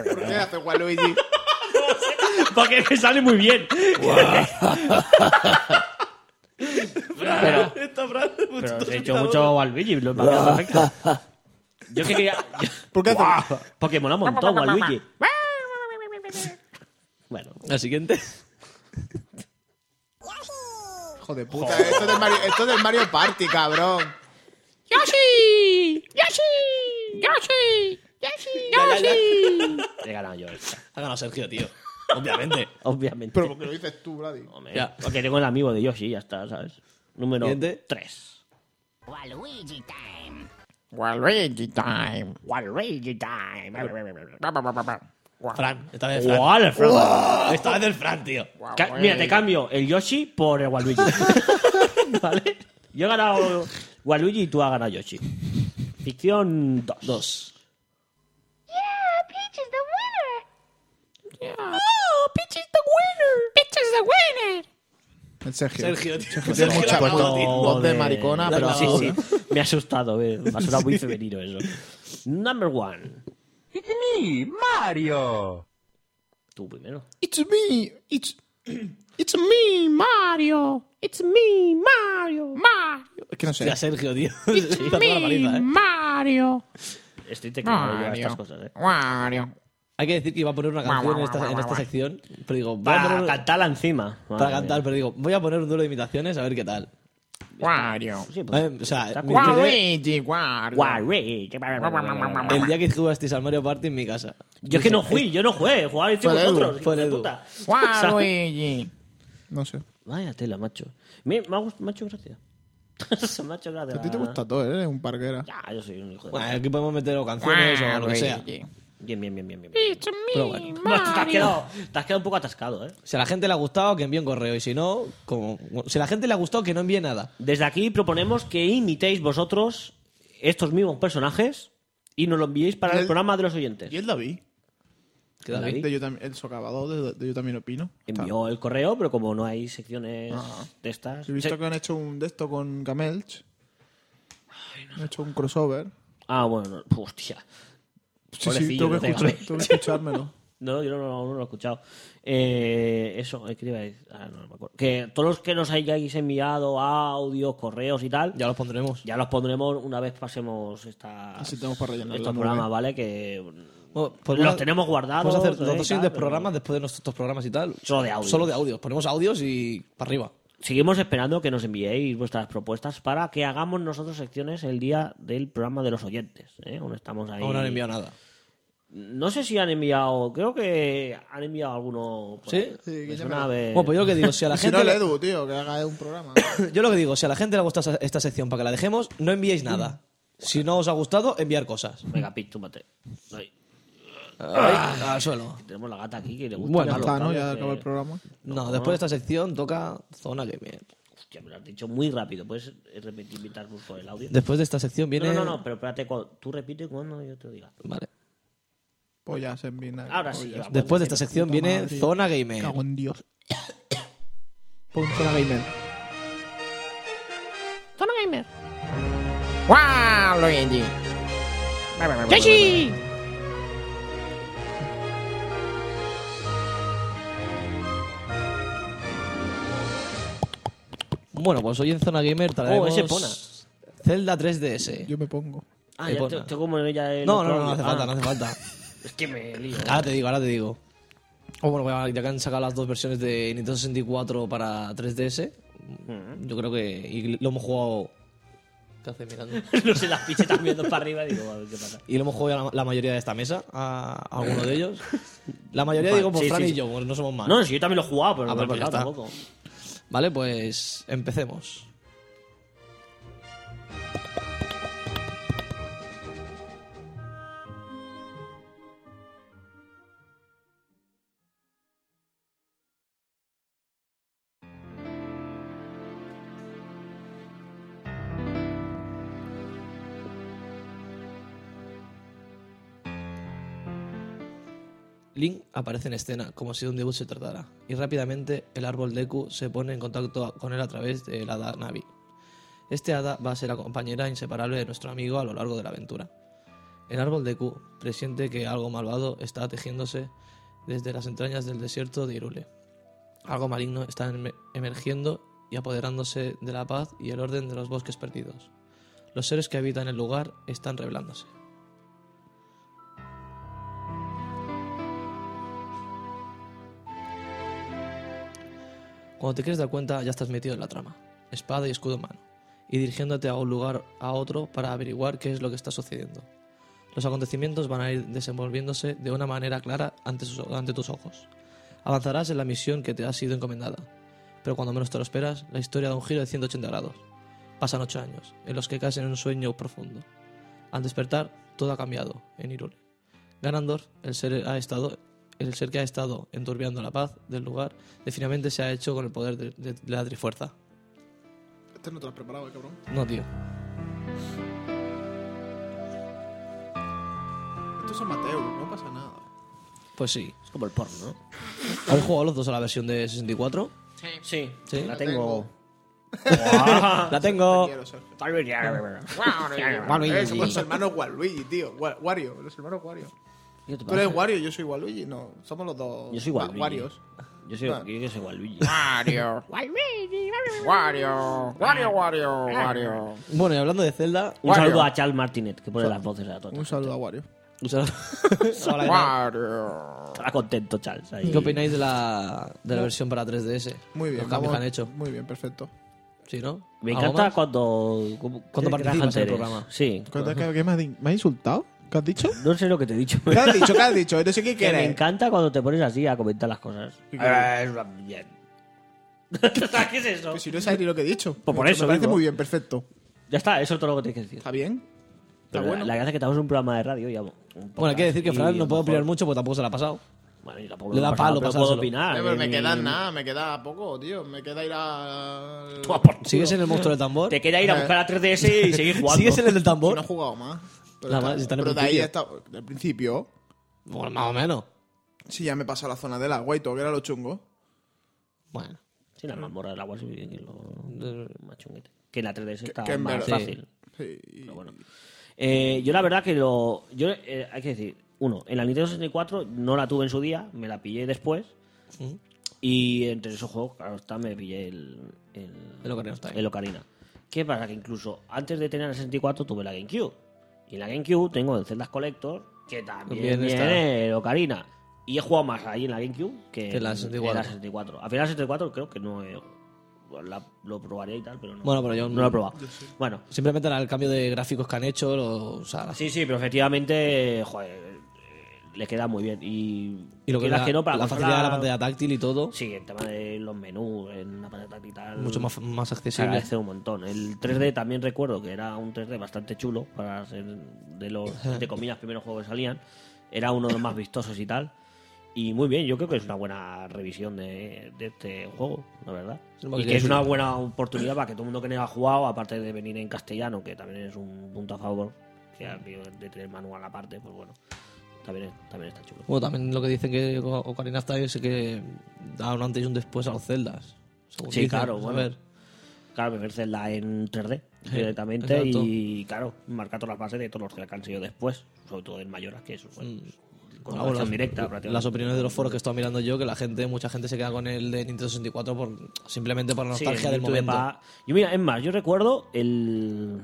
¿Por qué hace Waluigi? Porque me sale muy bien. *laughs* *laughs* pero, pero he hecho mucho Waluigi, lo me ha quedado perfecto. *laughs* Yo que quería. *laughs* ¿Por qué hace? *laughs* Porque mola un montón Waluigi. Bueno, La siguiente. *laughs* Hijo de puta, esto es, del Mario, esto es del Mario Party, cabrón. he ganado yo esta, Ha ganado Sergio, tío. Obviamente. obviamente. Pero porque lo dices tú, Brady. Hombre, Ya. Porque tengo el amigo de Yoshi, ya está, ¿sabes? Número Siguiente. 3. Waluigi time. Waluigi time. Cioè, Waluigi time. *laughs* Fran, esta vez Fran. Guau, el Fran. Esta vez el Fran, tío. Ca- Mira, te cambio el Yoshi por el Waluigi. ¿Vale? Yo he ganado Waluigi y tú has ganado Yoshi. Ficción 2. Yeah, Peach is the winner. Oh, El Sergio. Sergio, tío. Tiene Sergio mucha la voz, mano, tío. voz de maricona, La pero mano. sí, sí. Me ha asustado, eh. me ha sonado muy femenino eso. Number one. Mario. Tú primero. It's me, it's, it's me, Mario. It's me, Mario, Mario. Es que no sé. Hostia, Sergio, tío. Está toda la paliza, eh. Mario. Estoy te a Mario. estas cosas, eh. Mario. Hay que decir que iba a poner una canción en esta, en esta sección, pero digo, voy a Para poner- cantarla encima. para Madre cantar, pero digo, voy a poner un duelo de imitaciones a ver qué tal. Mario. mía. Sí, pues. Eh, o sea, Está mi guau, idea- Luigi, Mario. Waluigi. el día que jugasteis al Mario Party en mi casa. Yo es que no fui, yo no jugué. Jugaba encima Fue Edu, vosotros. fue hijos de Edu. puta. ¿Sabes? Waluigi. No sé. Vaya tela, macho. Me, me ha gustado, macho, *laughs* gracias. macho, gracias. A ti te gusta todo, ¿eh? eres un parguera. Ya, yo soy un hijo de Bueno, puta. aquí podemos meter o canciones Ah, o lo que sea. Bien, bien, bien, bien. bien, bien. Pero bueno. Macho, *laughs* te has, quedado, te has quedado un poco atascado, ¿eh? Si a la gente le ha gustado, que envíe un correo. Y si no, como... si a la gente le ha gustado, que no envíe nada. Desde aquí proponemos que imitéis vosotros estos mismos personajes y nos lo enviéis para el, El- programa de los oyentes. ¿Y el David? Que David- David De yo también, el socavador de, de yo también opino. envió el correo, pero como no hay secciones de estas... Ah. He visto se- que han hecho un de esto con Gamelch. Han hecho un crossover. Ah, bueno, no, hostia. Sí, sí, Pobrecillo, tengo que, de *laughs* escuchar- Gamelch. tengo que escuchármelo. No, yo no, no- no lo he escuchado. Eh, eso, eh, ¿qué te iba a decir? Ah, no, no me acuerdo. Que todos los que nos hayáis enviado audios, correos y tal, Ya los pondremos. ya los pondremos una vez pasemos esta, Así tenemos para rellenarlo, estos muy programas, bien. ¿vale? Que Bueno, pues los vamos a- tenemos guardados. Vamos a hacer eh, los dos y siguientes tal, pero programas después de nuestros programas y tal. Solo de audios. Solo de audios. Ponemos audios y para arriba. Seguimos esperando que nos enviéis vuestras propuestas para que hagamos nosotros secciones el día del programa de los oyentes. ¿eh? Aún estamos ahí. Aún no han enviado nada. No sé si han enviado, creo que han enviado alguno. por ¿Sí? ahí. Sí, que Me ya suena me- a ver- Bueno, pues yo lo que digo, si a la *laughs* Si gente. no, el le- Edu, tío, que haga *coughs* un programa. Yo lo que digo, si a la gente le ha gustado esta- esta sección para que la dejemos, no enviéis nada. Si no os ha gustado, enviar cosas. Venga, Pit, túmbate. Ay, Ahí, Ah. al suelo. tenemos la gata aquí que le gusta. Bueno, ya los está, ¿no? cables, Ya eh. acaba el programa. No, después de esta sección toca Zona Gamer. Hostia, me lo has dicho muy rápido. ¿Puedes repetir mientras busco el audio? Después de esta sección No, viene. no, no, no, pero espérate. cu- Tú repite cuando yo te lo diga. Vale. Pues ya se envina. Ahora Ah, sí, Pues ya llevamos. Después de esta sección Puta viene madre. Zona está. Gamer. Cago en Dios. Pon zona gamer. Zona Gamer. Waluigi. ¡Yoshi! Bueno, pues hoy en Zona Gamer traemos. Oh, ese Pona. Zelda 3DS. Yo me pongo. Ah, Eh, ya pon- te- tengo como ya el No, otro no, no, no audio. hace Ah, falta, no hace falta. Es que me lío. Ahora te digo, ahora te digo. O bueno, ya- ya que han sacado las dos versiones de Nintendo 64 para 3DS, yo creo que y lo hemos jugado. ¿Qué hace mirando? *laughs* no sé, las pichetas viendo para arriba y digo, a ver qué pasa. Y lo hemos jugado la, la mayoría de esta mesa, a, a alguno de ellos. La mayoría, digo, por Sí, Fran sí, y sí. yo, pues no somos más. No, si yo también lo he jugado, pero Ah, no lo he pues ya pegado está. tampoco. Vale, pues empecemos. Link aparece en escena como si de un debut se tratara, y rápidamente el árbol Deku se pone en contacto a- con él a través del hada Navi. Este hada va a ser la compañera inseparable de nuestro amigo a lo largo de la aventura. El árbol Deku presiente que algo malvado está tejiéndose desde las entrañas del desierto de Irule. Algo maligno está em- emergiendo y apoderándose de la paz y el orden de los bosques perdidos. Los seres que habitan el lugar están revelándose. Cuando te quieres dar cuenta, ya estás metido en la trama, espada y escudo en mano, y dirigiéndote a un lugar a otro para averiguar qué es lo que está sucediendo. Los acontecimientos van a ir desenvolviéndose de una manera clara ante, sus- ante tus ojos. Avanzarás en la misión que te ha sido encomendada, pero cuando menos te lo esperas, la historia da un giro de 180 grados. Pasan ocho años, en los que caes en un sueño profundo. Al despertar, todo ha cambiado en Irule. Ganondorf, el ser, ha estado el ser que ha estado enturbiando la paz del lugar, definitivamente se ha hecho con el poder de, de- de la Trifuerza. Este no te lo has preparado, eh, cabrón. No, tío. Esto es amateur, no pasa nada. Pues sí. Es como el porno, ¿no? ¿Han jugado los dos a la versión de 64? Sí, Sí. la tengo. tengo. *laughs* Ah, La tengo. Quiero ser. Waluigi. Eh, somos los hermanos Waluigi, tío. Wa- Wario, los hermanos Wario. ¿Qué te Tú eres pasa? Wario, yo soy Waluigi. No, somos los dos. Yo soy Wa- Waluigi. Warios. Yo soy, Ah. yo que soy Waluigi. Wario. Wario. Wario, Wario, Wario. Bueno, y hablando de Zelda. Un saludo a Charles Martinet, que pone las voces a todos. Un saludo a Wario. un *laughs* saludo- Hola, ¿qué tal? Wario. Estará contento, Charles. ahí. ¿Qué opináis de la, de la versión para 3DS? Muy bien, Los cambios que vamos- han hecho. Muy bien, perfecto. ¿Sí, no? Me ¿Algo encanta más? cuando. Cuando que participas en el eres. programa. Sí. ¿Qué, qué- qué me, has, di- me has insultado? ¿Qué has dicho? No sé lo que te he dicho. ¿Qué has dicho? ¿Qué has dicho? No sé qué *laughs* Que me quieres. encanta cuando te pones así a comentar las cosas. Ah, bien. ¿Qué es eso? Que Si no sabes ni lo que he dicho. Pues por Me- eso Me parece digo. muy bien, perfecto. *laughs* Ya está, eso es todo lo que tienes que decir. ¿Está bien? Pero Está bueno. La, la gracia es que estamos en un programa de radio y ya. un Bueno, hay que podcast, decir que y Fran a no lo puede opinar mejor- mucho porque tampoco se la ha pasado. Bueno, yo tampoco Le lo da he pasado, palo pero pasárselo. puedo opinar. Eh, pero me Ah, ni- queda nada, me queda poco, tío. Me queda ir a. Toma Ah, por culo. ¿Sigues en el monstruo del tambor? Te queda ir a buscar a 3DS y seguir jugando. ¿Sigues en el del Si no he tambor? jugado más. Pero, Nada está- más, está en el pero de ahí principio. está. Del principio. Bueno, más o menos. Sí, ya me pasa la zona del agua y todo, que era lo chungo. Bueno. Sí, la mazmorra del agua sí que lo- más chunguete. Que la 3DS está que en más verdad- fácil. Sí, y- Pero bueno. Eh, yo la verdad que lo... Yo, eh, hay que decir, uno, en la Nintendo 64 no la tuve en su día, me la pillé después. Y entre esos juegos, claro está, me pillé el... El, El Ocarina of Time. El Ocarina. ¿Qué pasa? Que incluso antes de tener la 64 tuve la GameCube. Y en la GameCube tengo el Zelda Collector, que también También está. tiene el Ocarina. Y he jugado más ahí en la GameCube que Que en la 64. en la 64. Al final la 64 creo que no... he- la- lo probaría y tal, pero no. Bueno, pero yo no lo he probado. Bueno, Simplemente era el cambio de gráficos que han hecho. lo- o sea, la- Sí, sí, pero efectivamente, joder, eh, le queda muy bien. Y, y lo que quieras la, no, para la consola- facilidad de la pantalla táctil y todo. Sí, el tema de los menús en una pantalla táctil y tal. Mucho más, más se accesible. agradece un montón. El 3D también recuerdo que era un 3D bastante chulo para ser de los, entre comillas, primeros juegos que salían. Era uno de los más vistosos y tal. Y muy bien, yo creo que es una buena revisión de, de este juego, la verdad. Es lo que Y que quería es una decir. buena oportunidad para que todo el mundo que no ha jugado, aparte de venir en castellano, que también es un punto a favor, que ha habido de tener manual aparte, pues bueno, también, es- también está chulo. Bueno, también lo que dicen que O- Ocarina of Time es que da un antes y un después a los celdas. según Sí, dicen. claro, A bueno. ver. Claro, me Zelda en 3D Sí, directamente exacto. y claro, marca todas las bases de todos los que han sido después, sobre todo en Mayoras, que es bueno, Ah, con una bueno, acción las- directa Las prácticamente. opiniones de los foros que he estado mirando yo, que la gente, mucha gente se queda con el de Nintendo 64 por, simplemente por la Sí, nostalgia en del virtud de momento. pa- Yo mira, es más, yo recuerdo el,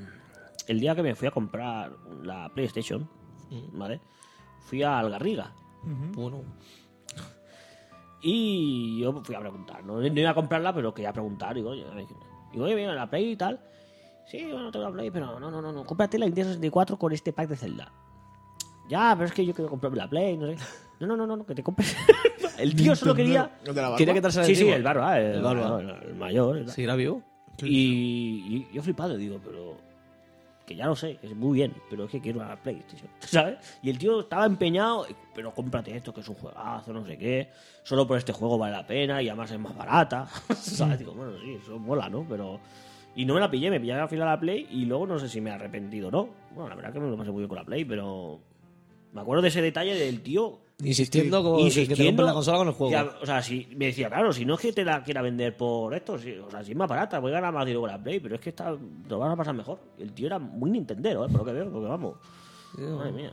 el día que me fui a comprar la PlayStation, Mm. ¿vale? Fui a Algarriga Bueno, y yo fui a preguntar, no, no iba a comprarla, pero quería preguntar, digo, oye, a ver, digo, oye, mira, la Play y tal. Sí, bueno, tengo la Play, pero no, no, no, no, cómprate la Nintendo 64 con este pack de Zelda. Ya, pero es que yo quiero comprarme la Play, no sé. No, no, no, no, no, que te compres. *laughs* el tío solo quería... ¿El de la barba? quería que te Sí, sí, el barba, el, El barba. barba, el mayor. el- ¿Seguirá vivo? y, y yo flipado, digo, pero. Que ya lo sé, es muy bien, pero es que quiero una PlayStation, *laughs* ¿sabes? Y el tío estaba empeñado, pero cómprate esto, que es un juegazo, no sé qué. Solo por este juego vale la pena y además es más barata, *laughs* ¿sabes? Digo, bueno, sí, eso mola, ¿no? Pero. Y no me la pillé, me pillé al final la Play y luego no sé si me he arrepentido o no. Bueno, la verdad que me lo pasé muy bien con la Play, pero. Me acuerdo de ese detalle del tío Insistiendo como que te compren la consola con el juego. ya, o sea, si, me decía, claro, si no es que te la quiera vender por esto, si- o sea, si es más barata, voy a ganar más dinero con la Play, pero es que esta lo vas a pasar mejor. El tío era muy nintendero, ¿eh? por lo que veo, porque vamos. Madre mía.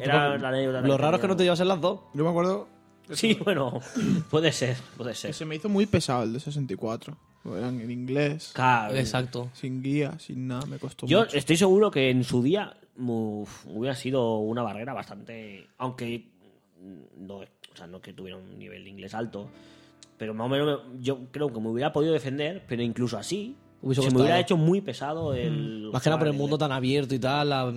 Era la anécdota Lo raro es que no te tenía. llevas en las dos. Yo me acuerdo Sí, bueno, *laughs* puede ser, puede que ser. se me hizo muy pesado el de 64. Lo eran en inglés, Claro. Exacto. sin guía, sin nada, me costó Yo mucho. estoy seguro que en su día uf, hubiera sido una barrera bastante. Aunque no, o sea, no que tuviera un nivel de inglés alto. Pero más o menos yo creo que me hubiera podido defender, pero incluso así Hubiese se costado. me Mm. hubiera hecho muy pesado el. Más que nada jugar por el en mundo inglés. tan abierto y tal, la,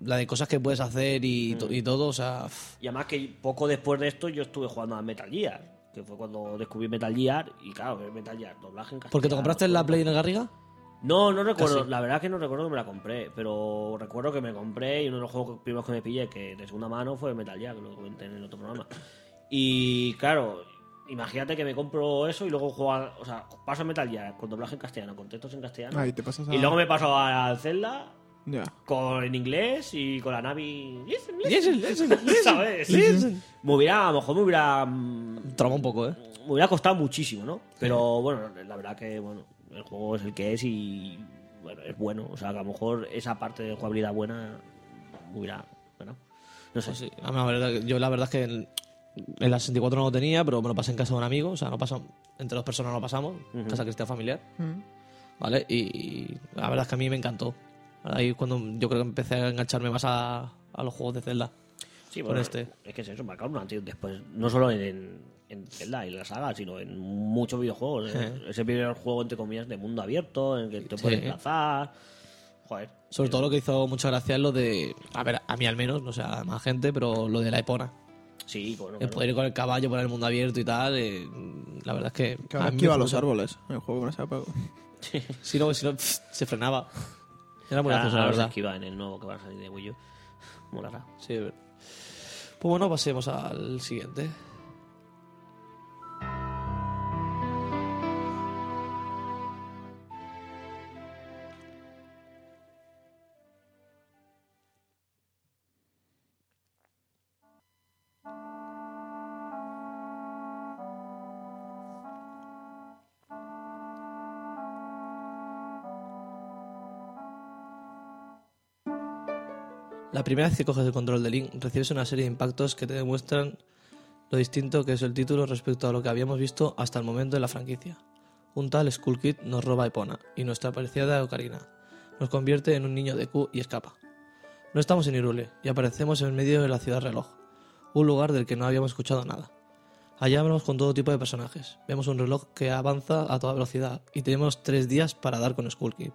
la de cosas que puedes hacer y, Mm. to- y todo, o sea... pff. Y además que poco después de esto yo estuve jugando a Metal Gear, que fue cuando descubrí Metal Gear. Y claro, ver Metal Gear, doblaje en castellano. ¿Porque te compraste la todo. Play en el Garriga? No, no recuerdo. Casi. La verdad que no recuerdo que me la compré. Pero recuerdo que me compré y uno de los juegos primeros que me pillé, que de segunda mano, fue Metal Gear, que lo comenté en el otro programa. Y claro, imagínate que me compro eso y luego juego. O sea, paso a Metal Gear con doblaje en castellano, con textos en castellano. Ahí te pasas a- eh, Y luego me paso al Zelda Ya. con, en inglés y con la Navi. Listen, *laughs* Listen, listen, listen, ¿Sabes? listen. Me hubiera, a lo mejor me hubiera. mm, Troma un poco, ¿eh? me hubiera costado muchísimo, ¿no? Pero bueno, la verdad que bueno, el juego es el que es y bueno, es bueno. O sea, que a lo mejor esa parte de jugabilidad buena me hubiera bueno, No sé. Pues sí. A mí, la verdad que- yo la verdad es que en, en la 64 no lo tenía, pero me lo pasé en casa de un amigo. O sea, no pasa, entre dos personas no lo pasamos. Casa cristiana familiar. ¿Vale? Y, y la verdad es que a mí me encantó. Ahí es cuando yo creo que empecé a engancharme más a, a los juegos de Zelda. Sí, Por bueno, este. Es que es eso, marcar un antes y un después. No solo en, en Zelda y en la saga, sino en muchos videojuegos. ¿eh? Ese primer juego, entre comillas, de mundo abierto, en el que te Sí. puedes desplazar. Joder. Sobre todo lo que hizo mucha gracia es lo de. A ver, a mí al menos, no sé, a más gente, pero lo de la Epona. Sí, bueno, El claro. poder ir con el caballo por el mundo abierto y tal. eh, la verdad es que. Ah, Que ahora a mí me esquiva gustó los mucho. árboles. El juego con ese apago. Si no, si no, se frenaba. Era muy gracioso, pues, la Ahora- Ah, ahora se verdad. esquiva en el nuevo que va a salir de Wii U. Molará. Sí, es verdad. Pues bueno, pasemos al siguiente. La primera vez que coges el control de Link, recibes una serie de impactos que te demuestran lo distinto que es el título respecto a lo que habíamos visto hasta el momento en la franquicia. Un tal Skull Kid nos roba a Epona y nuestra apreciada Ocarina. Nos convierte en un niño de Q y escapa. No estamos en Irule y aparecemos en medio de la ciudad reloj, un lugar del que no habíamos escuchado nada. Allá hablamos con todo tipo de personajes. Vemos un reloj que avanza a toda velocidad y tenemos tres días para dar con Skull Kid.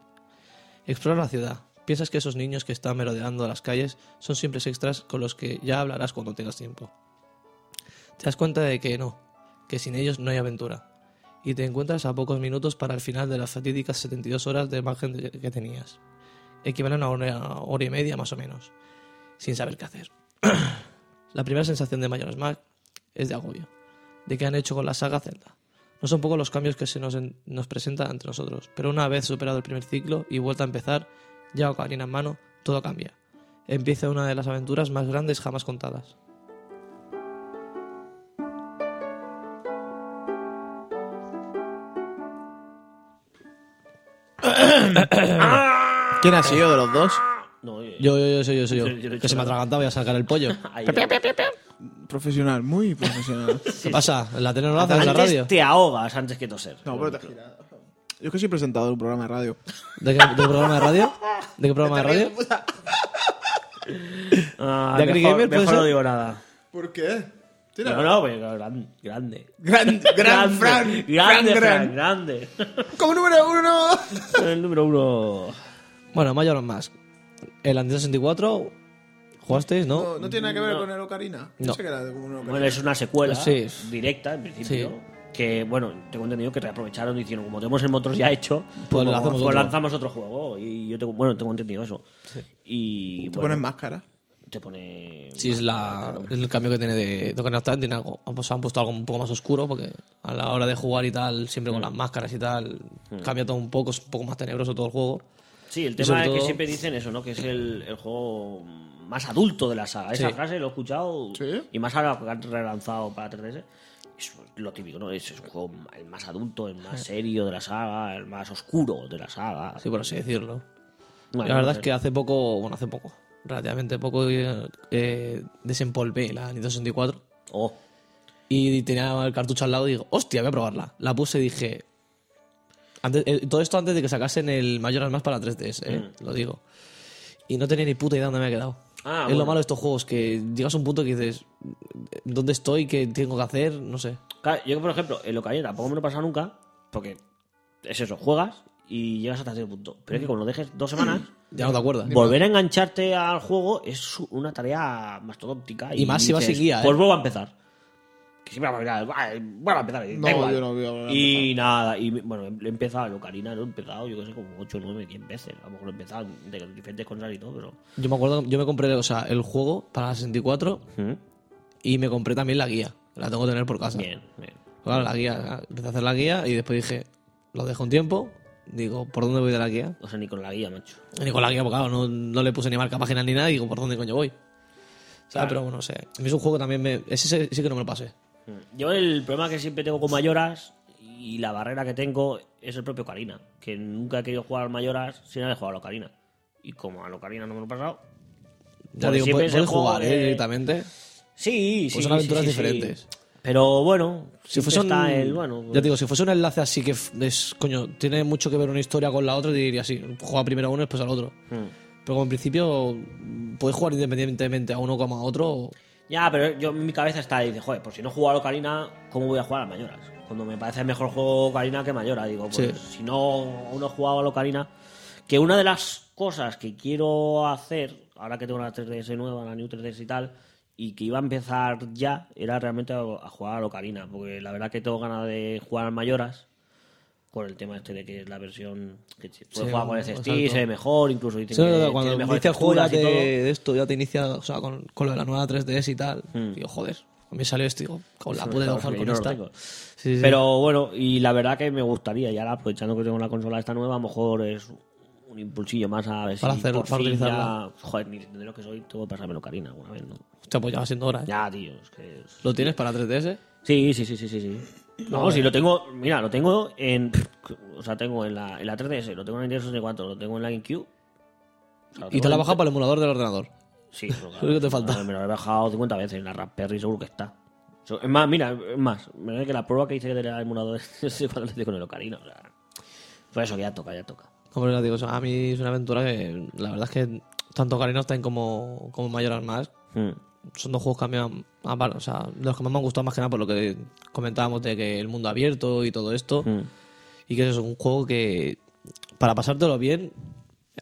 Explora la ciudad. Piensas que esos niños que están merodeando las calles son simples extras con los que ya hablarás cuando tengas tiempo. Te das cuenta de que no, que sin ellos no hay aventura. Y te encuentras a pocos minutos para el final de las fatídicas 72 horas de margen de- que tenías. Equivalen a una hora y media más o menos, sin saber qué hacer. *clears throat* la primera sensación de Majora's Mask es de agobio, de que han hecho con la saga Zelda. No son pocos los cambios que se nos, en- nos presentan ante nosotros, pero una vez superado el primer ciclo y vuelta a empezar, ya Ocarina en mano, todo cambia. Empieza una de las aventuras más grandes jamás contadas. *coughs* ¿Quién ha sido de los dos? No, yo- Yo, yo, yo, soy yo, soy yo. Yo- yo no he que hecho se me nada. atragantaba voy a sacar el *laughs* pollo. ahí va. Profesional, muy *laughs* profesional. ¿Qué pasa? ¿En la tele no lo haces en la Antes radio? te ahogas antes que toser. No, pero te has girado. Yo es que soy presentador de un programa de radio. ¿De qué, de qué programa de radio? ¿De qué programa de radio? Ah, ¿De Angry mejor, Gamer, puede mejor no ser? digo nada. ¿Por qué? Tira. No, no, pero gran- grande. Gran, *laughs* gran grande, Fran. Grande, Fran, Fran, grande. *laughs* Gran. Como número uno. El número uno. Bueno, Majora's Mask. El Andy 64, ¿jugasteis, no? No, no tiene nada que ver con el Ocarina. No. No. sé que era de como un Ocarina. Bueno, es una secuela Sí. directa, en principio. Sí. Que, bueno, tengo entendido que reaprovecharon y hicieron, como tenemos el motor ya hecho, Pues le hacemos otro. lanzamos otro juego. Y yo tengo, bueno, tengo entendido eso. Y Te bueno, ponen máscara. te pone... Sí, es, la, es el cambio que tiene de, de Ocarina of Time. Tiene algo, han puesto- han puesto algo un poco más oscuro porque a la hora de jugar y tal, siempre con las máscaras y tal, cambia todo un poco, es un poco más tenebroso todo el juego. Sí, el Y sobre tema es que todo- siempre dicen eso, ¿no? Que es el, el juego más adulto de la saga. Esa Sí. frase lo he escuchado Sí. y más ahora que han relanzado para 3DS. Es lo típico, ¿no? Es, es un juego el más adulto, el más serio de la saga, el más oscuro de la saga. Sí, por así decirlo. Bueno, la verdad no es que hace poco, bueno, hace poco, relativamente poco, eh, eh, desempolvé la Nintendo 64 sé. Oh, y tenía el cartucho al lado y digo, hostia, voy a probarla. La puse y dije... antes- eh, todo esto antes de que sacasen el Majora's Mask para 3DS, eh, Mm. lo digo. Y no tenía ni puta idea dónde me había quedado. Ah, es bueno. lo malo de estos juegos, que llegas a un punto que dices, ¿dónde estoy? ¿Qué tengo que hacer? No sé. Claro, yo, por ejemplo, el Ocarina tampoco me lo he pasado nunca, porque es eso, juegas y llegas hasta cierto punto. Pero Mm. es que como lo dejes dos semanas, Ya no te acuerdas. volver a engancharte al juego es una tarea mastodóntica. Y más si vas sin dices, guía, ¿eh? Pues vuelvo a empezar. Que siempre va a mirar, "Buah, vuelvo a empezar. No, da igual". yo no voy a volver a Y nada, y bueno, he empezado el Ocarina, lo he empezado, yo que sé, como 8, 9, 10 veces. A lo mejor lo he empezado de diferentes consolas y todo, pero. ¿Mm? Yo me acuerdo, yo me compré, o sea, el juego para la 64 y me compré también la guía. La tengo que tener por casa. Bien, bien. Claro, la guía. ah, Empecé a hacer la guía y después dije, lo dejo un tiempo. Digo, ¿por dónde voy de la guía? O sea, ni con la guía, macho. Y con la guía, pues claro, no, no le puse ni marca página ni nada. y Digo, ¿por dónde coño voy? ¿Sabes? Pero bueno, no sé. A mí es un juego que también me. Ese sí- sí que no me lo pasé. Yo el problema que siempre tengo con Mayoras y la barrera que tengo es el propio Karina, que nunca he querido jugar al Mayoras sin haber jugado a Karina. Y como a Karina no me lo he pasado. Ya Porque digo, siempre puedes, es el puedes jugar juego ¿eh? de- directamente. Sí, sí. Pues son sí, aventuras sí, sí. diferentes. Pero bueno, Si siempre fuese un, está el bueno. pues. ya te digo, si fuese un enlace así que f- es, coño, tiene mucho que ver una historia con la otra, te diría así, juega primero a uno y después al otro. pues, mm. Pero como en principio mm, puedes jugar independientemente a uno como a otro. Ya, pero yo en mi cabeza está ahí, dice, joder, pues si no he jugado a Ocarina, ¿cómo voy a jugar a Mayoras? Cuando me parece el mejor juego Ocarina que Mayora, digo, pues Sí. si no uno he jugado a Ocarina, que una de las cosas que quiero hacer, ahora que tengo la 3DS nueva, la New 3DS y tal, y que iba a empezar ya, era realmente a, a jugar a Ocarina, porque la verdad que tengo ganas de jugar a Mayoras, con el tema este de que es la versión que se puede Sí, jugar con el exacto. cestil, se ve mejor, incluso dicen Sí, que tiene cuando mejores inicia el juego ya texturas y te, todo. de esto ya te inicia o sea, con, con lo de la nueva 3DS y tal. Hmm. Digo, joder, a mí salió esto, digo, con la Sí, pude claro, jugar sí, con no lo esta. tengo. Sí, sí. Pero bueno, y la verdad que me gustaría, y ahora aprovechando que tengo la consola esta nueva, a lo mejor es un impulsillo más a ver Para si hacer- por para fin utilizarla. ya- Joder, ni de lo que soy, tengo que pasármelo Karina alguna vez, ¿no? Hostia, pues ya va siendo hora. ¿eh? Ya, tío, es que... es- ¿Lo tienes para 3DS? Sí, sí, sí, sí, sí, sí. No, si lo tengo... Mira, lo tengo en... O sea, tengo en la, en la 3DS, lo tengo en la Nintendo 64, lo tengo en la GameCube... O sea, lo Y tengo te la en- bajas para el emulador del ordenador. *laughs* Sí, pero claro, Lo que te falta. Me lo he bajado 50 veces en la Raspberry, seguro que está. So- Es más, mira, es más, me da que la prueba que hice del emulador *laughs* es cuando le hice con el Ocarina. O sea, pues eso, que ya toca, ya toca. Hombre, ya digo, o sea, a mí es una aventura que la verdad es que tanto Ocarina of Time como, como Majora's Mask Hmm. son dos juegos que a mí han- apar- o sea, de los que más me han gustado más que nada por lo que comentábamos de que el mundo abierto y todo esto. Y que eso es un juego que para pasártelo bien,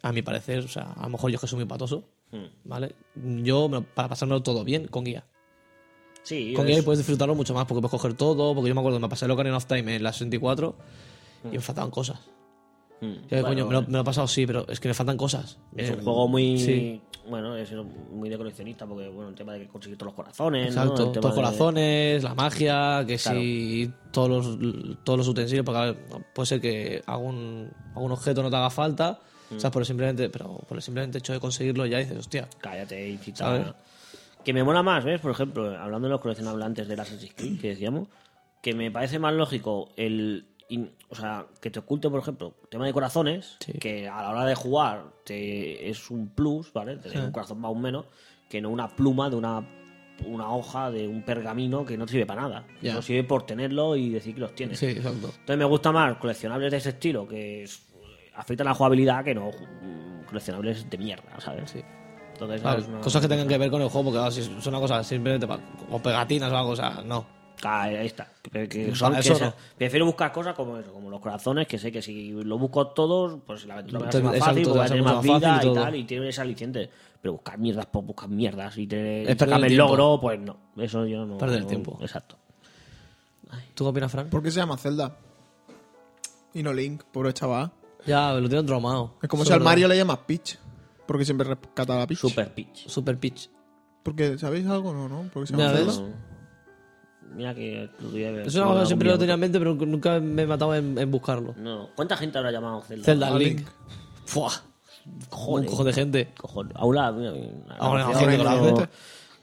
a mi parecer, o sea, a lo mejor yo es que soy muy patoso, Mm. ¿vale? Yo me lo- para pasármelo todo bien con guía. Sí, Con es- guía puedes disfrutarlo mucho más porque puedes coger todo, porque yo me acuerdo que me pasé el Ocarina of Time en la 64 y me faltaban cosas. Hmm. Ya, Bueno, coño, me lo, me lo he pasado, sí, pero es que me faltan cosas. Es Eh, un juego muy. sí. Bueno, es muy de coleccionista, porque, bueno, el tema de que conseguir todos los corazones. ¿no? Exacto, El tema todos los de- corazones, la magia, que Claro. si todos los, todos los utensilios, porque a ver, puede ser que algún, algún objeto no te haga falta, Mm. o sea, por el simplemente, pero por el simplemente hecho de conseguirlo ya dices, hostia, Cállate, ¿Sabes? incita. Que me mola más, ¿ves? Por ejemplo, hablando de los coleccionables del Assassin's Creed, que decíamos, que me parece más lógico el. in- o sea, que te oculte, por ejemplo, tema de corazones, Sí. que a la hora de jugar te, es un plus, ¿vale? Tener un corazón más o menos, que no una pluma de una, una hoja de un pergamino que no te sirve para nada. Ya. No sirve por tenerlo y decir que los tienes. sí, exacto. Entonces me gusta más coleccionables de ese estilo, que es- afectan la jugabilidad, que no mm, coleccionables de mierda, ¿sabes? Sí. Entonces, Claro, es una- cosas que tengan que ver con el juego, porque claro, si es una cosa simplemente pa- o pegatinas o algo, o sea, no. Ah, ahí está. Que- que son- Vale, que eso sea- no. Prefiero buscar cosas como eso, como los corazones, que sé que si lo busco todos, pues la aventura me va a ser Te- más exacto, fácil, te va porque voy a a ser tener mucho más más fácil vida y y todo. tal, y tiene ese aliciente. Pero buscar mierdas por buscar mierdas y tener Es perder el sacarme el tiempo. logro, pues no. Eso yo no. Perder el no- tiempo. Exacto. ¿Tú qué opinas, Frank? ¿Por qué se llama Zelda? Y no Link, pobre chaval. Ya, lo tienen traumado. Es como si Sobre- al Mario le llamas Peach. Porque siempre rescataba a Peach. Super pitch. Super Pitch. Porque, ¿sabéis algo? No, no. Porque se Ya llama ves. Zelda. Mira que lo voy a ver. Es una cosa Bueno, que algún siempre día lo tenía en mente, pero nunca me he matado en, en buscarlo. No. ¿Cuánta gente habrá llamado Zelda? Zelda Ah, Link. Mm. Link. Fuah, un Cojones. cojón de gente. Cojones. Aula. mira, Ah, la Ahora, canción ahora que hay no- gente.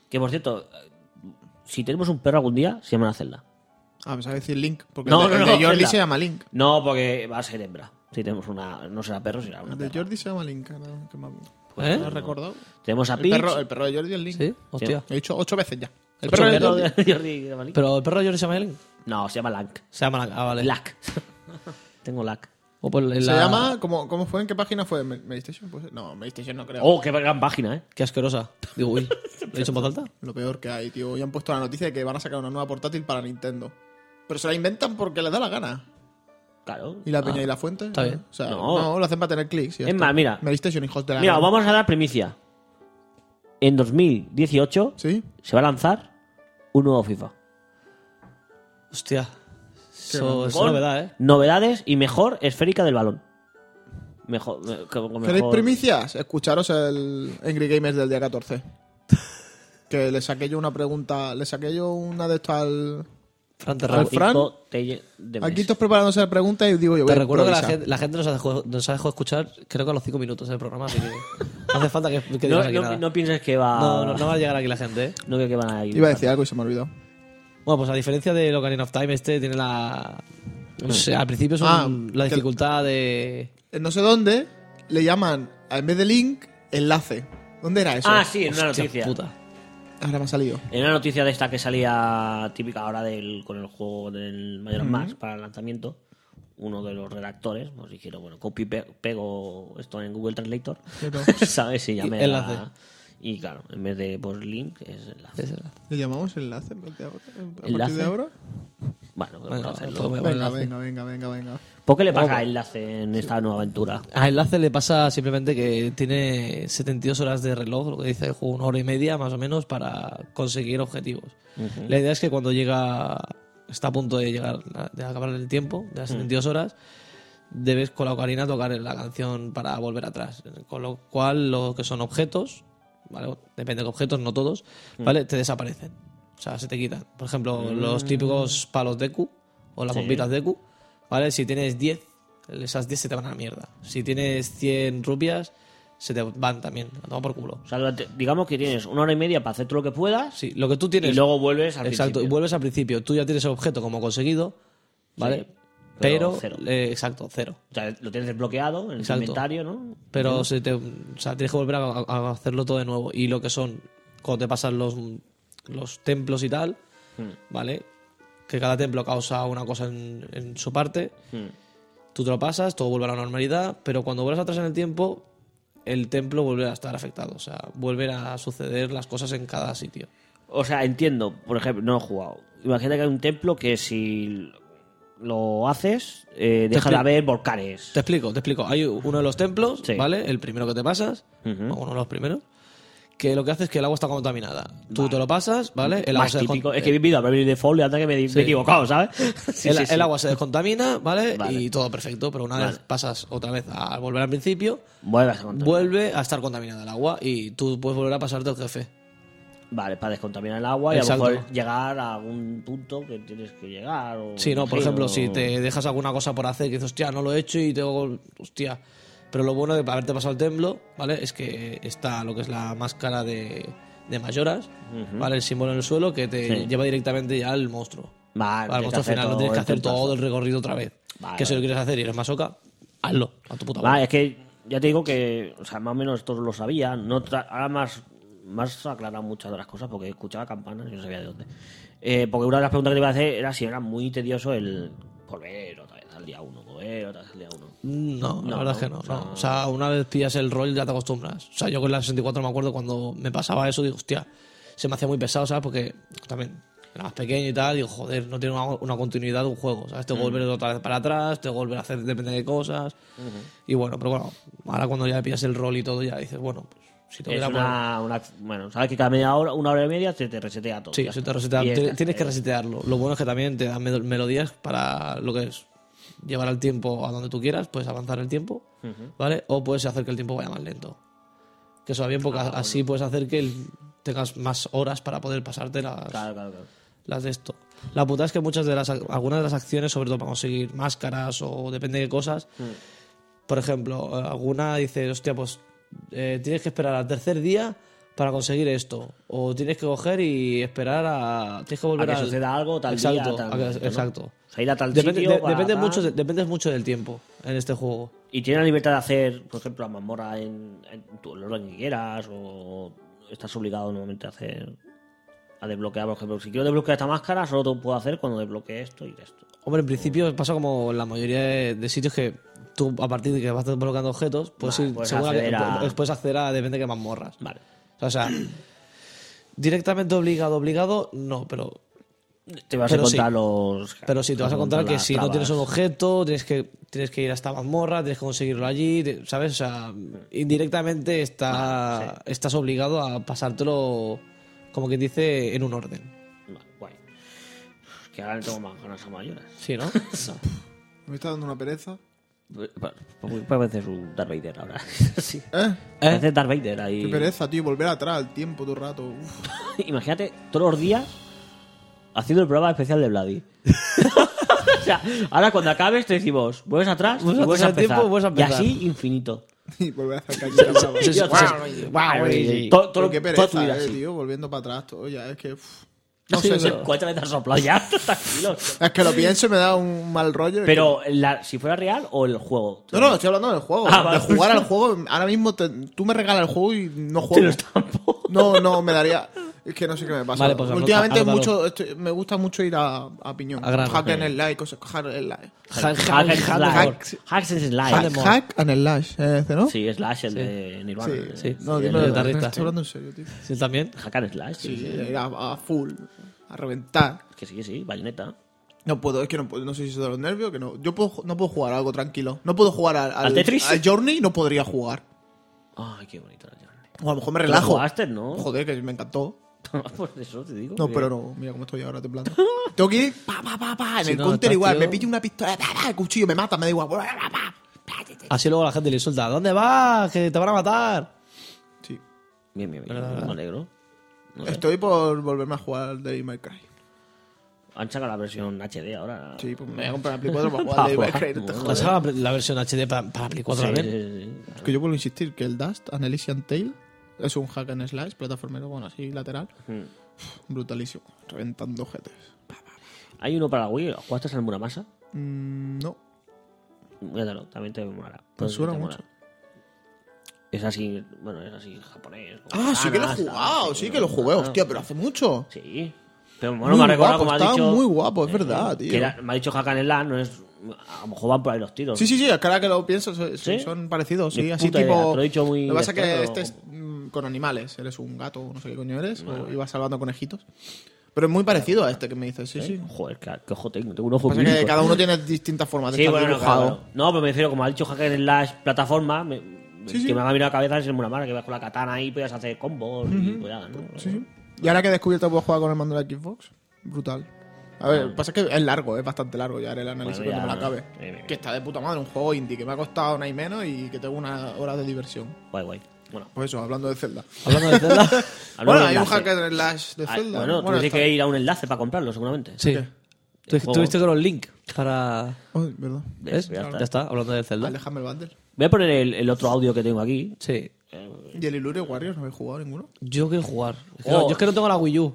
Que por cierto, si tenemos un perro algún día, se llamará Zelda. Ah, pensaba decir Link. Porque No, el no, de, el no, de Jordi Zelda. se llama Link. No, porque va a ser hembra. Si tenemos una. No será perro, será una. El de perra. Jordi se llama Link. No, que me me ¿Eh? he recordado. Tenemos a El Peach. perro, el perro de Jordi es Link. Sí, hostia. Lo he dicho ocho veces ya. El el perro, de perro Jordi. de Jordi de Malín. Pero el perro de Jordi se llama Link. No, se llama Lack. Se llama Lac. Ah, vale. Lack. *laughs* Tengo Lack. O por la- Se llama... ¿cómo, ¿Cómo fue? ¿En qué página fue? ¿Me- ¿Medistation? Pues, no, Medistation no creo. Oh, qué gran página, eh. Qué asquerosa. Digo, *laughs* uy. ¿Lo he dicho en voz alta? Lo peor que hay, tío. Ya han puesto la noticia de que van a sacar una nueva portátil para Nintendo. Pero se la inventan porque les da la gana. Claro. ¿Y la peña y la fuente? Ah, está bien. O sea, No. no. lo hacen para tener clics. y ya Es está. más, mira. Medistation, hijos de la Mira, gran- vamos a dar primicia. En 2018 ¿Sí? se va a lanzar un nuevo FIFA. Hostia. Eso grande. es Con novedad, ¿eh? Novedades y mejor esférica del balón. Mejor. me- con- con ¿Queréis mejor- *laughs* primicias? Escucharos el Angry Gamers del día 14. Que le saqué yo una pregunta, le saqué yo una de estas al. Fran, te, Al recu- Fran. Quito te- de mes. Aquí todos preparándose la pregunta y digo yo, te voy a recuerdo que la improvisar. gente, la gente nos, ha dejado, nos ha dejado escuchar, creo que a los 5 minutos del programa, *laughs* así que no hace falta que, que digas no, aquí no- nada. no pienses que va. No, no- no va a llegar aquí la gente, ¿eh? no creo que van a ir. Iba a decir algo y se me olvidó. Bueno, pues a diferencia de Ocarina of Time, este tiene la. No sé, al principio es un- Mm. Ah, la que- dificultad de. En no sé dónde le llaman, en vez de link, enlace. ¿Dónde era eso? Ah, sí, en una Hostia noticia. puta. Ahora me ha salido. En una noticia de esta que salía típica ahora del, con el juego del Mayor Max para el lanzamiento, uno de los redactores nos dijeron, bueno, copy pe- pego esto en Google Translator, *laughs* ¿sabes? Y llamé Y enlace. a- Y claro, en vez de por link es enlace. Es verdad. ¿Le llamamos enlace a partir de ahora? ¿A ¿Enlace? partir de ahora? Bueno, vamos Bueno, a hacerlo. pues bueno, Venga, enlace. venga, venga, venga, venga. ¿Por qué le pasa enlace en esta nueva aventura? A Enlace le pasa simplemente que tiene 72 horas de reloj, lo que dice el juego, una hora y media más o menos para conseguir objetivos. La idea es que cuando llega, está a punto de llegar, de acabar el tiempo, de Mm. las 72 horas, debes con la ocarina tocar la canción para volver atrás. Con lo cual, lo que son objetos, ¿vale? depende de objetos, no todos, Mm. ¿vale? Te desaparecen. O sea, se te quitan. Por ejemplo, los típicos palos Deku o las bombitas Deku, ¿vale? Si tienes 10, esas 10 se te van a la mierda. Si tienes 100 rupias, se te van también, a tomar por culo. O sea, durante- digamos que tienes una hora y media para hacer todo lo que puedas Sí, lo que tú tienes... y luego vuelves al Exacto, y principio. vuelves al principio. Tú ya tienes el objeto como conseguido, ¿vale? Sí, pero pero, cero. eh, exacto, cero. O sea, lo tienes desbloqueado en el Exacto. inventario, ¿no? Pero se te, o sea, tienes que volver a, a hacerlo todo de nuevo. Y lo que son, cuando te pasan los, los templos y tal, Hmm. ¿vale? Que cada templo causa una cosa en, en su parte. Tú te lo pasas, todo vuelve a la normalidad, pero cuando vuelves atrás en el tiempo, el templo vuelve a estar afectado. O sea, vuelven a suceder las cosas en cada sitio. O sea, entiendo, por ejemplo, no he jugado. Imagínate que hay un templo que si lo haces, eh, deja de expli- haber volcanes. Te explico, te explico. Hay uno de los templos, Sí. ¿vale? El primero que te pasas, o uno de los primeros, que lo que hace es que el agua está contaminada. Tú te lo pasas, ¿vale? El agua Más se descon- típico. Es que he vivido a Bravely Default y hasta que me, me he equivocado, ¿sabes? *laughs* Sí, el, sí, sí. el agua se descontamina, ¿vale? Vale. Y todo perfecto, pero una vez Vale. pasas otra vez a volver al principio, Vuelve a descontaminar. vuelve a estar contaminada el agua y tú puedes volver a pasarte el jefe. Vale, para descontaminar el agua y Exacto. a lo mejor llegar a algún punto que tienes que llegar. O Sí, no, por Sí, ejemplo, o- si te dejas alguna cosa por hacer, que dices, hostia, no lo he hecho y tengo. Hostia. Pero lo bueno de haberte pasado el templo, ¿vale? Es que está lo que es la máscara de, de mayoras, ¿vale? El símbolo en el suelo que te Sí. lleva directamente ya al monstruo. al Vale, tienes que monstruo hacer final, no todo tienes que el hacer puntazo. todo el recorrido otra vez. Vale, que si lo vale. quieres hacer y eres masoca, hazlo, a tu puta bola. Vale, es que ya te digo que, o sea, más o menos todos lo sabían. No tra- ahora más, más se aclaran muchas de las cosas porque escuchaba campanas y no sabía de dónde. Eh, porque una de las preguntas que te iba a hacer era si era muy tedioso el volver otra vez al día uno, volver otra vez al día uno. No, la No, verdad no, es que no, o sea, no. O sea, una vez pillas el rol ya te acostumbras. O sea, yo con la 64 me acuerdo cuando me pasaba eso, digo, hostia, se me hacía muy pesado, ¿sabes? Porque también era más pequeño y tal, digo, joder, no tiene una, una continuidad de un juego, ¿sabes? Te volver otra vez para atrás, te volver a hacer depende de cosas. Y bueno, pero bueno, ahora cuando ya pillas el rol y todo, ya dices, bueno, pues si te Es hubiera una, una- bueno, sabes que cada media hora, una hora y media se te resetea todo. Sí, ya se te está. resetea. Y es- Tienes, tienes que eh, resetearlo. Lo bueno es que también te dan mel- melodías para lo que es llevar al tiempo a donde tú quieras, puedes avanzar el tiempo, ¿vale? O puedes hacer que el tiempo vaya más lento. Que eso va bien Ah, porque así puedes hacer que el- tengas más horas para poder pasarte las, Claro, claro, claro. las de esto. La puta es que muchas de las ac- algunas de las acciones, sobre todo para conseguir máscaras o depende de qué cosas, Mm. por ejemplo, eh, alguna dice, hostia, pues eh, tienes que esperar al tercer día para conseguir esto. O tienes que coger y esperar a. Tienes que volver A que al- suceda algo, tal día, exacto, tal a que- momento, ¿no? Exacto. O sea, ir a tal Depende, sitio de- para depende tal. mucho de- dependes mucho del tiempo en este juego. Y tiene la libertad de hacer, por ejemplo, la mazmorra en, en tu el orden que quieras, o estás obligado normalmente a hacer. a desbloquear, por ejemplo, si quiero desbloquear esta máscara, solo te puedo hacer cuando desbloquee esto y esto. Hombre, en principio pasa como en la mayoría de, de sitios que tú, a partir de que vas desbloqueando objetos, puedes Vale, ir puedes según la acceder que- a- pu- puedes acceder a depende de qué mazmorras. Vale. O sea, directamente obligado, obligado, no, pero, Te vas Pero a contar sí. los. pero sí, te vas a contar que las si no tienes un trabas. objeto, tienes que, tienes que ir a esta mazmorra, tienes que conseguirlo allí, te- ¿sabes? O sea, indirectamente está, estás obligado a pasártelo, como quien dice, en un orden. Vale, guay. *laughs* Que ahora le tengo más ganas a mayores. Sí, ¿no? Me está dando una pereza. Puede parecer un Darth Vader ahora. sí. ¿Eh? Parece Darth Vader ahí. Qué pereza, tío, volver atrás al tiempo todo el rato. Uf. *laughs* *laughs* Imagínate todos los días haciendo el programa especial de Vladi. *laughs* o sea, ahora cuando acabes te decimos, vuelves atrás Vuelves y vuelves a atrás al empezar. tiempo, vuelves a empezar. Y así infinito. pues, Y volver a hacer cañita brava. Sí, sí, sí. eh, Todo- todo- Pero qué toda tu pereza, vida eh, así. tío, volviendo para atrás. Todo, ya, es que. uf. No sé, sé, sí. ¿cuántas veces has soplado ya? *laughs* Tranquilo. Es que lo pienso y me da un mal rollo. es Pero la- si fuera real o el juego. que- No, no, estoy hablando del juego. Ah, de vale. jugar al juego. Ahora mismo te- tú me regalas el juego y no Te juego. lo estampo. No, no, me daría. Es que no sé qué me pasa. Vale, pues anota- Últimamente anótalo. mucho, estoy- me gusta mucho ir a, a piñón. A grano, hack sí. en el like, cosas. Hack en el like. Hack and slash. hack- Hack and Hack, slash. hack and el lash, eh, este, ¿no? Sí, slash el de Nirvana. Sí, el- sí. No, el- dime, de me guitarrista, estoy sí. hablando en serio, tío. Sí, también. Hack and slash. Sí, Sí, sí. ir a, a full, a reventar. Que sí, que sí, bayoneta. No puedo, es que no puedo, no sé si es de los nervios, que no. Yo puedo, no puedo jugar a algo tranquilo. No puedo jugar al, al, ¿Al Tetris? al Journey, no podría jugar. Ay, qué bonito *laughs* la Journey. O a lo mejor me relajo. jugaste, ¿no? Joder, que me encantó. Por eso te digo. No, que- pero no, mira cómo estoy ahora temblando. *laughs* Tengo que ir pa, pa, pa, pa, en Si el no, counter estás, igual, tío. me pillo una pistola, pa, pa, el cuchillo, me mata, me da igual. pa, pa, pa. Así luego la gente le insulta, ¿dónde vas? Que te van a matar. Sí. Bien, bien, bien. Verdad, verdad. Me alegro. No sé. Estoy por volverme a jugar al Devil May Cry. Han sacado la versión HD ahora. Sí, pues me voy a comprar la Play 4 para jugar *laughs* Pa' al Devil May jugar, Cry. no bueno. te ¿La jodas. saga la, la versión HD para, para Play 4 Sí, también? sí, sí, sí. Es que yo vuelvo a insistir que el Dust, An Elysian Tale, es un hack and slash, plataformero, bueno, así, lateral. Brutalísimo. Reventando jetes. Hay uno para Wii. ¿Jugaste al Muramasa? Mm, no. Cuéntalo, también te molará. Pues Puede que suena te mucho. mola. Es así, bueno, es así japonés. con Ah, sí que lo he katanas, tal, jugado, sí que lo jugué, claro. hostia, pero hace mucho. Sí. Pero bueno, Muy me ha recordado guapo, como ha estaba dicho. muy guapo, es verdad, tío. que era- me ha dicho Hakan el no es. A lo mejor van por ahí los tiros. Sí, sí, sí, es que ahora que lo pienso, so- so- ¿Sí? son parecidos, Ni sí, así puta tipo. idea, te lo he dicho muy lo que pasa es que después, este pero- es mm, con animales, eres un gato, no sé qué coño eres, o ibas salvando conejitos. Pero es muy parecido a este que me dices, sí, sí. Lo Joder, qué, qué ojo tengo, tengo un ojo que pasa es que clínico. cada uno tiene distintas formas de Sí, estar bueno, no, dibujado. claro, claro. No, pero me refiero, como ha dicho Hakan en las plataformas, me- Sí, que sí. me ha mirado la cabeza es el Muramasa, que vas con la katana ahí, podías hacer combos y pues nada, ¿no? Sí, sí. Y ahora que he descubierto que puedo jugar con el mando de la Xbox, brutal. A ver, lo que pasa es que es largo, es bastante largo, ya haré el análisis Bueno, ya. cuando me lo acabe. Bien, bien, Que está de puta madre, un juego indie que me ha costado una y menos y que tengo una hora de diversión. Guay, guay. Bueno, Pues eso, hablando de Zelda. Hablando de *laughs* Zelda. hablando bueno, de hay un enlace. hacker en Lash de Ah, Zelda. Bueno, tú tienes está- que ir a un enlace para comprarlo, seguramente. sí. ¿Qué? Tú- juego. Tuviste con los link para. Ay, verdad. ¿Ves? Ya Ya está. está. hablando de Zelda. Alejandro el Bundle. Voy a poner el, el otro audio que tengo aquí. Sí. ¿Y el Illurio Warriors no habéis jugado ninguno? Yo quiero jugar. Es que Oh. no- yo es que no tengo la Wii U.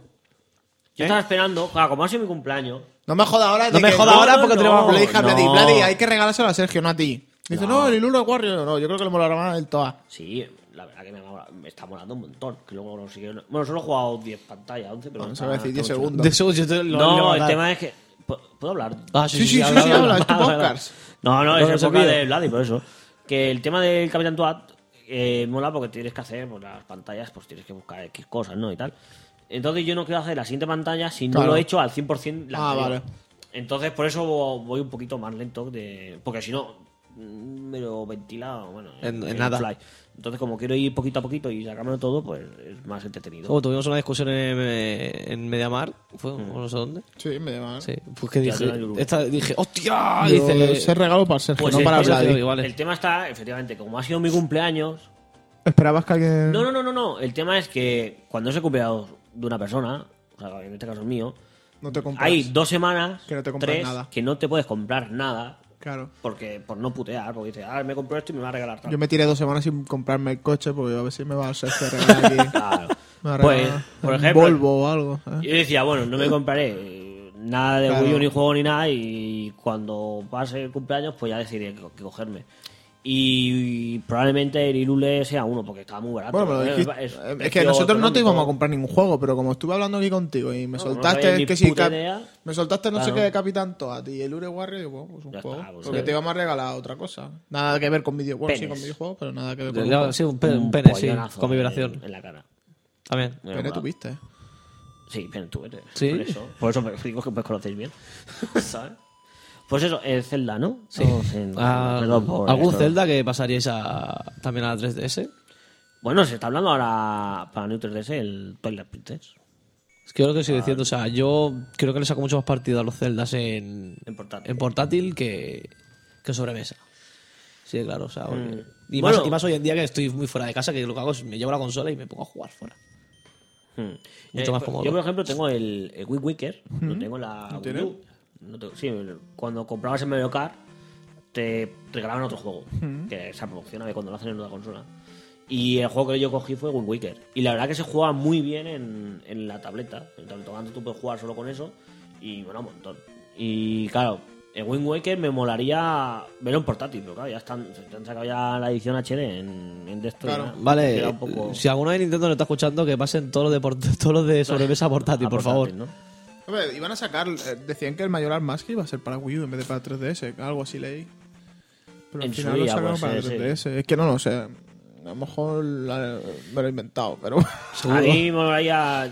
Yo estaba esperando, claro, como ha sido mi cumpleaños. No me jodas ahora. No me jodas ahora porque tenemos- Le dije a no. Vladi, Vladi, hay que regalárselo a Sergio, no a ti. Dice, no, el Illurio Warriors. No, yo creo que le molará más el Toa. Sí, la verdad que me, mola- me está molando un montón. Que luego no sé qué- Bueno, solo he jugado 10 pantallas, 11, pero. Bueno, se está- va a decir está 10 muy chulo. segundos. De eso yo te lo No, lo- el tema es que. ¿Pu- ¿Puedo hablar? Ah, Sí, sí, sí, habla, sí, habla. habla, *laughs* es tu Ah, vale, podcast. vale. No, no, es No, el no se podcast olvide. de Vladi, por eso. Que el tema del Capitán Toad eh, mola porque tienes que hacer pues, las pantallas, pues tienes que buscar X cosas, ¿no? Y tal. Entonces yo no quiero hacer la siguiente pantalla si no Claro. lo he hecho al 100% la Ah, anterior. vale. Entonces por eso voy un poquito más lento, de, porque si no mm, me lo ventila bueno, En- en el nada. fly. Entonces como quiero ir poquito a poquito y sacármelo todo, pues es más entretenido. Como Oh, tuvimos una discusión en, eh, en Mediamar, fue, o no sé dónde. Sí, me llama. ¿eh? Ah, Sí, pues que Mm. Ya, dije, ya, ya, ya. esta, dije, ¡hostia! Yo, Dice, ese regalo para Sergio, Pues no sí, para pues Sergio, Vladi. digo, vale. El tema está, efectivamente, como ha sido mi cumpleaños, ¿Esperabas que alguien.? No, no, no, no, no. El tema es que cuando es el cumpleaños de una persona, o sea, en este caso el mío, No te compras. hay dos semanas, Pues, Que no te compras tres, nada. que no te puedes comprar nada Claro. porque por no putear, porque dices, ah, me compro esto y me va a regalar tal. Yo me tiré dos semanas sin comprarme el coche porque a ver si me va a Sergio a regalar *laughs* aquí. Claro. Me va a Pues, regalar por un ejemplo- Volvo o algo. ¿eh? Yo decía, bueno, no me compraré eh, nada de Claro. Wii U, ni juego, ni nada, y cuando pase el cumpleaños, pues ya decidiré qué qué cogerme. Y, probablemente el Irule sea uno, porque estaba muy barato. Bueno, me lo Ah, Es- dijiste. eh, es Es, que precio nosotros no económico. te íbamos a comprar ningún juego, pero como estuve hablando aquí contigo y me No, no soltaste sabía ni que si puta cap- idea. me soltaste no sé Claro. qué de Capitán Toad y el Ure Warrior, digo, bueno, pues un Ya está, juego. pues, porque sí. te íbamos a regalar otra cosa. Nada que ver con videojuegos. Bueno, sí, Penes. con videojuegos, pero nada que ver con. Le- un le- juego. sí, un pene, un pene, sí, pollonazo con en- vibración. En, la cara. También. Me Pene mola. tuviste. Sí, pero tú eres. Sí. Por eso, por eso me digo que me *laughs* conocéis bien. ¿Sabes? Pues eso, el Zelda, ¿no? Sí. Ah, perdón por ¿Algún esto. Zelda que pasaríais a, también a la 3DS? Bueno, se está hablando ahora para New 3DS el Toilet Princess. Es que yo lo que sigo Ah. diciendo, o sea, yo creo que le saco mucho más partido a los Zeldas en, En portátil. en portátil que, que sobre mesa. Sí, claro, o sea, porque- Mm. y, Bueno. más, y más hoy en día que estoy muy fuera de casa, que lo que hago es me llevo la consola y me pongo a jugar fuera. Hmm. Mucho más por- cómodo. Yo, por ejemplo, tengo el, el Wind Waker, lo tengo en la Wii tienes? U. No tengo- sí, el- cuando comprabas el Mario Kart, te regalaban otro juego, que esa promoción a ver cuando lo hacen en otra consola. Y el juego que yo cogí fue Wind Waker. Y la verdad que se jugaba muy bien en, en la tableta. En tanto tanto tú puedes jugar solo con eso y bueno, un montón. Y claro, el Wind Waker me molaría verlo en portátil, pero claro, ya están, se han sacado ya la edición HD en, en desktop. Claro. ya. Vale, eh, Queda un poco- si alguno de Nintendo no está escuchando, que pasen todos los de, port- *laughs* todos los de sobremesa a portátil, a por favor. portátil, ¿no? Hombre, iban a sacar. eh, decían que el Majora's Mask iba a ser para Wii U en vez de para 3DS, algo así leí. Pero al En su final lo día, sacaron pues, para sí, sí. 3DS. Es que no lo sé. A lo mejor la- me lo he inventado, *laughs* pero. Seguro. A mí me molaría.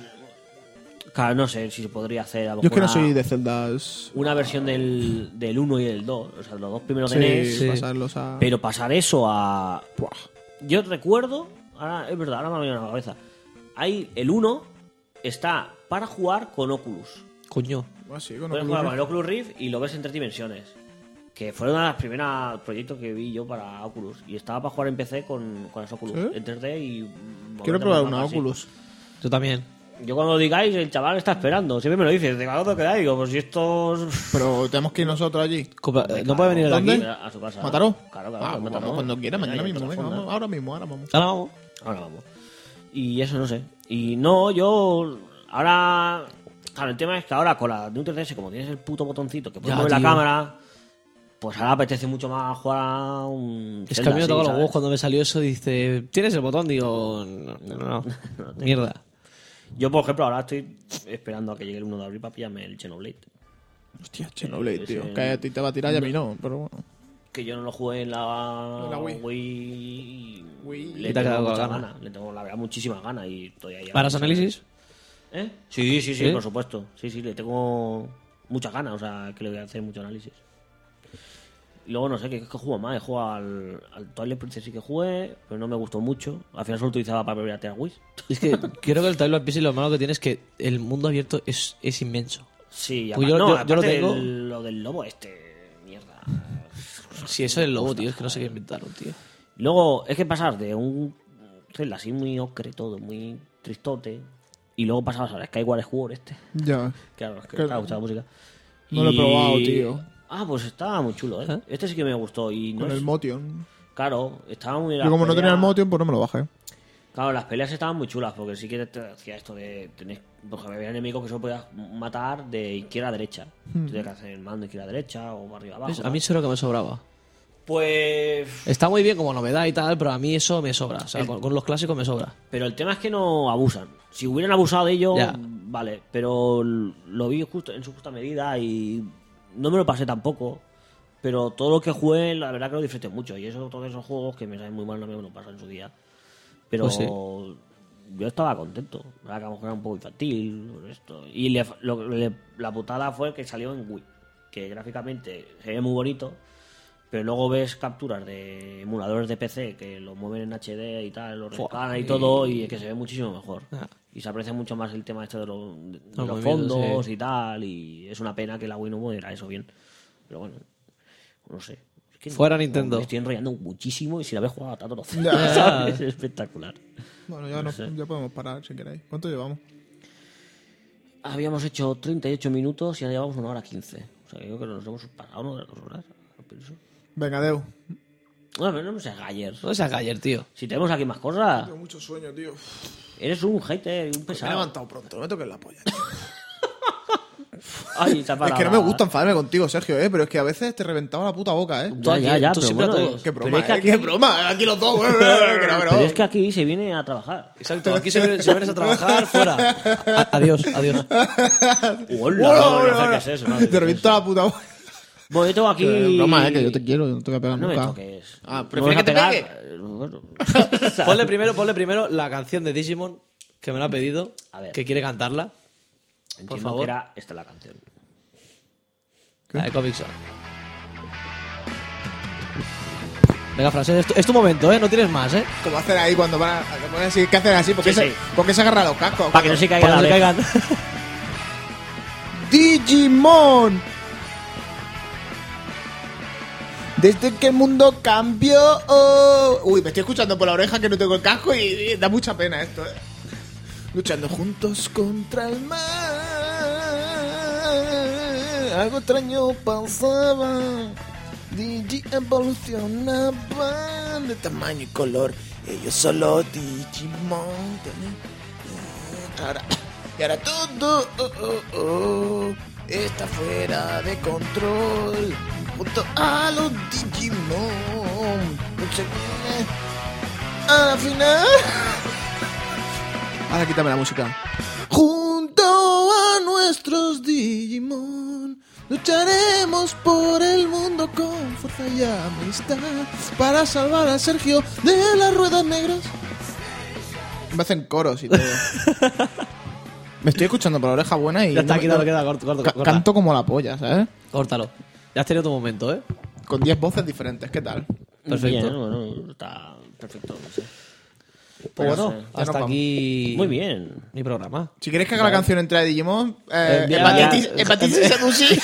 Claro, no sé si se podría hacer. a lo Yo es que no mejor soy una, de celdas. una versión del, del 1 y del 2, o sea, los dos primeros de Sí, NES. sí. pasarlos a. Pero pasar eso a. Buah. Yo recuerdo. Ahora, es verdad, ahora me ha venido a la cabeza. Hay el 1 está para jugar con Oculus. Coño. Ah, sí, con Puedes Oculus jugar con Rift. el Oculus Rift y lo ves en tres dimensiones. Que fue uno de los primeros proyectos que vi yo para Oculus. Y estaba para jugar en PC con, con las Oculus. ¿Sí? En 3D y. ¿Eh? moverte Quiero probar por el una mapa así. Oculus. Yo también. Yo cuando digáis, el chaval está esperando. Siempre me lo dices, ¿de cuándo quedáis? Digo, pues si estos... Pero tenemos que ir nosotros allí. Compra- eh, no puede venir él ¿Dónde? aquí. A su casa. ¿Mataros? Claro, claro. Ah, lo vamos matamos. cuando quiera, Mira, mañana hay mismo. otra venga, fonda. vamos, ahora mismo, ahora vamos. Ahora vamos. Ahora vamos. Y eso no sé. Y no, yo... Ahora... Claro, el tema es que ahora con la de un 3DS, como tienes el puto botoncito que puedes Ya, mover la tío. cámara, pues ahora apetece mucho más jugar a un... Es que Zelda, a mí me sí, tocó los ¿sabes? huevos cuando me salió eso. Dice, ¿tienes el botón? Digo, no, no, *laughs* no. Mierda. Yo, por ejemplo, ahora estoy esperando a que llegue el 1 de abril para pillarme el Xenoblade. Hostia, Chenoblade, ese- tío. Que a ti te va a tirar y a mí no, pero bueno. que yo no lo jugué en la, En la Wii. Wii. Wii. Y Le te ha tengo quedado con mucha ganas. gana. Le tengo, la verdad, muchísimas ganas y estoy ahí. ¿Para los análisis? ¿Eh? Sí, sí, sí, ¿Sí? por supuesto. Sí, sí, le tengo muchas ganas, o sea, que le voy a hacer mucho análisis. Y Luego no sé, ¿qué, qué juego más? He jugado al, al Toilet Princess sí que jugué, pero no me gustó mucho. Al final solo utilizaba para piratear Wii. Es que creo que el Twilight Princess lo malo que tiene es que el mundo abierto es, es inmenso. Sí, Pues apa- yo- no, yo- yo aparte lo tengo. del- lo del lobo este, mierda. Si eso es el lobo, tío, es que no sé qué inventaron, tío. Luego, es que pasar de un Zelda así muy ocre todo, muy tristote, y luego pasabas al Skyward Sword este. Ya. Claro, es que Claro. estaba gustando la música. No lo he probado, tío. Ah, pues estaba muy chulo, ¿eh? ¿Eh? Este sí que me gustó. Y no Con es- el Motion. Claro, estaba muy... Pues, Yo las como no tenía peleas- el Motion, pues no me lo bajé. Claro, las peleas estaban muy chulas, porque sí que te hacía esto de... Tenés, porque había enemigos que solo podías matar de izquierda a derecha. Hmm. Tenías que hacer el mando izquierda a derecha o arriba abajo. Es- A mí eso era lo que me sobraba. Pues... Está muy bien como novedad y tal, pero a mí eso me sobra. O sea, con, con los clásicos me sobra. Pero el tema es que no abusan. Si hubieran abusado de ello, Ya. vale. Pero l- lo vi justo en su justa medida y no me lo pasé tampoco. Pero todo lo que jugué, la verdad que lo disfruté mucho. Y eso, todos esos juegos que me saben muy mal, no me lo pasan en su día. Pero Pues sí. yo estaba contento. La verdad que a lo mejor era un poco infantil. por Esto. Y le- lo- le- la putada fue que salió en Wii. Que gráficamente se ve muy bonito. Pero luego ves capturas de emuladores de PC que lo mueven en HD y tal, lo Fua, rescalan y todo, y que se ve muchísimo mejor. Ah. Y se aprecia mucho más el tema este de, lo- de- de Los los movimientos, fondos sí. y tal, y es una pena que la Wii no moviera eso bien. Pero bueno, no sé. Es que Fuera no- Nintendo. Me estoy enrollando muchísimo y si la habéis jugado a tanto, no sé. Ya. *laughs* *laughs* ¿sabes? Es espectacular. Bueno, ya, nos- ya podemos parar si queréis. ¿Cuánto llevamos? Habíamos hecho 38 minutos y ahora llevamos una hora 15. O sea, yo creo que nos hemos pasado una de las horas. pienso. Venga, Deu. Bueno, pero no me seas galler. No seas ayer, tío. Si tenemos aquí más cosas, mucho sueño, tío. eres un hater y un Me he pesado. levantado pronto, no me toques la polla. tío. Ay, se ha es parado que no me la- gusta enfadarme contigo, Sergio, eh, pero es que a veces te reventaba la puta boca, eh. Ya, ya, ya, Tú pero siempre a bueno, todos. Qué pero broma, es que eh, aquí- qué broma. Aquí *laughs* los dos, *laughs* eh, que no, que no. Pero es que aquí se viene a trabajar. Exacto, aquí si vienes, si vienes a *laughs* trabajar, fuera. A- adiós, adiós. Hola, Hola, no, no, hola, no, hola. ¿qué es eso? No, ¿qué es Te reviento eso? la puta boca. Bueno, yo tengo aquí. Es broma, eh, que yo te quiero, yo no te voy a pegar No me nunca. toques. Ah, ¿Me vas a ¿prefieres que te pegar? pegue? Eh, *laughs* bueno. *laughs* Ponle primero, ponle primero la canción de Digimon que me la ha pedido, A ver. que quiere cantarla. Entiendo que favor. era esta la canción. La de Comic Zone. Venga, Fran, es, tu- es tu momento, ¿eh? No tienes más, ¿eh? Como hacen ahí cuando van a. te ponen así, ¿Qué hacen así? ¿Por qué, Sí, se, sí. por qué se agarra los cascos? Para que no se caiga Para la que no oreja. caigan. *laughs* Digimon. Desde que el mundo cambió. oh. Uy, me estoy escuchando por la oreja que no tengo el casco y, y da mucha pena esto, eh. Luchando juntos contra el mar. Algo extraño pasaba. Digi evolucionaban de tamaño y color. Ellos solo Digimon. tenían. Ahora, y ahora todo oh, oh, oh, está fuera de control. Junto a los Digimon. A la final. Ahora quítame la música. Junto a nuestros Digimon, lucharemos por el mundo con fuerza y amistad para salvar a Sergio de las ruedas negras. Me hacen coros *laughs* y todo. Me estoy escuchando por la oreja buena y. Ya está, no me- queda, no- queda, corto, corto, ca- corta. Canto como la polla, ¿sabes? Córtalo. Ya has tenido tu momento, ¿eh? Con 10 voces diferentes, ¿qué tal? Perfecto. Bien, bueno, está perfecto. no sé. Pues bueno, ya nos Hasta vamos. aquí Muy bien. mi programa. Si quieres que haga la canción entre Digimon, eh, Envía- hepatitis, hepatitis y Sadushi.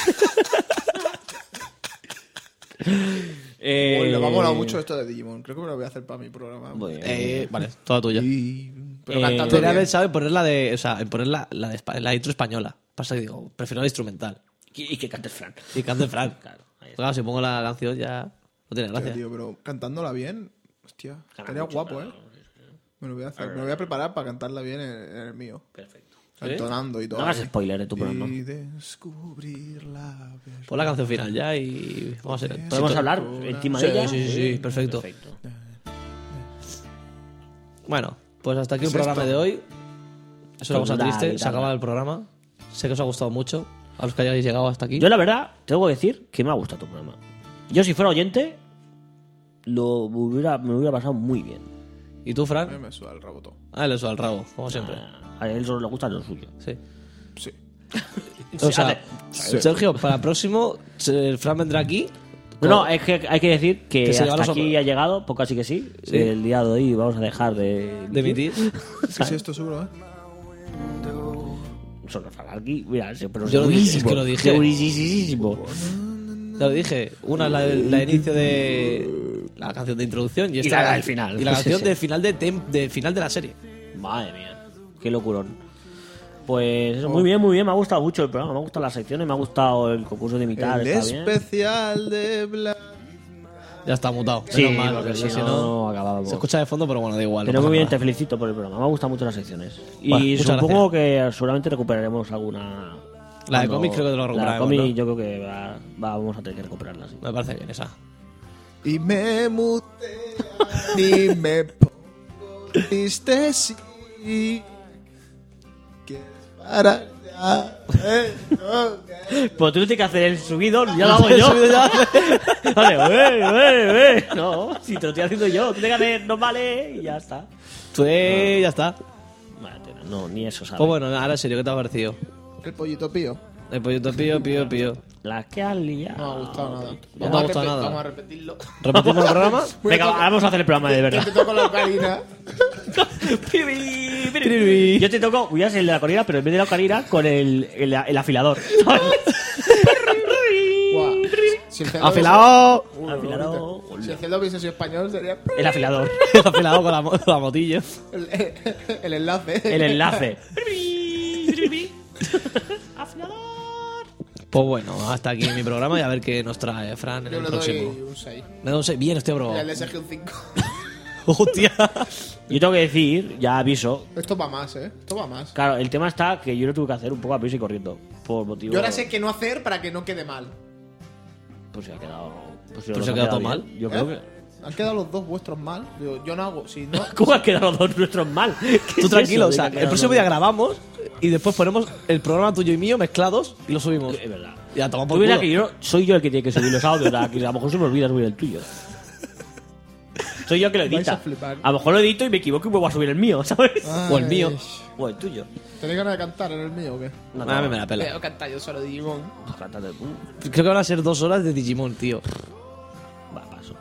Eh, *laughs* Uy, me ha molado mucho esto de Digimon. Creo que me lo voy a hacer para mi programa. Muy bien. Eh, vale, toda tuya. Y- Pero Eh, cantando Podría bien. haber sabido poner la de. O sea, poner la, la, de, espa- la intro española. Pasa que digo, prefiero la instrumental. Y y que cantes Fran. Y cante Frank. Claro, ahí está. Claro, si pongo la canción ya. No tiene gracia. Tío, pero cantándola bien, hostia, estaría mucho, guapo, claro. ¿eh? Me lo voy a hacer, me lo voy a preparar para cantarla bien en, en el mío. Perfecto. Entonando y todo. No hagas ahí. spoiler de tu programa. Y descubrir la verdad. Pon la canción final ya y. Vamos a ver. ¿Podemos Sí, hablar encima de sí, ella? Eh, sí, sí, sí, perfecto. Bueno, pues hasta aquí el programa de hoy. Es una Con cosa la triste. Se guitarra. acaba el programa. Sé que os ha gustado mucho. A los que hayáis llegado hasta aquí. Yo, la verdad, tengo que decir que me ha gustado tu programa. Yo, si fuera oyente, lo hubiera, me lo hubiera pasado muy bien. ¿Y tú, A mí Fran? me suda el rabotón. Ah, le suda el rabo, como siempre. Ah, A él solo le gusta lo suyo. Sí. Sí. O sea, Sí. Sergio, para el próximo, eh, Fran vendrá aquí. No, no, es que hay que decir que, Que se lleva hasta los aquí hombros. ha llegado, pues casi que sí. Sí. El día de hoy vamos a dejar de... de emitir. Sí, sí, esto seguro, ¿eh? *laughs* Solo Fagalki, mira, sí, pero Yo lo dije, segurísimo, es que lo dije. segurísimo. Ya lo dije. Una es la, del- la de inicio de la canción de introducción y, esta la la- del final. Y la Sí, canción sí. de final de, tem- de final de la serie. Madre mía, qué locurón. Pues Oh. eso, muy bien, muy bien, me ha gustado mucho el programa, me ha gustado las secciones, me ha gustado el concurso de imitar, El está bien. especial de Bla. Ya está mutado. Sí, Menos mal, porque porque si si no, no, acabábamos. se escucha de fondo, pero bueno, da igual. no Pero muy pasa bien, nada. te felicito por el programa, me ha gustado mucho las secciones. Y Bueno, muchas supongo que seguramente recuperaremos alguna... La de cuando- cómics creo que lo La de recuperaremos, cómics ¿no? yo creo que va- vamos a tener que recuperarla, sí. Me parece bien esa. Y me mute y me pongo triste sí. Que es para ya. eh, no, que- *laughs* Pues tú no tienes que hacer el subido, ya lo *laughs* hago yo. *laughs* vale, wey, No, si te lo estoy haciendo yo, tú te ganes, no vale, y ya está. Ah. Pues ya está. Vaya tela, no, ni eso Pues sabes. bueno, ahora en serio, ¿qué te ha parecido? Eh, pues El pollito pío. El pollito pío, pío, pío. Las que has liado. No me ha gustado nada. No me ha gustado nada. Vamos a repetirlo. ¿Repetimos el *laughs* programa? Venga, va, vamos a hacer el programa de Que verdad. te toco *laughs* la ocarina. Piribiri, piribiri. Yo te toco, voy a hacer la ocarina, pero en vez de la ocarina, con el, el, el *laughs* afilador. *laughs* Guau. Si el celda ¡Afilado! hubiese- Uy, Afilado. no, Si el celda hubiese sido español sería el afilador. *laughs* Afilado con la, mo- *laughs* la motillo. el, el enlace. El *laughs* enlace. *laughs* Pues bueno, hasta aquí mi programa y a ver qué nos trae Fran en Yo el le doy próximo. un 6. Me da un seis. Bien, este estoy Y aprobado. al de Sergio un 5. *laughs* Hostia. Yo tengo que decir, ya aviso. Esto va más, ¿eh? Esto va más. Claro, el tema está que yo lo tuve que hacer un poco a piso y corriendo. Por motivo. Yo ahora sé qué no hacer para que no quede mal. Pues se ha quedado. Pues, Pues nos se ha quedado bien. mal. Yo creo ¿Eh? que. Han quedado los dos vuestros mal. Yo, yo no hago. Si no, ¿Cómo han quedado los dos nuestros mal? *laughs* ¿Qué Tú es tranquilo, o eso de sea, que ha el quedado próximo los día dos? grabamos y después ponemos el programa tuyo y mío mezclados y lo subimos. Es verdad. Ya, toma por Eh, Tú piensas culo. que yo soy yo el que tiene que subir los audios, la- que a lo mejor se me olvida subir el tuyo. Soy yo el que lo Vais edita. a flipar. A lo mejor lo edito y me equivoco y vuelvo a subir el mío, *laughs* ¿sabes? O el mío. Ay. O el tuyo. ¿Tenéis ganas de cantar en el mío o qué? No, Nada, no. me la pela. cantar yo solo Digimon. Pues Cántate tú. Creo que van a ser dos horas de Digimon, tío. Va, paso.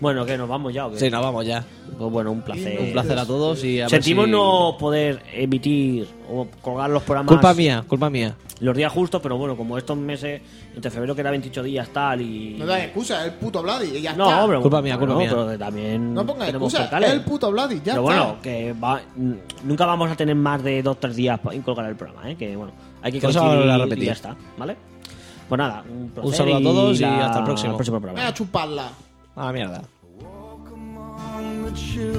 Bueno, que nos vamos ya. ¿o qué? Sí, nos vamos ya. Pues bueno, un placer. Un placer a todos y a ver Sentimos si- no poder emitir o colgar los programas Culpa mía, culpa mía. los días justos, pero bueno, como estos meses, entre febrero que era 28 días tal y... No da excusa, es el puto Vladi. Y ya No, está. hombre, Culpa mía, bueno, culpa mía. pero que también No pongas tenemos excusa, percales. es el puto Vladi. Ya está. pero bueno, que va- n- nunca vamos a tener más de dos o tres días para colgar el programa, ¿eh? Que bueno, hay que Por Pues eso coincidir lo voy a y repetir. ya está, ¿vale? Pues nada, un, placer saludo a todos y la- hasta el próximo. Voy programa. a chuparla. A la mierda. Walk among the children.